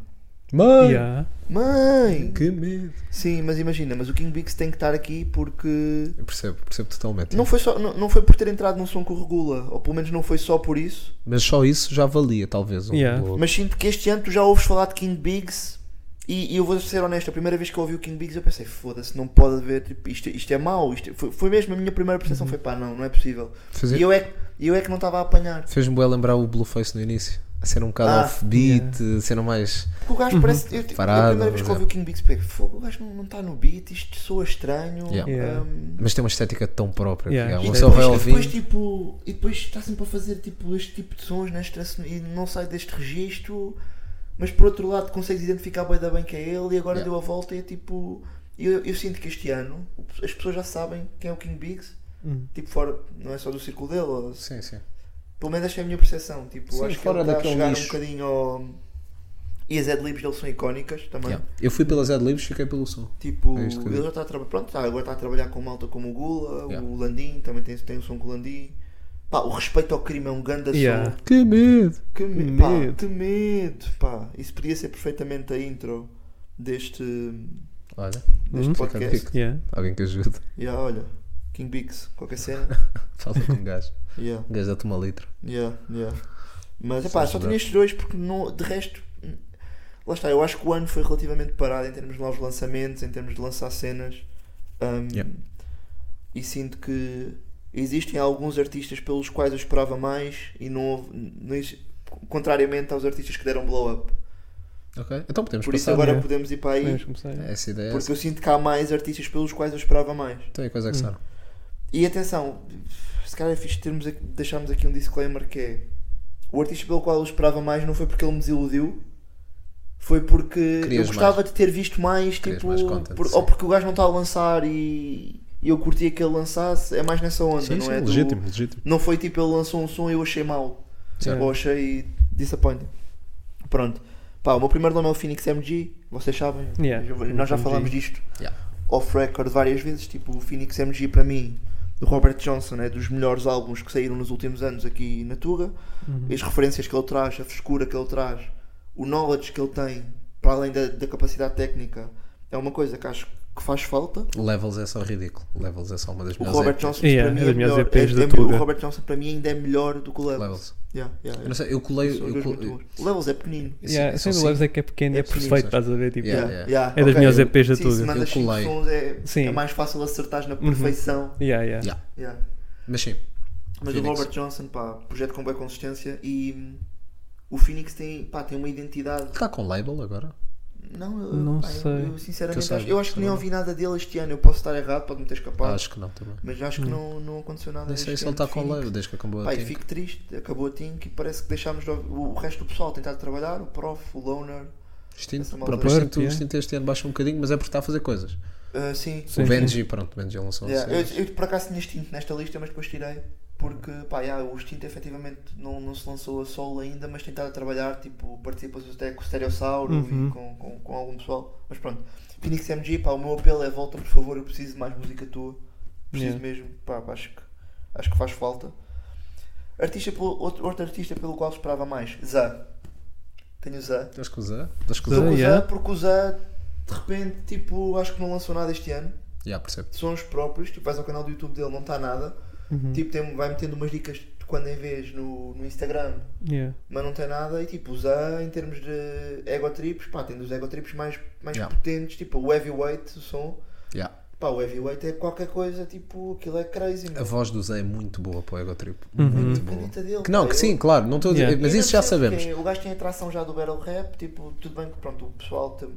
Speaker 6: Mano,
Speaker 7: Yeah.
Speaker 5: Mãe!
Speaker 6: que medo.
Speaker 5: Sim, mas imagina, mas o King Biggs tem que estar aqui porque
Speaker 6: Eu percebo, percebo totalmente.
Speaker 5: não foi, só, não, não foi por ter entrado num som que o regula, ou pelo menos não foi só por isso,
Speaker 6: Mas só isso já valia, talvez. Um
Speaker 7: Yeah.
Speaker 6: bloco.
Speaker 5: mas sinto que este ano tu já ouves falar de King Biggs e, e eu vou ser honesto, a primeira vez que eu ouvi o King Biggs eu pensei, foda-se, não pode haver, tipo, isto, isto é mau, isto é-" foi, foi mesmo a minha primeira percepção, foi pá, não, não é possível.
Speaker 6: Fazer-
Speaker 5: E eu é, que- eu é que não estava a apanhar.
Speaker 6: Fez-me bem lembrar o Blueface no início. A cena um bocado
Speaker 5: Ah,
Speaker 6: off-beat, a cena mais.
Speaker 5: Porque o gajo parece. Eu,
Speaker 6: Parado,
Speaker 5: a primeira vez que
Speaker 6: por
Speaker 5: eu ouvi o King Biggs, pensei, fogo, o gajo não está no beat, isto soa estranho.
Speaker 6: Yeah.
Speaker 7: Yeah.
Speaker 5: um,
Speaker 6: Mas tem uma estética tão própria.
Speaker 7: Yeah.
Speaker 6: que, yeah,
Speaker 5: e
Speaker 6: uma
Speaker 7: Isto
Speaker 5: depois,
Speaker 6: pessoa vai
Speaker 5: e depois,
Speaker 6: ouvir.
Speaker 5: tipo, e depois está sempre a fazer tipo, este tipo de sons nesta, e não sai deste registro, mas por outro lado consegues identificar bem da bem que é ele e agora
Speaker 6: Yeah.
Speaker 5: deu a volta e é tipo. Eu, eu sinto que este ano o- as pessoas já sabem quem é o King Biggs,
Speaker 7: Hum.
Speaker 5: tipo fora, não é só do círculo dele, ou-
Speaker 6: Sim, sim.
Speaker 5: pelo menos esta é a minha percepção. Tipo,
Speaker 6: Sim,
Speaker 5: acho que
Speaker 6: fora
Speaker 5: ele está a
Speaker 6: daquele
Speaker 5: chegar
Speaker 6: nicho.
Speaker 5: um bocadinho ao. E as adlibs dele são icónicas também.
Speaker 6: Yeah. Eu fui pelas adlibs, fiquei pelo som.
Speaker 5: Tipo,
Speaker 6: É isto que eu
Speaker 5: ele
Speaker 6: digo.
Speaker 5: já está a trabalhar. Pronto, tá, agora está a trabalhar com malta como o Gula,
Speaker 6: Yeah.
Speaker 5: o Landim, também tem, tem um som com o Landim. Pá, o respeito ao crime é um grande
Speaker 7: Yeah.
Speaker 5: som.
Speaker 6: Que medo!
Speaker 5: Que medo.
Speaker 7: medo.
Speaker 5: Pá, que medo, pá. Isso podia ser perfeitamente a intro deste,
Speaker 6: Olha,
Speaker 5: deste
Speaker 7: Hum,
Speaker 5: podcast.
Speaker 6: fica.
Speaker 7: Yeah.
Speaker 6: alguém que ajude.
Speaker 5: Yeah, olha, King Bix, qualquer cena.
Speaker 6: Fala com um gajo.
Speaker 5: Yeah,
Speaker 6: Um gajo dá-te uma litro.
Speaker 5: yeah, yeah. Mas,
Speaker 6: Sabes
Speaker 5: pá, só tinha
Speaker 6: bem.
Speaker 5: estes dois porque não, de resto. hum, Lá está, eu acho que o ano foi relativamente parado em termos de novos lançamentos, em termos de lançar cenas. Hum,
Speaker 6: Yeah.
Speaker 5: e sinto que existem alguns artistas pelos quais eu esperava mais e não houve, não exi- contrariamente aos artistas que deram blow up.
Speaker 6: Ok? Então podemos
Speaker 5: Por isso
Speaker 6: passar.
Speaker 5: agora
Speaker 7: né?
Speaker 5: podemos ir para aí,
Speaker 7: Vamos começar.
Speaker 6: né? Essa ideia é
Speaker 5: porque
Speaker 6: essa.
Speaker 5: eu sinto que há mais artistas pelos quais eu esperava mais.
Speaker 6: Então é coisa que
Speaker 7: Hum.
Speaker 6: sabe.
Speaker 5: E atenção, se calhar é fixe termos aqui- deixarmos aqui um disclaimer que é o artista pelo qual eu esperava mais não foi porque ele me desiludiu, foi porque eu
Speaker 6: Querias
Speaker 5: gostava de ter visto mais,
Speaker 6: Querias
Speaker 5: tipo,
Speaker 6: mais content,
Speaker 5: por-
Speaker 6: sim.
Speaker 5: ou porque o gajo não está a lançar e, e eu curtia que ele lançasse, é mais nessa onda, não é? do-
Speaker 6: legítimo.
Speaker 5: Não foi tipo, ele lançou um som e eu achei mau.
Speaker 7: Sim.
Speaker 5: Ou achei disappointing. Pronto. Pá, o meu primeiro nome é o Phoenix MG, vocês sabem.
Speaker 7: Yeah,
Speaker 5: já-
Speaker 7: Phoenix
Speaker 5: Nós já
Speaker 7: MG.
Speaker 5: falámos disto
Speaker 6: Yeah.
Speaker 5: off record várias vezes. Tipo, o Phoenix MG para mim, do Robert Johnson, é dos melhores álbuns que saíram nos últimos anos aqui na Tuga.
Speaker 7: Uhum.
Speaker 5: As referências que ele traz, a frescura que ele traz, o knowledge que ele tem, para além da, da capacidade técnica, é uma coisa que acho que faz falta.
Speaker 6: Levels é só ridículo. Levels é só uma das
Speaker 5: O
Speaker 6: melhores.
Speaker 5: Robert
Speaker 6: EPs.
Speaker 5: Johnson
Speaker 7: Yeah,
Speaker 5: para mim
Speaker 7: é
Speaker 5: é
Speaker 7: das minhas
Speaker 5: melhor.
Speaker 7: EPs
Speaker 5: é-
Speaker 7: da
Speaker 5: é-
Speaker 7: Tuga.
Speaker 5: o Robert Johnson para mim ainda é melhor do que o Levels.
Speaker 6: Levels.
Speaker 5: Yeah, yeah,
Speaker 6: Eu
Speaker 5: yeah.
Speaker 6: não sei, eu colei.
Speaker 5: São
Speaker 6: eu
Speaker 5: dois
Speaker 6: col-
Speaker 5: muito bons. O Levels é pequenino.
Speaker 6: Sim,
Speaker 7: Yeah,
Speaker 6: são
Speaker 7: Sem
Speaker 6: cinco.
Speaker 7: dúvidas é que é pequeno, é,
Speaker 5: É pequeno,
Speaker 7: perfeito,
Speaker 6: só.
Speaker 7: estás a ver? Tipo,
Speaker 6: Yeah.
Speaker 7: É das minhas EPs da
Speaker 5: Sim, se
Speaker 7: Tuga.
Speaker 5: mandas
Speaker 6: Eu
Speaker 5: cinco
Speaker 6: colei.
Speaker 5: sons é,
Speaker 7: Sim.
Speaker 5: é mais fácil acertar na
Speaker 7: Uhum.
Speaker 5: perfeição.
Speaker 7: yeah, yeah.
Speaker 6: Yeah.
Speaker 5: Yeah.
Speaker 6: Mas sim,
Speaker 5: Mas
Speaker 6: Phoenix.
Speaker 5: o Robert Johnson, pá, projeto com boa consistência e hum, o Phoenix tem, pá, tem uma identidade.
Speaker 6: está tá com label agora.
Speaker 5: Não, eu,
Speaker 7: Não
Speaker 5: pá, eu-
Speaker 7: sei.
Speaker 5: eu, sinceramente
Speaker 6: Que eu
Speaker 5: acho,
Speaker 6: saiba,
Speaker 5: eu acho que nem
Speaker 6: não.
Speaker 5: ouvi nada dele este ano. Eu posso estar errado, pode-me ter escapado.
Speaker 6: Acho que não também.
Speaker 5: Mas acho
Speaker 7: Hum.
Speaker 5: que não, não aconteceu nada.
Speaker 6: Nem sei
Speaker 5: este
Speaker 6: se ele
Speaker 5: ano
Speaker 6: está
Speaker 5: de
Speaker 6: com
Speaker 5: Phoenix.
Speaker 6: label desde que acabou a
Speaker 5: Pá, e
Speaker 6: Tink.
Speaker 5: fico triste, acabou a Tink e parece que deixámos de ouvir- o resto do pessoal a tentar trabalhar, o prof, o loner,
Speaker 6: Extinto.
Speaker 5: essa
Speaker 6: O
Speaker 5: malta- é
Speaker 6: próprio instinto,
Speaker 7: Perto, yeah.
Speaker 6: instinto este ano baixa um bocadinho, mas é porque está a fazer coisas.
Speaker 5: ah, sim.
Speaker 7: Sim,
Speaker 6: o
Speaker 7: sim.
Speaker 6: Benji, pronto, o Benji lançou
Speaker 5: Yeah,
Speaker 6: cenas.
Speaker 5: Eu, eu por acaso tinha extinto nesta lista, mas depois tirei. Porque pá, yeah, o extinto efetivamente não, não se lançou a solo ainda, mas tem estado a trabalhar, tipo, participa-se até com o Stereossauro
Speaker 7: Uhum.
Speaker 5: e com, com, com algum pessoal. Mas pronto, Phoenix MG, pá, o meu apelo é volta, por favor, eu preciso de mais música tua. Preciso
Speaker 7: Yeah.
Speaker 5: mesmo, pá, pá, acho que, acho que faz falta. Artista pelo- outro, outro artista pelo qual esperava mais, Zé. Tenho o Zé.
Speaker 6: Estás com o Zé? Estás com o
Speaker 7: Zé,
Speaker 5: Estou com
Speaker 6: Zé?
Speaker 5: o Zé
Speaker 7: yeah.
Speaker 5: porque o Zé, de repente, tipo, acho que não lançou nada este ano
Speaker 6: Já, percebo.
Speaker 5: sons próprios, tipo, vais ao canal do YouTube dele, não está nada,
Speaker 7: Uhum.
Speaker 5: tipo, tem, vai metendo umas dicas de quando em vez no, no Instagram,
Speaker 7: Yeah.
Speaker 5: mas não tem nada, e tipo, usa em termos de ego trips, pá, tem dos ego trips mais, mais
Speaker 6: Yeah.
Speaker 5: potentes, tipo, o heavyweight, o som,
Speaker 6: Yeah.
Speaker 5: pá, o heavyweight é qualquer coisa, tipo, aquilo é crazy,
Speaker 6: A
Speaker 5: mano.
Speaker 6: voz do Zé é muito boa para o Ego Trip.
Speaker 7: Uhum.
Speaker 6: Muito boa.
Speaker 5: Caneta dele,
Speaker 6: Que não,
Speaker 5: pá,
Speaker 6: que
Speaker 5: eu-
Speaker 6: sim, claro, não estou a dizer-
Speaker 7: Yeah.
Speaker 6: mas
Speaker 5: eu
Speaker 6: isso
Speaker 5: não
Speaker 6: já
Speaker 5: percebo
Speaker 6: sabemos.
Speaker 5: porque O gajo tem a atração já do battle rap, tipo, tudo bem que pronto, o pessoal, tem-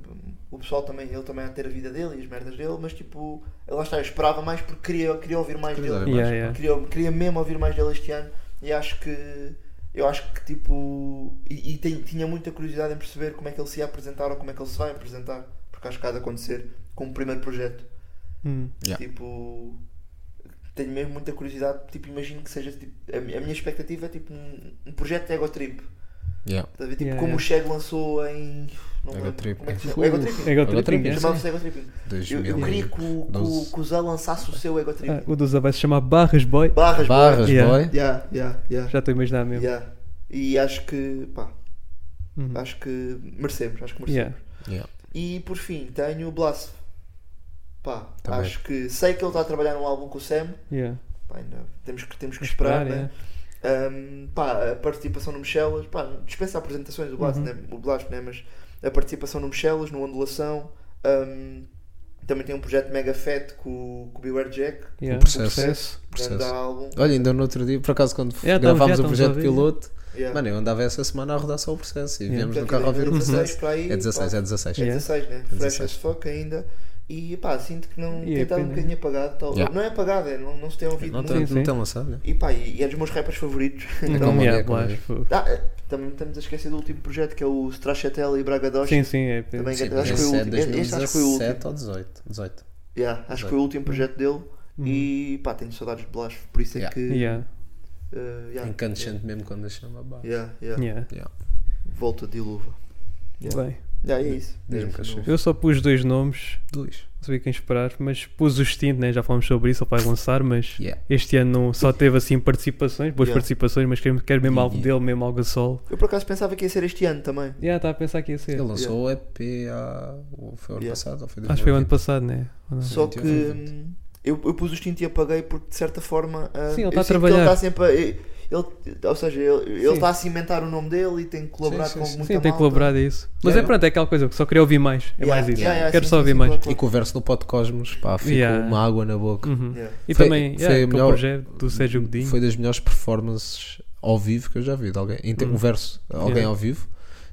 Speaker 5: o pessoal também, ele também há de ter a vida dele e as merdas dele, mas tipo, lá está, eu esperava mais porque queria, queria ouvir mais
Speaker 6: Queria
Speaker 5: dele.
Speaker 6: ouvir
Speaker 7: Yeah, yeah.
Speaker 5: queria, queria mesmo ouvir mais dele este ano e acho que eu acho que tipo e, e tem- tinha muita curiosidade em perceber como é que ele se ia apresentar ou como é que ele se vai apresentar porque acho que há de acontecer com o primeiro projeto
Speaker 7: Hum.
Speaker 6: Yeah.
Speaker 5: tipo tenho mesmo muita curiosidade tipo imagino que seja tipo, a, mi- a minha expectativa é tipo um, um projeto de ego trip
Speaker 6: Yeah.
Speaker 5: Estás a ver? tipo
Speaker 7: Yeah,
Speaker 5: como o
Speaker 7: yeah.
Speaker 5: Cheg lançou em Não me lembro.
Speaker 6: Egotrip.
Speaker 5: Como é que se chama? Egotripping.
Speaker 7: Ego tripping,
Speaker 6: Egotripping,
Speaker 7: é.
Speaker 6: sim.
Speaker 5: Chamava-se Egotripping. Eu,
Speaker 6: 2000.
Speaker 5: eu queria que o, que o, que o Zé lançasse o seu
Speaker 7: Ah,
Speaker 5: Egotripping.
Speaker 7: o do Zé vai se chamar Barras Boy.
Speaker 5: Barras,
Speaker 6: Barras,
Speaker 7: Yeah.
Speaker 6: boy.
Speaker 5: Yeah, yeah, yeah.
Speaker 7: Já estou a imaginar mesmo.
Speaker 5: Yeah. E acho que, pá,
Speaker 7: Uhum.
Speaker 5: acho que merecemos, acho que merecemos.
Speaker 7: Yeah.
Speaker 6: Yeah.
Speaker 5: E por fim, tenho o Blas. Pá,
Speaker 6: Também.
Speaker 5: acho que sei que ele está a trabalhar num álbum com o Sam,
Speaker 7: Yeah.
Speaker 5: pá, ainda temos que, temos que esperar, né? Um, pá, a participação no Michelas, pá, dispensa apresentações o Blas,
Speaker 7: Uhum.
Speaker 5: né? o Blas, né? Mas a participação no Michelas, no Ondulação, um, também tem um projeto mega fat com, o- com o Beware Jack,
Speaker 7: yeah. Um Yeah.
Speaker 6: O processo.
Speaker 5: grande
Speaker 6: Processo.
Speaker 5: álbum.
Speaker 6: Olha, ainda no outro dia, por acaso, quando
Speaker 7: Yeah, tamo-
Speaker 6: gravámos
Speaker 7: já
Speaker 6: o
Speaker 7: estamos a
Speaker 6: projeto
Speaker 7: ouvir.
Speaker 6: piloto,
Speaker 5: Yeah.
Speaker 6: mano, eu andava essa semana a rodar só o processo e
Speaker 7: Yeah.
Speaker 6: viemos no
Speaker 5: Portanto,
Speaker 6: carro a
Speaker 5: ainda
Speaker 6: ouvir o
Speaker 5: tem 16
Speaker 6: processo.
Speaker 5: para aí,
Speaker 6: É 16,
Speaker 5: pá.
Speaker 6: é 16.
Speaker 5: É 16, né? Fresh
Speaker 6: 16.
Speaker 5: as fuck ainda. E pá, sinto que não
Speaker 7: E
Speaker 5: tem
Speaker 7: é
Speaker 5: estado um
Speaker 7: pena.
Speaker 5: bocadinho apagado. Tal.
Speaker 6: Yeah.
Speaker 5: Não é apagado, é, não, não se tem ouvido
Speaker 6: Não
Speaker 5: muito.
Speaker 7: tem-
Speaker 6: estão
Speaker 7: sim.
Speaker 6: não estão lançados, né?
Speaker 5: E pá, e e é dos meus rappers favoritos.
Speaker 6: Então,
Speaker 7: Não, yeah,
Speaker 6: é, como é.
Speaker 7: Blas, fogo.
Speaker 5: Ah, é, também estamos a esquecer do último projeto que é o Strachatella e Bragadosh.
Speaker 7: Sim, sim, é.
Speaker 5: Também acho
Speaker 6: Sim,
Speaker 5: que foi o
Speaker 6: esse é
Speaker 5: último. Este acho que foi o último.
Speaker 6: 2017 ou 18. 18.
Speaker 5: Yeah, acho que foi o último projeto dele. E pá, tenho saudades de Blas, por isso é
Speaker 6: Yeah.
Speaker 5: que.
Speaker 7: Uhum. Yeah.
Speaker 5: uh, yeah,
Speaker 6: Incandescente mesmo quando a chama bah.
Speaker 5: yeah, yeah.
Speaker 7: Yeah.
Speaker 5: Volta de luva. Yeah.
Speaker 7: Bem,
Speaker 5: Yeah, é isso. É
Speaker 6: Diz-me,
Speaker 5: isso,
Speaker 6: Cachorro.
Speaker 5: não-
Speaker 7: eu só pus dois nomes,
Speaker 6: Dois.
Speaker 7: não sabia quem esperar, mas pus o Stint, né? já falámos sobre isso, só para lançar, mas
Speaker 6: Yeah.
Speaker 7: este ano não- só teve assim participações, boas
Speaker 5: Yeah.
Speaker 7: participações, mas quero, quero mesmo algo
Speaker 6: Yeah.
Speaker 7: dele, mesmo algo a sol.
Speaker 5: Eu por acaso pensava que ia ser este ano também.
Speaker 7: Yeah, estava a pensar que ia ser.
Speaker 6: Ele lançou o EP há. ou Foi o ano
Speaker 5: Yeah.
Speaker 6: passado? Ou foi
Speaker 7: Acho que foi o ano
Speaker 6: 2020?
Speaker 7: passado, né? Ou não?
Speaker 5: Só que
Speaker 6: 20 ou 20.
Speaker 5: hum, eu, eu pus o extinto e apaguei porque de certa forma hum,
Speaker 7: Sim, ele
Speaker 5: eu
Speaker 7: tá a
Speaker 5: sinto que
Speaker 7: trabalhar.
Speaker 5: Ele está sempre a, ele, ou seja, ele ele
Speaker 7: Sim.
Speaker 5: está a cimentar o nome dele e tem que colaborar
Speaker 6: Sim, sim,
Speaker 5: com
Speaker 6: sim.
Speaker 5: muita
Speaker 7: Sim, tem
Speaker 5: malta.
Speaker 7: colaborado a isso. Mas
Speaker 5: Yeah.
Speaker 7: é pronto, é aquela coisa que só queria ouvir mais. É
Speaker 5: Yeah,
Speaker 7: mais isso.
Speaker 5: yeah, yeah,
Speaker 7: quero
Speaker 5: sim,
Speaker 7: só
Speaker 5: sim,
Speaker 7: ouvir
Speaker 5: sim,
Speaker 7: mais.
Speaker 5: claro, claro.
Speaker 6: E com o verso do Pod Cosmos, pá, fica
Speaker 7: Yeah.
Speaker 6: uma água na boca.
Speaker 7: Uhum. um
Speaker 5: Yeah.
Speaker 7: E
Speaker 6: Foi-
Speaker 7: também
Speaker 6: foi
Speaker 7: yeah,
Speaker 6: a
Speaker 7: aquele
Speaker 6: melhor-
Speaker 7: projeto do Sérgio Godinho.
Speaker 6: Foi das melhores performances ao vivo que eu já vi de alguém. Em ter- Um verso, alguém
Speaker 7: Uhum. Yeah.
Speaker 6: ao vivo.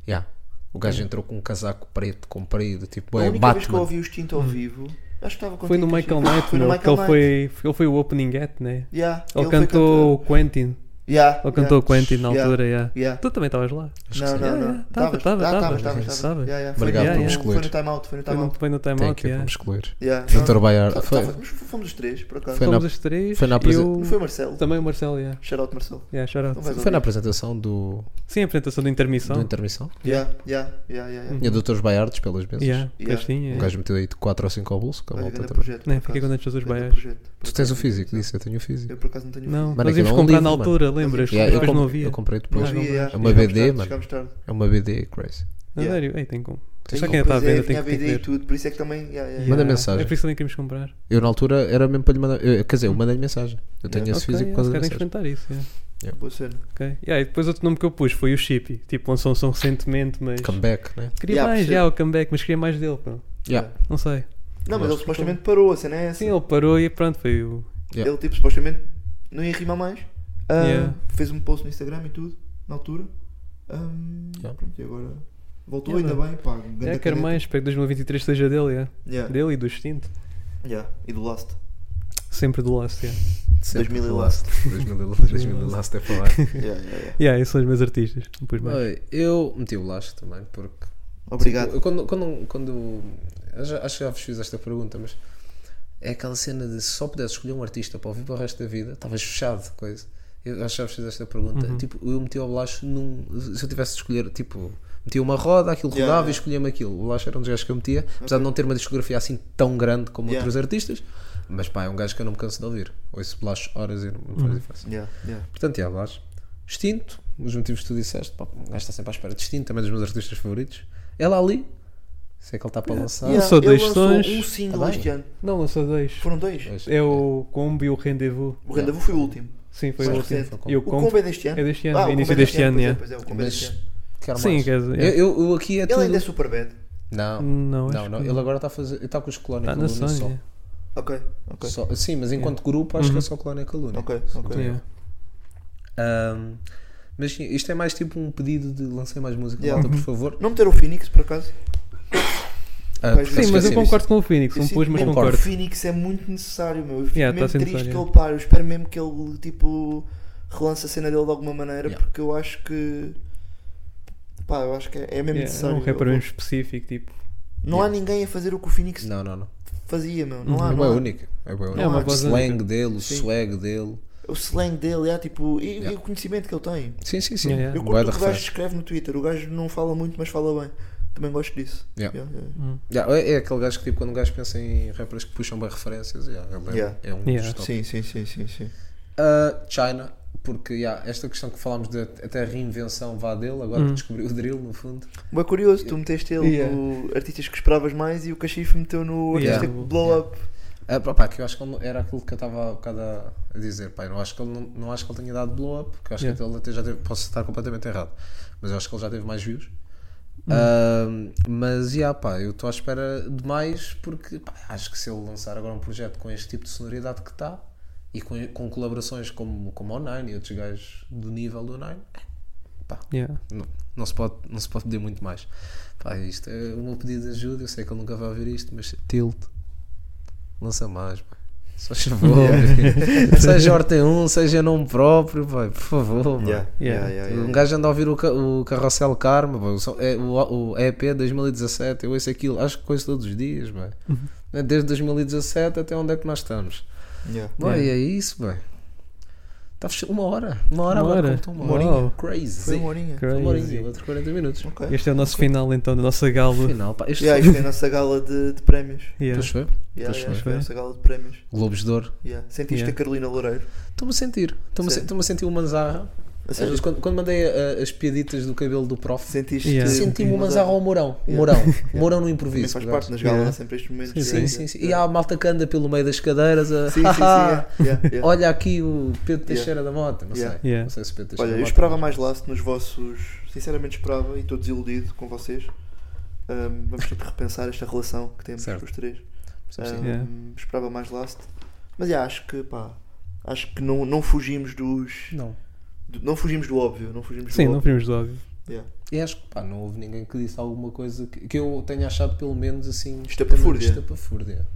Speaker 6: Yeah. O gajo entrou com um casaco preto, comprido, tipo,
Speaker 5: a
Speaker 6: é
Speaker 5: única vez que eu
Speaker 6: Batman.
Speaker 5: ouvi o extinto ao vivo, acho que estava
Speaker 7: Hum. Foi no
Speaker 5: contigo,
Speaker 7: Michael
Speaker 5: Chico.
Speaker 7: Knight,
Speaker 5: Foi no
Speaker 7: meu, que
Speaker 5: Michael
Speaker 7: ele
Speaker 5: Knight.
Speaker 7: foi, ele foi o opening act, né?
Speaker 5: Yeah,
Speaker 7: Ele
Speaker 5: foi
Speaker 7: cantou o Quentin.
Speaker 5: cantor. Yeah,
Speaker 7: Ele cantou o Quentin na
Speaker 5: Yeah.
Speaker 7: altura, yeah.
Speaker 5: Yeah.
Speaker 7: Tu também estavas lá.
Speaker 6: Acho que
Speaker 5: Não,
Speaker 6: sim.
Speaker 5: não,
Speaker 7: Yeah,
Speaker 5: não.
Speaker 7: yeah, tava,
Speaker 5: Estavas,
Speaker 7: tava,
Speaker 5: ah,
Speaker 7: tava,
Speaker 5: estavas, estavas,
Speaker 7: tava.
Speaker 5: Yeah, yeah. Foi-
Speaker 6: Obrigado
Speaker 5: yeah,
Speaker 6: por me
Speaker 5: yeah. Foi no
Speaker 6: escolher.
Speaker 5: timeout, foi no
Speaker 7: Foi no,
Speaker 5: timeout.
Speaker 7: foi no time
Speaker 6: Tem
Speaker 7: out,
Speaker 6: que
Speaker 7: yeah.
Speaker 6: me escolher.
Speaker 5: Yeah,
Speaker 6: Vitor
Speaker 5: não,
Speaker 6: Baiar.
Speaker 5: tava-
Speaker 6: Foi,
Speaker 5: tava- mas Fomos os três, por acaso.
Speaker 6: Foi na-
Speaker 7: Fomos os três.
Speaker 6: foi na
Speaker 7: e
Speaker 6: apresen-
Speaker 7: o-
Speaker 5: Não foi o Marcelo.
Speaker 7: Também o Marcelo, yeah.
Speaker 5: Shoutout Marcelo.
Speaker 7: Yeah, shout out.
Speaker 5: Não vais
Speaker 6: foi na
Speaker 5: ouvir.
Speaker 6: apresentação do,
Speaker 7: Sim, a apresentação da intermissão.
Speaker 6: do Intermissão.
Speaker 5: Yeah, yeah, yeah, yeah, yeah.
Speaker 6: Tinha doutores Baiardos pelas mesas.
Speaker 7: Yeah,
Speaker 5: Yeah.
Speaker 7: caixinha.
Speaker 6: Um gajo meteu aí de 4 ou 5 ao bolso, que a
Speaker 5: Olha,
Speaker 6: malta
Speaker 5: grande
Speaker 6: também.
Speaker 5: projeto, por
Speaker 7: Não, Né, fiquei
Speaker 5: acaso.
Speaker 7: contente com os dois
Speaker 5: Grande
Speaker 7: baianos.
Speaker 5: projeto, é por
Speaker 6: Tu tens
Speaker 5: acaso,
Speaker 6: o físico
Speaker 5: sim.
Speaker 6: disso, eu tenho o físisico.
Speaker 5: Eu por acaso não tenho
Speaker 7: Não,
Speaker 5: físico.
Speaker 6: Mano,
Speaker 7: nós íamos
Speaker 6: aquilo é um
Speaker 7: comprar na
Speaker 6: livro, mano.
Speaker 7: altura, lembras?
Speaker 5: Yeah,
Speaker 6: eu,
Speaker 7: Depois
Speaker 6: comp-
Speaker 7: não havia.
Speaker 6: eu comprei depois.
Speaker 5: Mas
Speaker 7: Não,
Speaker 5: vi,
Speaker 7: não,
Speaker 5: yeah,
Speaker 6: é uma
Speaker 5: chegámos
Speaker 6: BD,
Speaker 5: tarde,
Speaker 6: mano.
Speaker 5: chegámos tarde.
Speaker 6: É uma BD, crazy.
Speaker 5: Yeah.
Speaker 7: Não, Ah, sério? Ei, tem como.
Speaker 5: Tem
Speaker 7: Só
Speaker 5: que
Speaker 7: quem está à
Speaker 5: fazer,
Speaker 7: venda
Speaker 5: tem
Speaker 7: tem que
Speaker 5: a
Speaker 7: tem que
Speaker 5: BD e
Speaker 7: ver.
Speaker 5: tudo, por isso é que também. yeah, yeah,
Speaker 6: Manda
Speaker 7: Yeah.
Speaker 6: mensagem.
Speaker 7: É por isso que também queríamos comprar.
Speaker 6: Eu na altura era mesmo para lhe mandar. eu- quer dizer, eu mandei-lhe mensagem. Eu tenho
Speaker 5: Yeah.
Speaker 6: esse
Speaker 7: É. Ok,
Speaker 6: físico por
Speaker 7: yeah,
Speaker 6: causa
Speaker 7: se
Speaker 6: da
Speaker 7: calhar tem que
Speaker 6: mensagem.
Speaker 7: experimentar isso. yeah.
Speaker 5: yeah. Boa cena.
Speaker 7: Ok. Yeah, e depois outro nome que eu pus foi o Chippy. Tipo, lançou um som recentemente, mas.
Speaker 6: Comeback, né?
Speaker 7: Queria
Speaker 5: Yeah,
Speaker 7: mais,
Speaker 5: percebo.
Speaker 7: já, o comeback, mas queria mais dele, pô.
Speaker 6: Yeah.
Speaker 7: Não sei.
Speaker 5: Não, mas
Speaker 6: Gosto.
Speaker 5: ele supostamente parou, a cena é essa.
Speaker 7: Sim, ele parou e pronto, foi o.
Speaker 6: Yeah.
Speaker 5: Ele tipo supostamente não ia rimar mais. Ah,
Speaker 7: Yeah.
Speaker 5: Fez um post no Instagram e tudo, na altura. Ah,
Speaker 6: Yeah.
Speaker 5: Pronto, e agora voltou
Speaker 7: Yeah, É,
Speaker 5: ainda bem, pá. grande
Speaker 7: Yeah, quero
Speaker 5: caneta.
Speaker 7: mais, espero que 2023 seja dele, yeah.
Speaker 5: Yeah.
Speaker 7: dele e do Extinto.
Speaker 5: yeah, E do Last.
Speaker 7: Sempre do Last, yeah.
Speaker 6: Sempre
Speaker 5: 2000 e
Speaker 6: do
Speaker 5: last.
Speaker 6: 2000 e- 2000 e last é para lá.
Speaker 5: Yeah, yeah, yeah.
Speaker 7: Yeah, esses são os meus artistas. Depois mais.
Speaker 6: Oi, Eu meti o laço também, porque.
Speaker 5: Obrigado.
Speaker 6: Tipo, eu quando. quando, quando eu já- acho que já vos fiz esta pergunta, mas. É aquela cena de se só pudesse escolher um artista para ouvir para o resto da vida, estavas fechado, coisa. Eu acho que já vos fiz esta pergunta.
Speaker 5: Uhum.
Speaker 6: Tipo, eu meti o Blasco num. Se eu tivesse de escolher, tipo. Metia uma roda, aquilo
Speaker 5: Yeah,
Speaker 6: rodava
Speaker 5: yeah.
Speaker 6: e escolhia-me aquilo. O Lash era um dos gajos que eu metia, apesar de não ter uma discografia assim tão grande como
Speaker 5: Yeah.
Speaker 6: outros artistas, mas pá, é um gajo que eu não me canso de ouvir. Ouço Blasco horas e não me faz diferença.
Speaker 5: Yeah, yeah.
Speaker 6: Portanto, é, Lars. Extinto, os motivos que tu disseste, pá, um gajo está sempre à espera de extinto, também dos meus artistas favoritos. Ela ali, sei que ele está
Speaker 5: É,
Speaker 6: para lançar.
Speaker 5: Yeah,
Speaker 7: só
Speaker 5: ele
Speaker 7: dois
Speaker 5: lançou
Speaker 7: sons.
Speaker 5: um single
Speaker 6: Tá bem.
Speaker 5: este ano.
Speaker 7: Não, lançou dois.
Speaker 5: Foram dois.
Speaker 6: Mas,
Speaker 7: É o Combo e o Rendezvous.
Speaker 5: O Rendezvous foi o último.
Speaker 7: Sim, foi
Speaker 5: Mas
Speaker 7: o último.
Speaker 5: recente.
Speaker 7: E o
Speaker 5: O combo
Speaker 7: Combo.
Speaker 5: é deste ano?
Speaker 7: É deste ano,
Speaker 5: Ah, o
Speaker 7: início
Speaker 5: combo é
Speaker 7: deste ano,
Speaker 5: pois é,
Speaker 7: yeah.
Speaker 5: pois é, o combo é
Speaker 6: Mas
Speaker 5: deste ano.
Speaker 6: quero
Speaker 7: Sim,
Speaker 6: mais.
Speaker 7: quer dizer,
Speaker 6: Eu- eu, eu aqui é
Speaker 5: Ele
Speaker 6: tudo.
Speaker 5: ainda é super bad.
Speaker 6: Não,
Speaker 7: Não, acho
Speaker 6: não, não.
Speaker 7: que-
Speaker 6: Ele tá agora está a fazer. Está com os Colónia
Speaker 7: Está
Speaker 6: e
Speaker 7: na
Speaker 6: Calúnia só.
Speaker 7: Sony.
Speaker 5: Ok, ok.
Speaker 6: Só- Sim, mas enquanto grupo
Speaker 7: Uhum.
Speaker 6: acho que é só Colónia e Calúnia.
Speaker 5: Ok, ok.
Speaker 7: yeah.
Speaker 6: Ahm, mas sim, isto é mais tipo um pedido de lancei mais música,
Speaker 5: Yeah.
Speaker 6: malta,
Speaker 7: Uhum.
Speaker 6: por favor.
Speaker 5: Não meter o Phoenix, por acaso.
Speaker 6: Ah,
Speaker 5: Pois
Speaker 6: porque
Speaker 5: é.
Speaker 6: acho
Speaker 7: Sim,
Speaker 6: que
Speaker 7: mas
Speaker 6: é
Speaker 7: eu
Speaker 6: sempre
Speaker 7: concordo com o Phoenix. Não
Speaker 5: sinto
Speaker 7: pus, mas
Speaker 5: mesmo que
Speaker 7: concordo.
Speaker 5: O Phoenix é muito necessário, meu. Eu fico
Speaker 7: Yeah, tá
Speaker 5: mesmo
Speaker 7: sendo
Speaker 5: triste que
Speaker 7: necessário.
Speaker 5: ele pare. Eu espero mesmo que ele, tipo, relance a cena dele de alguma maneira,
Speaker 6: Yeah.
Speaker 5: porque eu acho que. Pá, eu acho que é, é mesmo
Speaker 7: Yeah, é
Speaker 5: necessário.
Speaker 7: um rapper
Speaker 5: Eu-
Speaker 7: mesmo específico, tipo.
Speaker 5: Não há ninguém a fazer o que o Phoenix
Speaker 6: isso. Não, não, não.
Speaker 5: fazia, meu. Não há,
Speaker 6: É
Speaker 5: Ah, não
Speaker 6: boa
Speaker 5: há.
Speaker 6: única. É boa única.
Speaker 7: uma
Speaker 6: o
Speaker 7: voz
Speaker 6: slang
Speaker 7: única.
Speaker 6: dele, o
Speaker 5: Sim.
Speaker 6: swag dele.
Speaker 5: O slang dele, é tipo. E, e
Speaker 6: Yeah.
Speaker 5: o conhecimento que ele tem.
Speaker 6: Sim, sim, sim.
Speaker 7: Yeah, yeah.
Speaker 5: Eu
Speaker 6: Bué
Speaker 5: curto
Speaker 6: de
Speaker 5: o que o gajo
Speaker 6: referência.
Speaker 5: escreve no Twitter. O gajo não fala muito, mas fala bem. Também gosto disso.
Speaker 6: Yeah.
Speaker 5: Yeah, yeah.
Speaker 7: Uhum.
Speaker 6: Já, é, é aquele gajo que tipo, quando um gajo pensa em rappers que puxam bem referências, já, ele é,
Speaker 5: Yeah.
Speaker 6: é um
Speaker 7: Yeah.
Speaker 6: dos top.
Speaker 5: Sim, sim, sim, sim, sim.
Speaker 6: Ah, China, porque já, esta questão que falámos de até a reinvenção vá dele, agora que descobriu o drill no fundo.
Speaker 5: Bem curioso, tu meteste ele
Speaker 7: Yeah.
Speaker 5: no artistas que esperavas mais e o Cachife meteu no artista
Speaker 7: Yeah.
Speaker 5: que blow up.
Speaker 6: Ah, pá, pá, que eu acho que ele não- era aquilo que eu estava há bocado a a dizer, pá, eu não acho que ele, não, não acho que ele tenha dado blow up, porque eu acho
Speaker 7: Yeah.
Speaker 6: que ele até já teve, posso estar completamente errado, mas eu acho que ele já teve mais views. Ah, mas, yeah, pá, eu estou à espera de mais, porque pá, acho que se ele lançar agora um projeto com este tipo de sonoridade que está, e com, com colaborações como, como o Nine e outros gajos do nível do Nine,
Speaker 7: Yeah.
Speaker 6: não, não, se pode, não se pode pedir muito mais. Pá, isto é o meu pedido de ajuda. Eu sei que ele nunca vai ouvir isto, mas tilt, lança mais. Pá. Só chavou, seja Hortem 1, seja nome próprio, pá, por favor. pá.
Speaker 5: Yeah.
Speaker 7: Yeah.
Speaker 5: Yeah, yeah,
Speaker 6: Um
Speaker 5: yeah.
Speaker 6: gajo anda a ouvir o, ca- o Carrossel Karma, pá, o, som- é, o, o EP 2017. Eu ouço aquilo, acho que ouço todos os dias. pá.
Speaker 5: Uhum.
Speaker 6: É Desde 2017 até onde é que nós estamos.
Speaker 5: Yeah.
Speaker 6: Bom, E é isso, bem. Está fechado uma hora. Uma hora
Speaker 7: Uma
Speaker 6: agora.
Speaker 7: hora?
Speaker 6: contou Uma
Speaker 7: Uma
Speaker 6: hora.
Speaker 7: horinha?
Speaker 6: Crazy.
Speaker 5: Foi É, uma horinha.
Speaker 7: Crazy.
Speaker 6: Uma horinha, outros 40 minutos.
Speaker 5: Ok.
Speaker 7: Este é o nosso final então, da nossa gala.
Speaker 6: um Final, pá, este
Speaker 5: Yeah,
Speaker 6: foi-
Speaker 5: isto é a nossa gala de, de prémios.
Speaker 7: Yeah.
Speaker 6: Pois foi.
Speaker 5: Yeah,
Speaker 6: Pois
Speaker 5: yeah,
Speaker 6: foi.
Speaker 5: isto é a nossa gala de prémios.
Speaker 6: Globos de Ouro.
Speaker 5: Yeah. Sentiste
Speaker 7: Yeah.
Speaker 5: a Carolina Loureiro?
Speaker 6: Estou-me a sentir. Estou-me a,
Speaker 5: Sério?
Speaker 6: se- estou-me a sentir uma manzarra.
Speaker 5: A sério?
Speaker 6: Às vezes, quando, quando mandei ah, as piaditas do cabelo do prof,
Speaker 5: Sentiste.
Speaker 7: Yeah.
Speaker 6: senti-me uma manzarra ao Mourão.
Speaker 5: Yeah.
Speaker 6: Mourão. Mourão no
Speaker 5: Também
Speaker 6: improviso.
Speaker 5: faz
Speaker 6: por
Speaker 5: parte
Speaker 6: acaso.
Speaker 5: nas galas,
Speaker 7: Yeah.
Speaker 5: há sempre estes momentos.
Speaker 7: Sim,
Speaker 6: Sim,
Speaker 5: de-
Speaker 6: sim, sim. E há a malta que anda pelo meio das cadeiras a.
Speaker 5: Sim, sim, sim.
Speaker 6: "Haha,
Speaker 5: yeah, yeah, yeah.
Speaker 6: Olha aqui o Pedro
Speaker 5: Yeah.
Speaker 6: Teixeira da Mota. Não
Speaker 5: Yeah.
Speaker 6: sei.
Speaker 7: Yeah.
Speaker 6: Não sei se o Pedro Teixeira
Speaker 5: Olha,
Speaker 6: da
Speaker 5: eu
Speaker 6: Mota-
Speaker 5: esperava mais laço nos vossos. Sinceramente esperava e estou desiludido com vocês. Ahm, vamos ter que repensar esta relação que temos
Speaker 6: Certo.
Speaker 5: com os três.
Speaker 6: Sim, sim.
Speaker 5: Ahm,
Speaker 7: Yeah.
Speaker 5: Esperava mais last. Mas yeah, acho que pá. Acho que não, não fugimos dos.
Speaker 6: Não.
Speaker 5: do- não fugimos do óbvio. Não fugimos
Speaker 7: Sim,
Speaker 5: do
Speaker 7: não
Speaker 5: óbvio.
Speaker 7: primos do óbvio.
Speaker 5: Yeah.
Speaker 6: E acho que pá, não houve ninguém que disse alguma coisa que, que eu tenha achado pelo menos assim.
Speaker 5: Estapafúrdia.
Speaker 6: Estapafúrdia.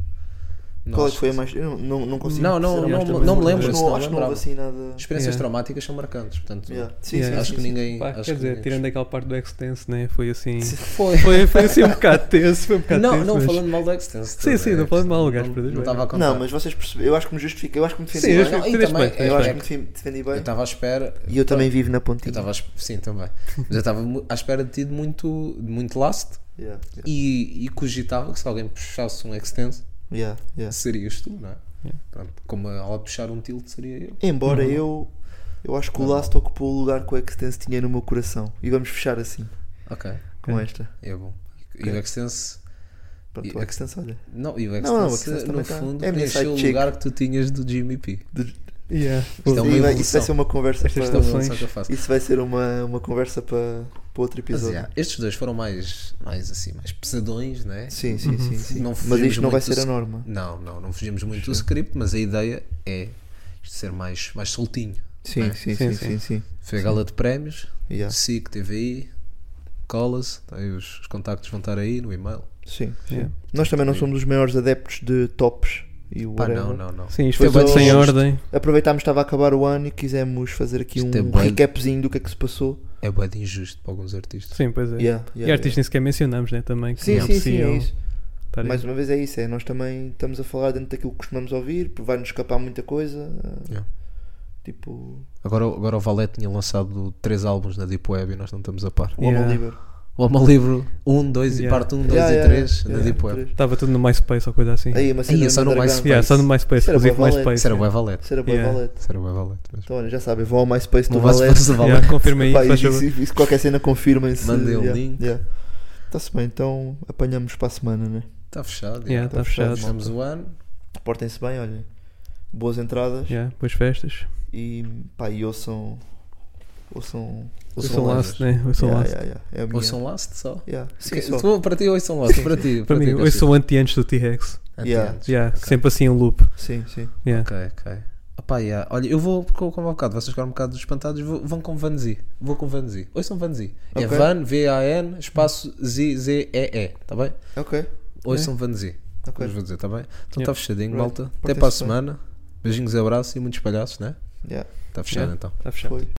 Speaker 6: Não
Speaker 5: Qual é
Speaker 6: acho
Speaker 5: que foi a
Speaker 6: que-
Speaker 5: mais. Eu não, não, não consigo.
Speaker 6: Não, não,
Speaker 5: dizer a
Speaker 6: não,
Speaker 5: mais
Speaker 6: não,
Speaker 5: também.
Speaker 6: me lembro.
Speaker 5: Mas
Speaker 6: senão
Speaker 5: não, acho que não
Speaker 6: lembrava.
Speaker 5: houve assim nada.
Speaker 6: Experiências
Speaker 7: Yeah.
Speaker 6: traumáticas são marcantes, portanto.
Speaker 5: Yeah. Sim,
Speaker 7: Yeah.
Speaker 5: sim,
Speaker 6: acho
Speaker 5: sim,
Speaker 6: que
Speaker 5: sim.
Speaker 6: ninguém.
Speaker 7: Pá,
Speaker 6: acho
Speaker 7: quer
Speaker 6: que
Speaker 7: dizer,
Speaker 6: ninguém-
Speaker 7: tirando aquela parte do Extense, né? Foi assim.
Speaker 6: Foi.
Speaker 7: Foi, foi assim um bocado tenso. Foi um bocado
Speaker 6: Não,
Speaker 7: tenso.
Speaker 6: não
Speaker 7: mas-
Speaker 6: falando mal do Extense.
Speaker 7: Sim, sim, não falando mal, o gajo
Speaker 6: Não-
Speaker 7: perdeu
Speaker 6: Não
Speaker 7: bem.
Speaker 6: estava a contar.
Speaker 5: Não, mas vocês perceberam. Eu acho que me justifiquei. Eu acho que me defendi
Speaker 7: Sim, eu
Speaker 5: bem.
Speaker 7: acho
Speaker 6: Não, e
Speaker 7: Fizeste
Speaker 6: também,
Speaker 7: bem,
Speaker 6: é,
Speaker 5: Eu acho
Speaker 6: é,
Speaker 5: que me defen- defendi
Speaker 6: eu
Speaker 5: bem.
Speaker 6: estava à espera.
Speaker 5: E eu também vivo na
Speaker 6: Eu
Speaker 5: pontinha.
Speaker 6: estava à es- Sim, também. Mas eu estava mu- à espera de ti de muito, de muito last
Speaker 5: Yeah, yeah,
Speaker 6: e, e cogitava que se alguém puxasse um extense
Speaker 5: yeah, yeah.
Speaker 6: serias tu, não é? Pronto, como ela puxar um tilt seria eu.
Speaker 5: Embora eu. Eu acho que
Speaker 6: Uhum.
Speaker 5: o Last ocupou o lugar que o Extense tinha no meu coração. E vamos fechar assim,
Speaker 6: Ok,
Speaker 5: com
Speaker 7: Ok.
Speaker 5: esta.
Speaker 6: é bom. E
Speaker 5: Ok.
Speaker 6: o extense.
Speaker 5: Pronto,
Speaker 6: E- é
Speaker 5: o Extense, olha.
Speaker 6: Não, e o
Speaker 5: Não, não, o
Speaker 6: extense
Speaker 5: Extense
Speaker 6: no
Speaker 5: também tá-
Speaker 6: fundo
Speaker 5: é a minha
Speaker 6: preencheu o
Speaker 5: sidekick.
Speaker 6: lugar que tu tinhas do Jimmy P.
Speaker 7: Yeah.
Speaker 6: Isto é uma
Speaker 5: Isso vai- isso
Speaker 6: evolução.
Speaker 5: vai ser uma conversa
Speaker 7: Estas
Speaker 5: para,
Speaker 7: estão-
Speaker 6: Só que eu faço.
Speaker 5: Isso vai ser uma, uma conversa para, para outro
Speaker 6: Mas,
Speaker 5: episódio.
Speaker 6: yeah, estes dois foram mais, mais assim, mais pesadões, né?
Speaker 5: Sim,
Speaker 7: Uhum.
Speaker 5: sim, sim. sim.
Speaker 6: Não
Speaker 5: Mas
Speaker 6: fugimos
Speaker 5: isto não vai
Speaker 6: muito
Speaker 5: ser a
Speaker 6: do-
Speaker 5: norma.
Speaker 6: Não, não, não fugimos muito do script, mas a ideia é isto ser mais, mais soltinho.
Speaker 5: Sim, É. sim,
Speaker 7: Sim,
Speaker 5: sim,
Speaker 7: sim.
Speaker 5: sim, sim. É.
Speaker 6: Foi a gala de prémios,
Speaker 5: Yeah.
Speaker 6: SIC, TVI, cola-se, tá aí os, os contactos vão estar aí no e-mail.
Speaker 5: Sim, sim.
Speaker 7: Yeah.
Speaker 5: Nós também não somos os maiores adeptos de tops e o
Speaker 6: Pá,
Speaker 5: whatever.
Speaker 6: não, não, não.
Speaker 7: Sim, isto foi
Speaker 5: Pois eu-
Speaker 7: tudo sem ordem.
Speaker 5: Aproveitámos que estava a acabar o ano e quisemos fazer aqui
Speaker 6: Isto é
Speaker 5: um
Speaker 6: bué.
Speaker 5: recapzinho do que é que se passou.
Speaker 6: É bué de injusto para alguns artistas.
Speaker 7: Sim, pois é.
Speaker 5: Yeah,
Speaker 7: e
Speaker 5: yeah,
Speaker 7: artistas nem sequer mencionamos, né? Também que
Speaker 5: yeah. Sim,
Speaker 7: não tá
Speaker 5: sim, sim, é
Speaker 7: mereciam
Speaker 5: isso.
Speaker 7: estar aí.
Speaker 5: Mais uma vez é isso, é, nós também estamos a falar dentro daquilo que costumamos ouvir, porque vai-nos escapar muita coisa. ah,
Speaker 6: Yeah.
Speaker 5: Tipo,
Speaker 6: Agora, agora o Valete tinha lançado três álbuns na Deep Web e nós não estamos a par.
Speaker 5: o Homem
Speaker 7: Yeah.
Speaker 5: Livre.
Speaker 6: O Alma Livre 1, 2 e
Speaker 7: Yeah.
Speaker 6: parte 1, 2
Speaker 5: Yeah,
Speaker 6: Um, e
Speaker 5: yeah,
Speaker 6: 3
Speaker 5: yeah,
Speaker 6: na
Speaker 5: yeah,
Speaker 6: Deep Web.
Speaker 5: três.
Speaker 7: Estava tudo no MySpace ou coisa assim.
Speaker 5: Aí, uma cena
Speaker 6: Aí, eu só no
Speaker 5: underground.
Speaker 6: MySpace.
Speaker 7: Yeah, só no MySpace,
Speaker 5: é Isso era
Speaker 7: exclusivo
Speaker 5: bué valete.
Speaker 7: MySpace.
Speaker 6: Isso era bué Valete.
Speaker 5: Isso era bué
Speaker 7: Yeah.
Speaker 5: valete.
Speaker 6: Isso era bué Valete mesmo.
Speaker 5: Então olha, já sabem, vão ao MySpace do
Speaker 6: O Valete,
Speaker 5: Valete.
Speaker 6: o Valete.
Speaker 7: Yeah, confirma aí,
Speaker 5: Pá,
Speaker 7: faz
Speaker 5: isso,
Speaker 7: favor.
Speaker 5: isso, isso qualquer cena confirmem-se.
Speaker 6: Mandem o um link.
Speaker 5: Está-se bem, então apanhamos para a semana, né?
Speaker 6: Está fechado.
Speaker 7: Yeah, está
Speaker 5: tá fechado.
Speaker 7: fechado.
Speaker 6: Fechamos o ano.
Speaker 5: Portem-se bem, olha. Boas entradas
Speaker 7: Yeah, boas festas.
Speaker 5: e pá, e ouçam. Ouçam.
Speaker 7: Eu
Speaker 6: Ouçam
Speaker 7: sou
Speaker 6: Last.
Speaker 7: last, né? Eu sou
Speaker 5: yeah,
Speaker 7: last.
Speaker 5: yeah, yeah, É a minha.
Speaker 6: Ouçam Last só.
Speaker 5: Yeah. Sim,
Speaker 6: Que-
Speaker 5: só.
Speaker 6: tu- Para ti, ouçam Last. Para ti.
Speaker 7: Para mim,
Speaker 6: ti,
Speaker 7: eu sou anti-antes do T-Rex.
Speaker 6: Antes,
Speaker 5: Yeah.
Speaker 6: antes.
Speaker 7: Yeah,
Speaker 6: Ok.
Speaker 7: Sempre assim em loop.
Speaker 5: sim, sim.
Speaker 7: Yeah.
Speaker 6: Ok, ok. Opá, yeah. Olha, eu vou, porque eu como há bocado, vocês ficaram um bocado espantados, vou- vão com Vanzi. Vou com Vanzi. Ouçam Vanzi. É
Speaker 5: Ok.
Speaker 6: Van, V-A-N, espaço Z-Z-E-E. Está tá bem?
Speaker 5: Ok,
Speaker 6: Ouçam Vanzi.
Speaker 5: ok.
Speaker 6: Mas vou dizer, está bem? Então está
Speaker 7: Yeah.
Speaker 6: fechadinho,
Speaker 5: Right.
Speaker 6: malta. Até
Speaker 5: Portem-se
Speaker 6: para a
Speaker 5: bem.
Speaker 6: semana. Beijinhos, abraços e muitos palhaços, né?
Speaker 5: Yeah,
Speaker 6: Está fechado
Speaker 7: Yeah.
Speaker 6: então.
Speaker 7: Está tá fechado.
Speaker 5: foi.